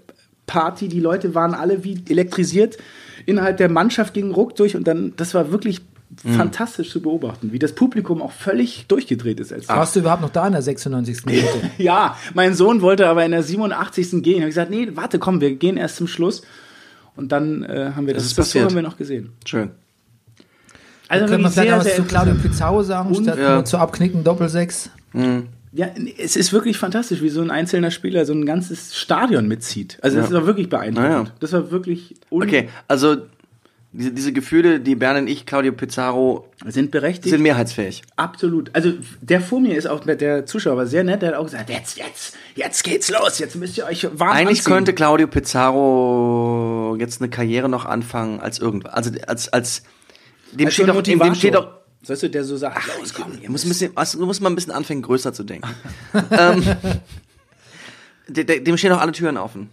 Speaker 3: Party. Die Leute waren alle wie elektrisiert. Innerhalb der Mannschaft ging Ruck durch und dann, das war wirklich
Speaker 2: Mhm.
Speaker 3: fantastisch zu beobachten, wie das Publikum auch völlig durchgedreht ist. Als
Speaker 1: warst du überhaupt noch da in der 96. Minute?
Speaker 3: ja, mein Sohn wollte aber in der 87. gehen. Ich habe gesagt, nee, warte, komm, wir gehen erst zum Schluss. Und dann äh, haben wir das,
Speaker 2: ist
Speaker 3: das so
Speaker 2: passiert.
Speaker 3: haben wir noch gesehen.
Speaker 2: Schön.
Speaker 3: Also
Speaker 1: Können wir
Speaker 3: wirklich
Speaker 1: vielleicht noch
Speaker 3: sehr,
Speaker 1: was
Speaker 3: sehr
Speaker 1: zu Claudio Pizarro sagen, statt
Speaker 2: Ja.
Speaker 1: nur zu abknicken Doppelsechs?
Speaker 3: ja, es ist wirklich fantastisch, wie so ein einzelner Spieler so ein ganzes Stadion mitzieht. Also das
Speaker 2: Ja.
Speaker 3: war wirklich beeindruckend.
Speaker 2: Na ja.
Speaker 3: Das war wirklich un-
Speaker 2: Okay, also diese, diese Gefühle, die Bernd und ich, Claudio Pizarro,
Speaker 3: sind berechtigt.
Speaker 2: sind mehrheitsfähig.
Speaker 3: Absolut. Also der vor mir ist auch der Zuschauer war sehr nett, der hat auch gesagt, jetzt, jetzt, jetzt geht's los, jetzt müsst ihr euch warm
Speaker 2: Eigentlich
Speaker 3: anziehen.
Speaker 2: könnte Claudio Pizarro jetzt eine Karriere noch anfangen als irgendwas. Also als als dem
Speaker 3: Als so
Speaker 2: steht
Speaker 3: ein
Speaker 2: doch dem, dem
Speaker 3: Motivator.
Speaker 2: steht doch
Speaker 3: Sollst du der so sagen, los, komm,
Speaker 2: Du musst, ein bisschen, also, du musst mal ein bisschen anfangen, größer zu denken. *laughs* ähm, de- de- dem stehen doch alle Türen offen.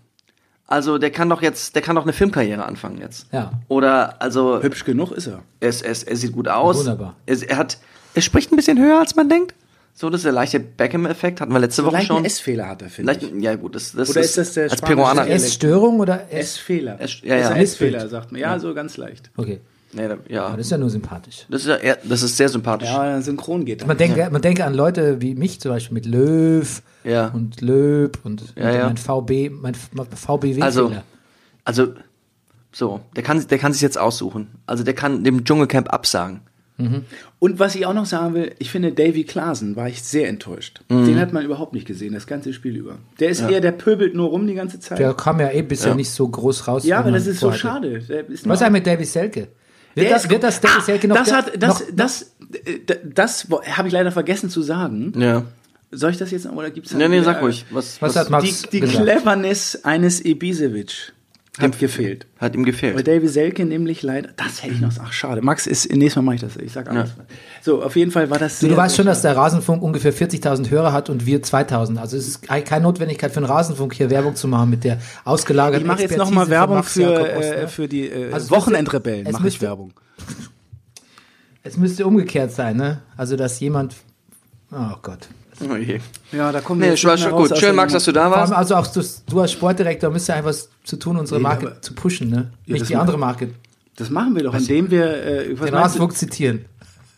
Speaker 2: Also der kann doch jetzt, der kann doch eine Filmkarriere anfangen jetzt.
Speaker 1: Ja.
Speaker 2: Oder also
Speaker 3: Hübsch genug ist er.
Speaker 2: er, ist- er, ist- er sieht gut aus.
Speaker 1: Wunderbar.
Speaker 2: Er, er hat, er spricht ein bisschen höher als man denkt. So das ist der leichte Beckham-Effekt hatten wir letzte Woche
Speaker 3: Vielleicht
Speaker 2: schon.
Speaker 3: einen S-Fehler hat er, finde
Speaker 2: Vielleicht,
Speaker 3: ich.
Speaker 2: ja gut, das, das
Speaker 3: Oder ist das der
Speaker 2: als
Speaker 3: spanische
Speaker 2: Peruaner.
Speaker 3: Dialekt?
Speaker 1: S-Störung oder S?
Speaker 3: S-Fehler.
Speaker 2: S- ja,
Speaker 3: Das ist
Speaker 2: ja.
Speaker 3: ein S-Fehler, sagt man. Ja, so ganz leicht.
Speaker 1: Okay,
Speaker 2: Nee, da- ja,
Speaker 1: das ist ja nur sympathisch.
Speaker 2: das ist ja, eher- das ist sehr sympathisch.
Speaker 3: Ja, synchron geht
Speaker 1: Man denke, man denke an Leute wie mich zum Beispiel mit Löw
Speaker 2: Ja.
Speaker 1: und Löb und,
Speaker 2: Ja,
Speaker 1: und
Speaker 2: ja.
Speaker 1: mein VB, mein VBW-Fehler.
Speaker 2: Also, also, so, der kann, der kann sich jetzt aussuchen. Also, der kann dem Dschungelcamp absagen.
Speaker 3: Und was ich auch noch sagen will, ich finde, Davy Klaasen war ich sehr enttäuscht.
Speaker 2: Mhm.
Speaker 3: Den hat man überhaupt nicht gesehen, das ganze Spiel über. Der ist eher, der pöbelt nur rum die ganze Zeit.
Speaker 1: der kam ja eh bisher nicht so groß raus.
Speaker 3: ja,
Speaker 1: wie
Speaker 3: aber
Speaker 1: man
Speaker 3: das ist so
Speaker 1: vorhatte.
Speaker 3: schade. Der ist
Speaker 1: Was ist
Speaker 3: nur-
Speaker 1: eigentlich mit Davis Selke? Wird
Speaker 3: Der
Speaker 1: das,
Speaker 3: ist- Ah,
Speaker 1: wird das Davis Selke noch?
Speaker 3: das
Speaker 1: der-
Speaker 3: hat, das,
Speaker 1: noch,
Speaker 3: das, äh, das, wo- habe ich leider vergessen zu sagen.
Speaker 2: Ja.
Speaker 3: Soll ich das jetzt noch, oder gibt's
Speaker 2: Nee, nee,
Speaker 3: wieder-
Speaker 2: sag ruhig. Was,
Speaker 1: was hat Max
Speaker 3: Die, die
Speaker 1: gesagt?
Speaker 3: Cleverness eines Ibisevic hat gefehlt.
Speaker 2: hat ihm
Speaker 3: Weil
Speaker 2: gefehlt?
Speaker 3: Davy Selke nämlich leider, das hätte ich noch, ach schade, Max ist, nächstes Mal mache ich das, ich sag alles. So, auf jeden Fall war das
Speaker 1: Du,
Speaker 3: sehr,
Speaker 1: du weißt
Speaker 3: sehr
Speaker 1: schon, dass der Rasenfunk ungefähr 40.000 Hörer hat und wir 2.000. Also es ist eigentlich keine Notwendigkeit für den Rasenfunk, hier Werbung zu machen mit der ausgelagerten
Speaker 3: Ich mache jetzt
Speaker 1: Expertise
Speaker 3: nochmal
Speaker 1: von
Speaker 3: Werbung
Speaker 1: Max
Speaker 3: für,
Speaker 1: Jakob Ost,
Speaker 3: äh,
Speaker 1: ne?
Speaker 3: für die äh,
Speaker 1: Also es
Speaker 3: Wochenendrebellen.
Speaker 1: müsste- es
Speaker 3: Mache ich
Speaker 1: müsste-
Speaker 3: Werbung.
Speaker 1: Es müsste umgekehrt sein, ne? Also dass jemand... Oh Gott.
Speaker 2: Oh je.
Speaker 3: Ja, da kommen
Speaker 2: Nee, war schon gut. Schön, Max, dass du da
Speaker 1: Vor allem
Speaker 2: warst.
Speaker 1: also auch du, du als Sportdirektor müsst ja einfach was zu tun, unsere Marke
Speaker 3: aber-
Speaker 1: zu pushen, ne? Nicht
Speaker 3: das
Speaker 1: die
Speaker 3: macht-
Speaker 1: andere Marke.
Speaker 3: Das machen wir doch, indem wir äh, was
Speaker 1: Den
Speaker 3: meinst du?
Speaker 1: Rasenfunk zitieren.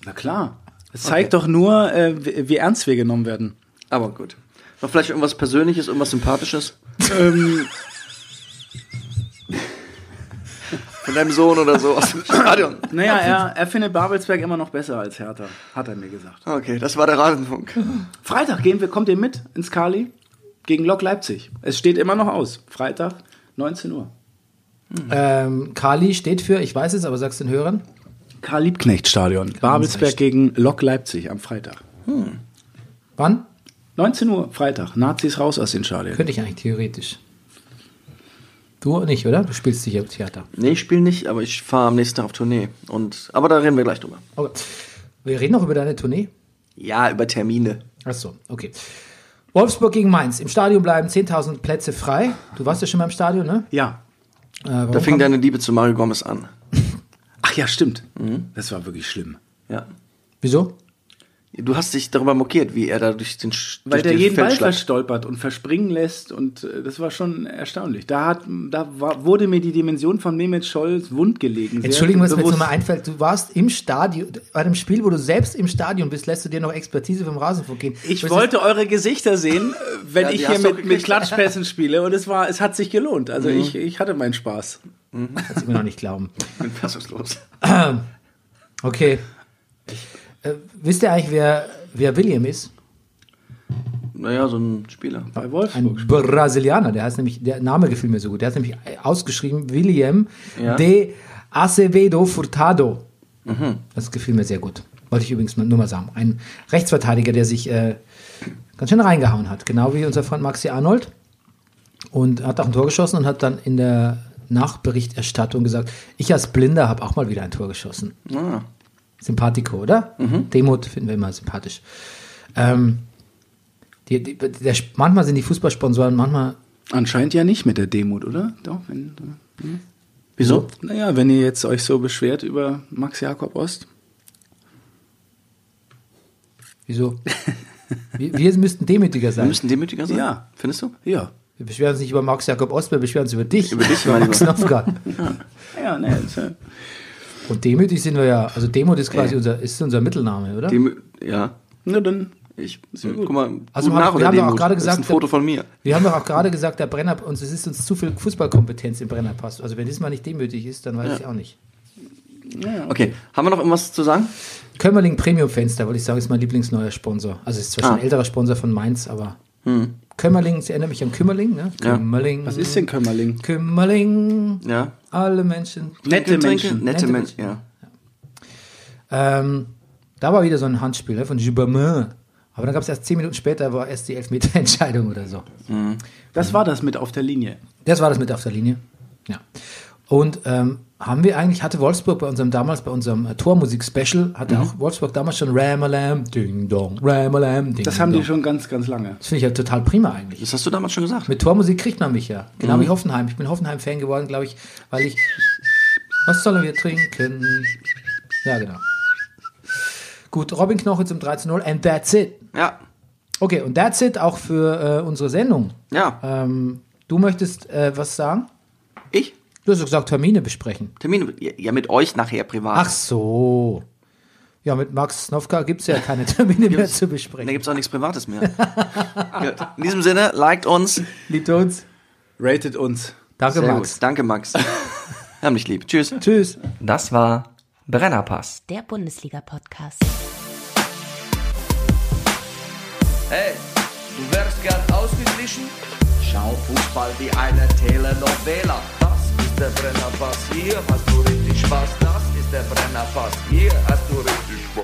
Speaker 3: Na klar. Es zeigt doch nur, äh, wie wie ernst wir genommen werden.
Speaker 2: Aber gut. Noch vielleicht irgendwas Persönliches, irgendwas Sympathisches? *laughs* Von deinem Sohn oder so aus dem Stadion.
Speaker 3: Naja, er, er findet Babelsberg immer noch besser als Hertha, hat er mir gesagt.
Speaker 2: Okay, das war der Rasenfunk.
Speaker 3: Freitag gehen wir, kommt ihr mit ins Kali gegen Lok Leipzig. Es steht immer noch aus. Freitag, 19 Uhr. Hm.
Speaker 1: Ähm, Kali steht für, ich weiß es, aber sag's den Hörern.
Speaker 3: Karl-Liebknecht-Stadion. Babelsberg gegen Lok Leipzig am Freitag.
Speaker 1: Wann?
Speaker 3: 19 Uhr, Freitag. Nazis raus aus den Stadien.
Speaker 1: Könnte ich eigentlich theoretisch. Du nicht, oder? Du spielst sicher im Theater.
Speaker 2: Nee, ich spiele nicht, aber ich fahre am nächsten Tag auf Tournee. Und, aber da reden wir gleich drüber.
Speaker 1: Okay. Wir reden noch über deine Tournee.
Speaker 2: Ja, über Termine.
Speaker 1: Achso, okay. Wolfsburg gegen Mainz. Im Stadion bleiben 10.000 Plätze frei. Du warst ja schon mal im Stadion, ne?
Speaker 3: Ja,
Speaker 1: Äh, warum
Speaker 2: Da fing
Speaker 1: kam-
Speaker 2: deine Liebe zu Mario Gomez an.
Speaker 3: Ach ja, stimmt. Das war wirklich schlimm.
Speaker 2: Ja.
Speaker 1: Wieso?
Speaker 2: Du hast dich darüber mokiert, wie er da durch den Sch-
Speaker 3: Weil
Speaker 2: durch
Speaker 3: der
Speaker 2: den
Speaker 3: jeden Ball
Speaker 2: Feldschlag-
Speaker 3: verstolpert und verspringen lässt und äh, das war schon erstaunlich. Da, hat, da war, wurde mir die Dimension von Mehmet Scholz wund gelegen. Sehr
Speaker 1: Entschuldigung, was mir jetzt
Speaker 3: bewusst.
Speaker 1: nochmal einfällt. Du warst im Stadion, bei einem Spiel, wo du selbst im Stadion bist, lässt du dir noch Expertise vom Rasenfunk gehen.
Speaker 3: Ich
Speaker 1: Das
Speaker 3: wollte eure Gesichter sehen, äh, wenn
Speaker 2: Ja, die
Speaker 3: ich
Speaker 2: hast
Speaker 3: hier
Speaker 2: du
Speaker 3: mit,
Speaker 2: gekriegt.
Speaker 3: mit Klatschpässen spiele und es war, es hat sich gelohnt. Also ich, ich hatte meinen Spaß.
Speaker 1: ist- Kannst du mir noch nicht glauben.
Speaker 2: bin *laughs* fassungslos.
Speaker 1: Okay. Äh, wisst ihr eigentlich, wer, wer William ist?
Speaker 2: Naja, so ein Spieler.
Speaker 3: Bei
Speaker 1: Ein
Speaker 3: Wolfsburg.
Speaker 1: Brasilianer, der heißt nämlich, der Name gefiel mir so gut. Der hat nämlich ausgeschrieben William
Speaker 2: Ja.
Speaker 1: de Acevedo Furtado.
Speaker 2: Mhm.
Speaker 1: Das gefiel mir sehr gut. Wollte ich übrigens mal- nur mal sagen. Ein Rechtsverteidiger, der sich äh, ganz schön reingehauen hat. Genau wie unser Freund Maxi Arnold. Und hat auch ein Tor geschossen und hat dann in der Nachberichterstattung gesagt, ich als Blinder habe auch mal wieder ein Tor geschossen.
Speaker 2: Ah. Mhm.
Speaker 1: Sympathico, oder? Demut finden wir immer sympathisch. Ähm, die, die, der, manchmal sind die Fußballsponsoren, manchmal.
Speaker 3: Anscheinend ja nicht mit der Demut, oder? Doch, wenn, äh, hm.
Speaker 2: Wieso?
Speaker 3: naja, wenn ihr jetzt euch so beschwert über Max Jakob Ost.
Speaker 2: *laughs*
Speaker 1: Wieso? Wir, wir müssten demütiger
Speaker 2: Wir
Speaker 1: sein.
Speaker 2: müssen demütiger sein?
Speaker 3: Ja.
Speaker 2: Findest du?
Speaker 3: Ja.
Speaker 1: Wir beschweren uns nicht über Max Jakob Ost, wir beschweren uns über dich. Über
Speaker 2: dich,
Speaker 1: über
Speaker 2: mein
Speaker 1: Max
Speaker 2: Lieber.
Speaker 1: Nowka.
Speaker 3: Ja, ne, ist ja-
Speaker 1: Und demütig sind wir ja. Also Demut ist quasi unser, ist unser Mittelname, oder?
Speaker 2: Demü ja.
Speaker 3: Na dann.
Speaker 2: Ich, guck mal,
Speaker 1: Also
Speaker 2: gut
Speaker 1: wir haben- wir
Speaker 2: oder
Speaker 1: haben doch auch
Speaker 2: Demut?
Speaker 1: gerade
Speaker 2: das
Speaker 1: gesagt,
Speaker 2: ist ein Foto von mir.
Speaker 1: wir haben doch auch gerade gesagt, der Brenner, uns, es ist uns zu viel Fußballkompetenz im Brennerpass. Also wenn diesmal nicht demütig ist, dann weiß ich auch nicht.
Speaker 2: Okay, haben wir noch irgendwas zu sagen?
Speaker 1: Kömmerling Premium Fenster, wollte ich sagen, ist mein Lieblingsneuer Sponsor. Also ist zwar schon
Speaker 2: Ah.
Speaker 1: ein älterer Sponsor von Mainz, aber Kömmerling, sie erinnert mich an Kümmerling, ne?
Speaker 2: Ja.
Speaker 1: Kümmerling.
Speaker 3: Was ist denn Kömmerling?
Speaker 1: Kümmerling.
Speaker 2: Ja.
Speaker 1: Alle Menschen.
Speaker 3: Nette
Speaker 2: Getränke?
Speaker 3: Menschen.
Speaker 2: Nette
Speaker 1: Nette
Speaker 2: Menschen, ja.
Speaker 1: Ähm, da war wieder so ein Handspiel ne, von Gibbermann. Aber dann gab es erst zehn Minuten später, war erst die Elfmeterentscheidung oder so.
Speaker 3: Das war das mit auf der Linie.
Speaker 1: Das war das mit auf der Linie. Ja. Und ähm, haben wir eigentlich, hatte Wolfsburg bei unserem damals, bei unserem äh, Tormusik-Special, hatte
Speaker 3: Mhm.
Speaker 1: auch Wolfsburg damals schon Ramalam, Ding Dong, Ramalam, Ding
Speaker 3: Das haben
Speaker 1: Dong.
Speaker 3: die schon ganz, ganz lange.
Speaker 1: Das finde ich ja total prima eigentlich.
Speaker 2: Das hast du damals schon gesagt.
Speaker 1: Mit Tormusik kriegt man mich ja. Genau
Speaker 3: Mhm.
Speaker 1: wie Hoffenheim. Ich bin Hoffenheim-Fan geworden, glaube ich, weil ich. Was sollen wir trinken? Ja, genau. Gut, Robin um Knoche zum 13-0 and that's it.
Speaker 2: Ja.
Speaker 1: Okay, und that's it auch für äh, unsere Sendung.
Speaker 2: Ja.
Speaker 1: Ähm, du möchtest äh, was sagen?
Speaker 2: Ich?
Speaker 1: Du hast ja gesagt, Termine besprechen.
Speaker 2: Termine? Ja, mit euch nachher privat.
Speaker 1: Ach so. Ja, mit Max Snowka gibt es ja
Speaker 2: *laughs*
Speaker 1: keine Termine mehr zu
Speaker 2: Da
Speaker 1: besprechen.
Speaker 2: gibt's auch nichts
Speaker 1: *laughs*
Speaker 2: Privates mehr. ja, in diesem Sinne, liked uns.
Speaker 1: Liebt uns.
Speaker 3: Rated uns.
Speaker 1: Danke,
Speaker 2: Sehr
Speaker 1: Max.
Speaker 2: gut. Danke, Max. *laughs* Wir haben dich lieb. Tschüss.
Speaker 1: Tschüss.
Speaker 4: Das war Brennerpass.
Speaker 5: Der Bundesliga-Podcast.
Speaker 6: Hey, du wärst gern ausgeglichen? Schau Fußball wie eine Telenovela. Das ist der Brennerpass, hier hast du richtig Spaß. Das ist der Brennerpass, hier hast du richtig Spaß.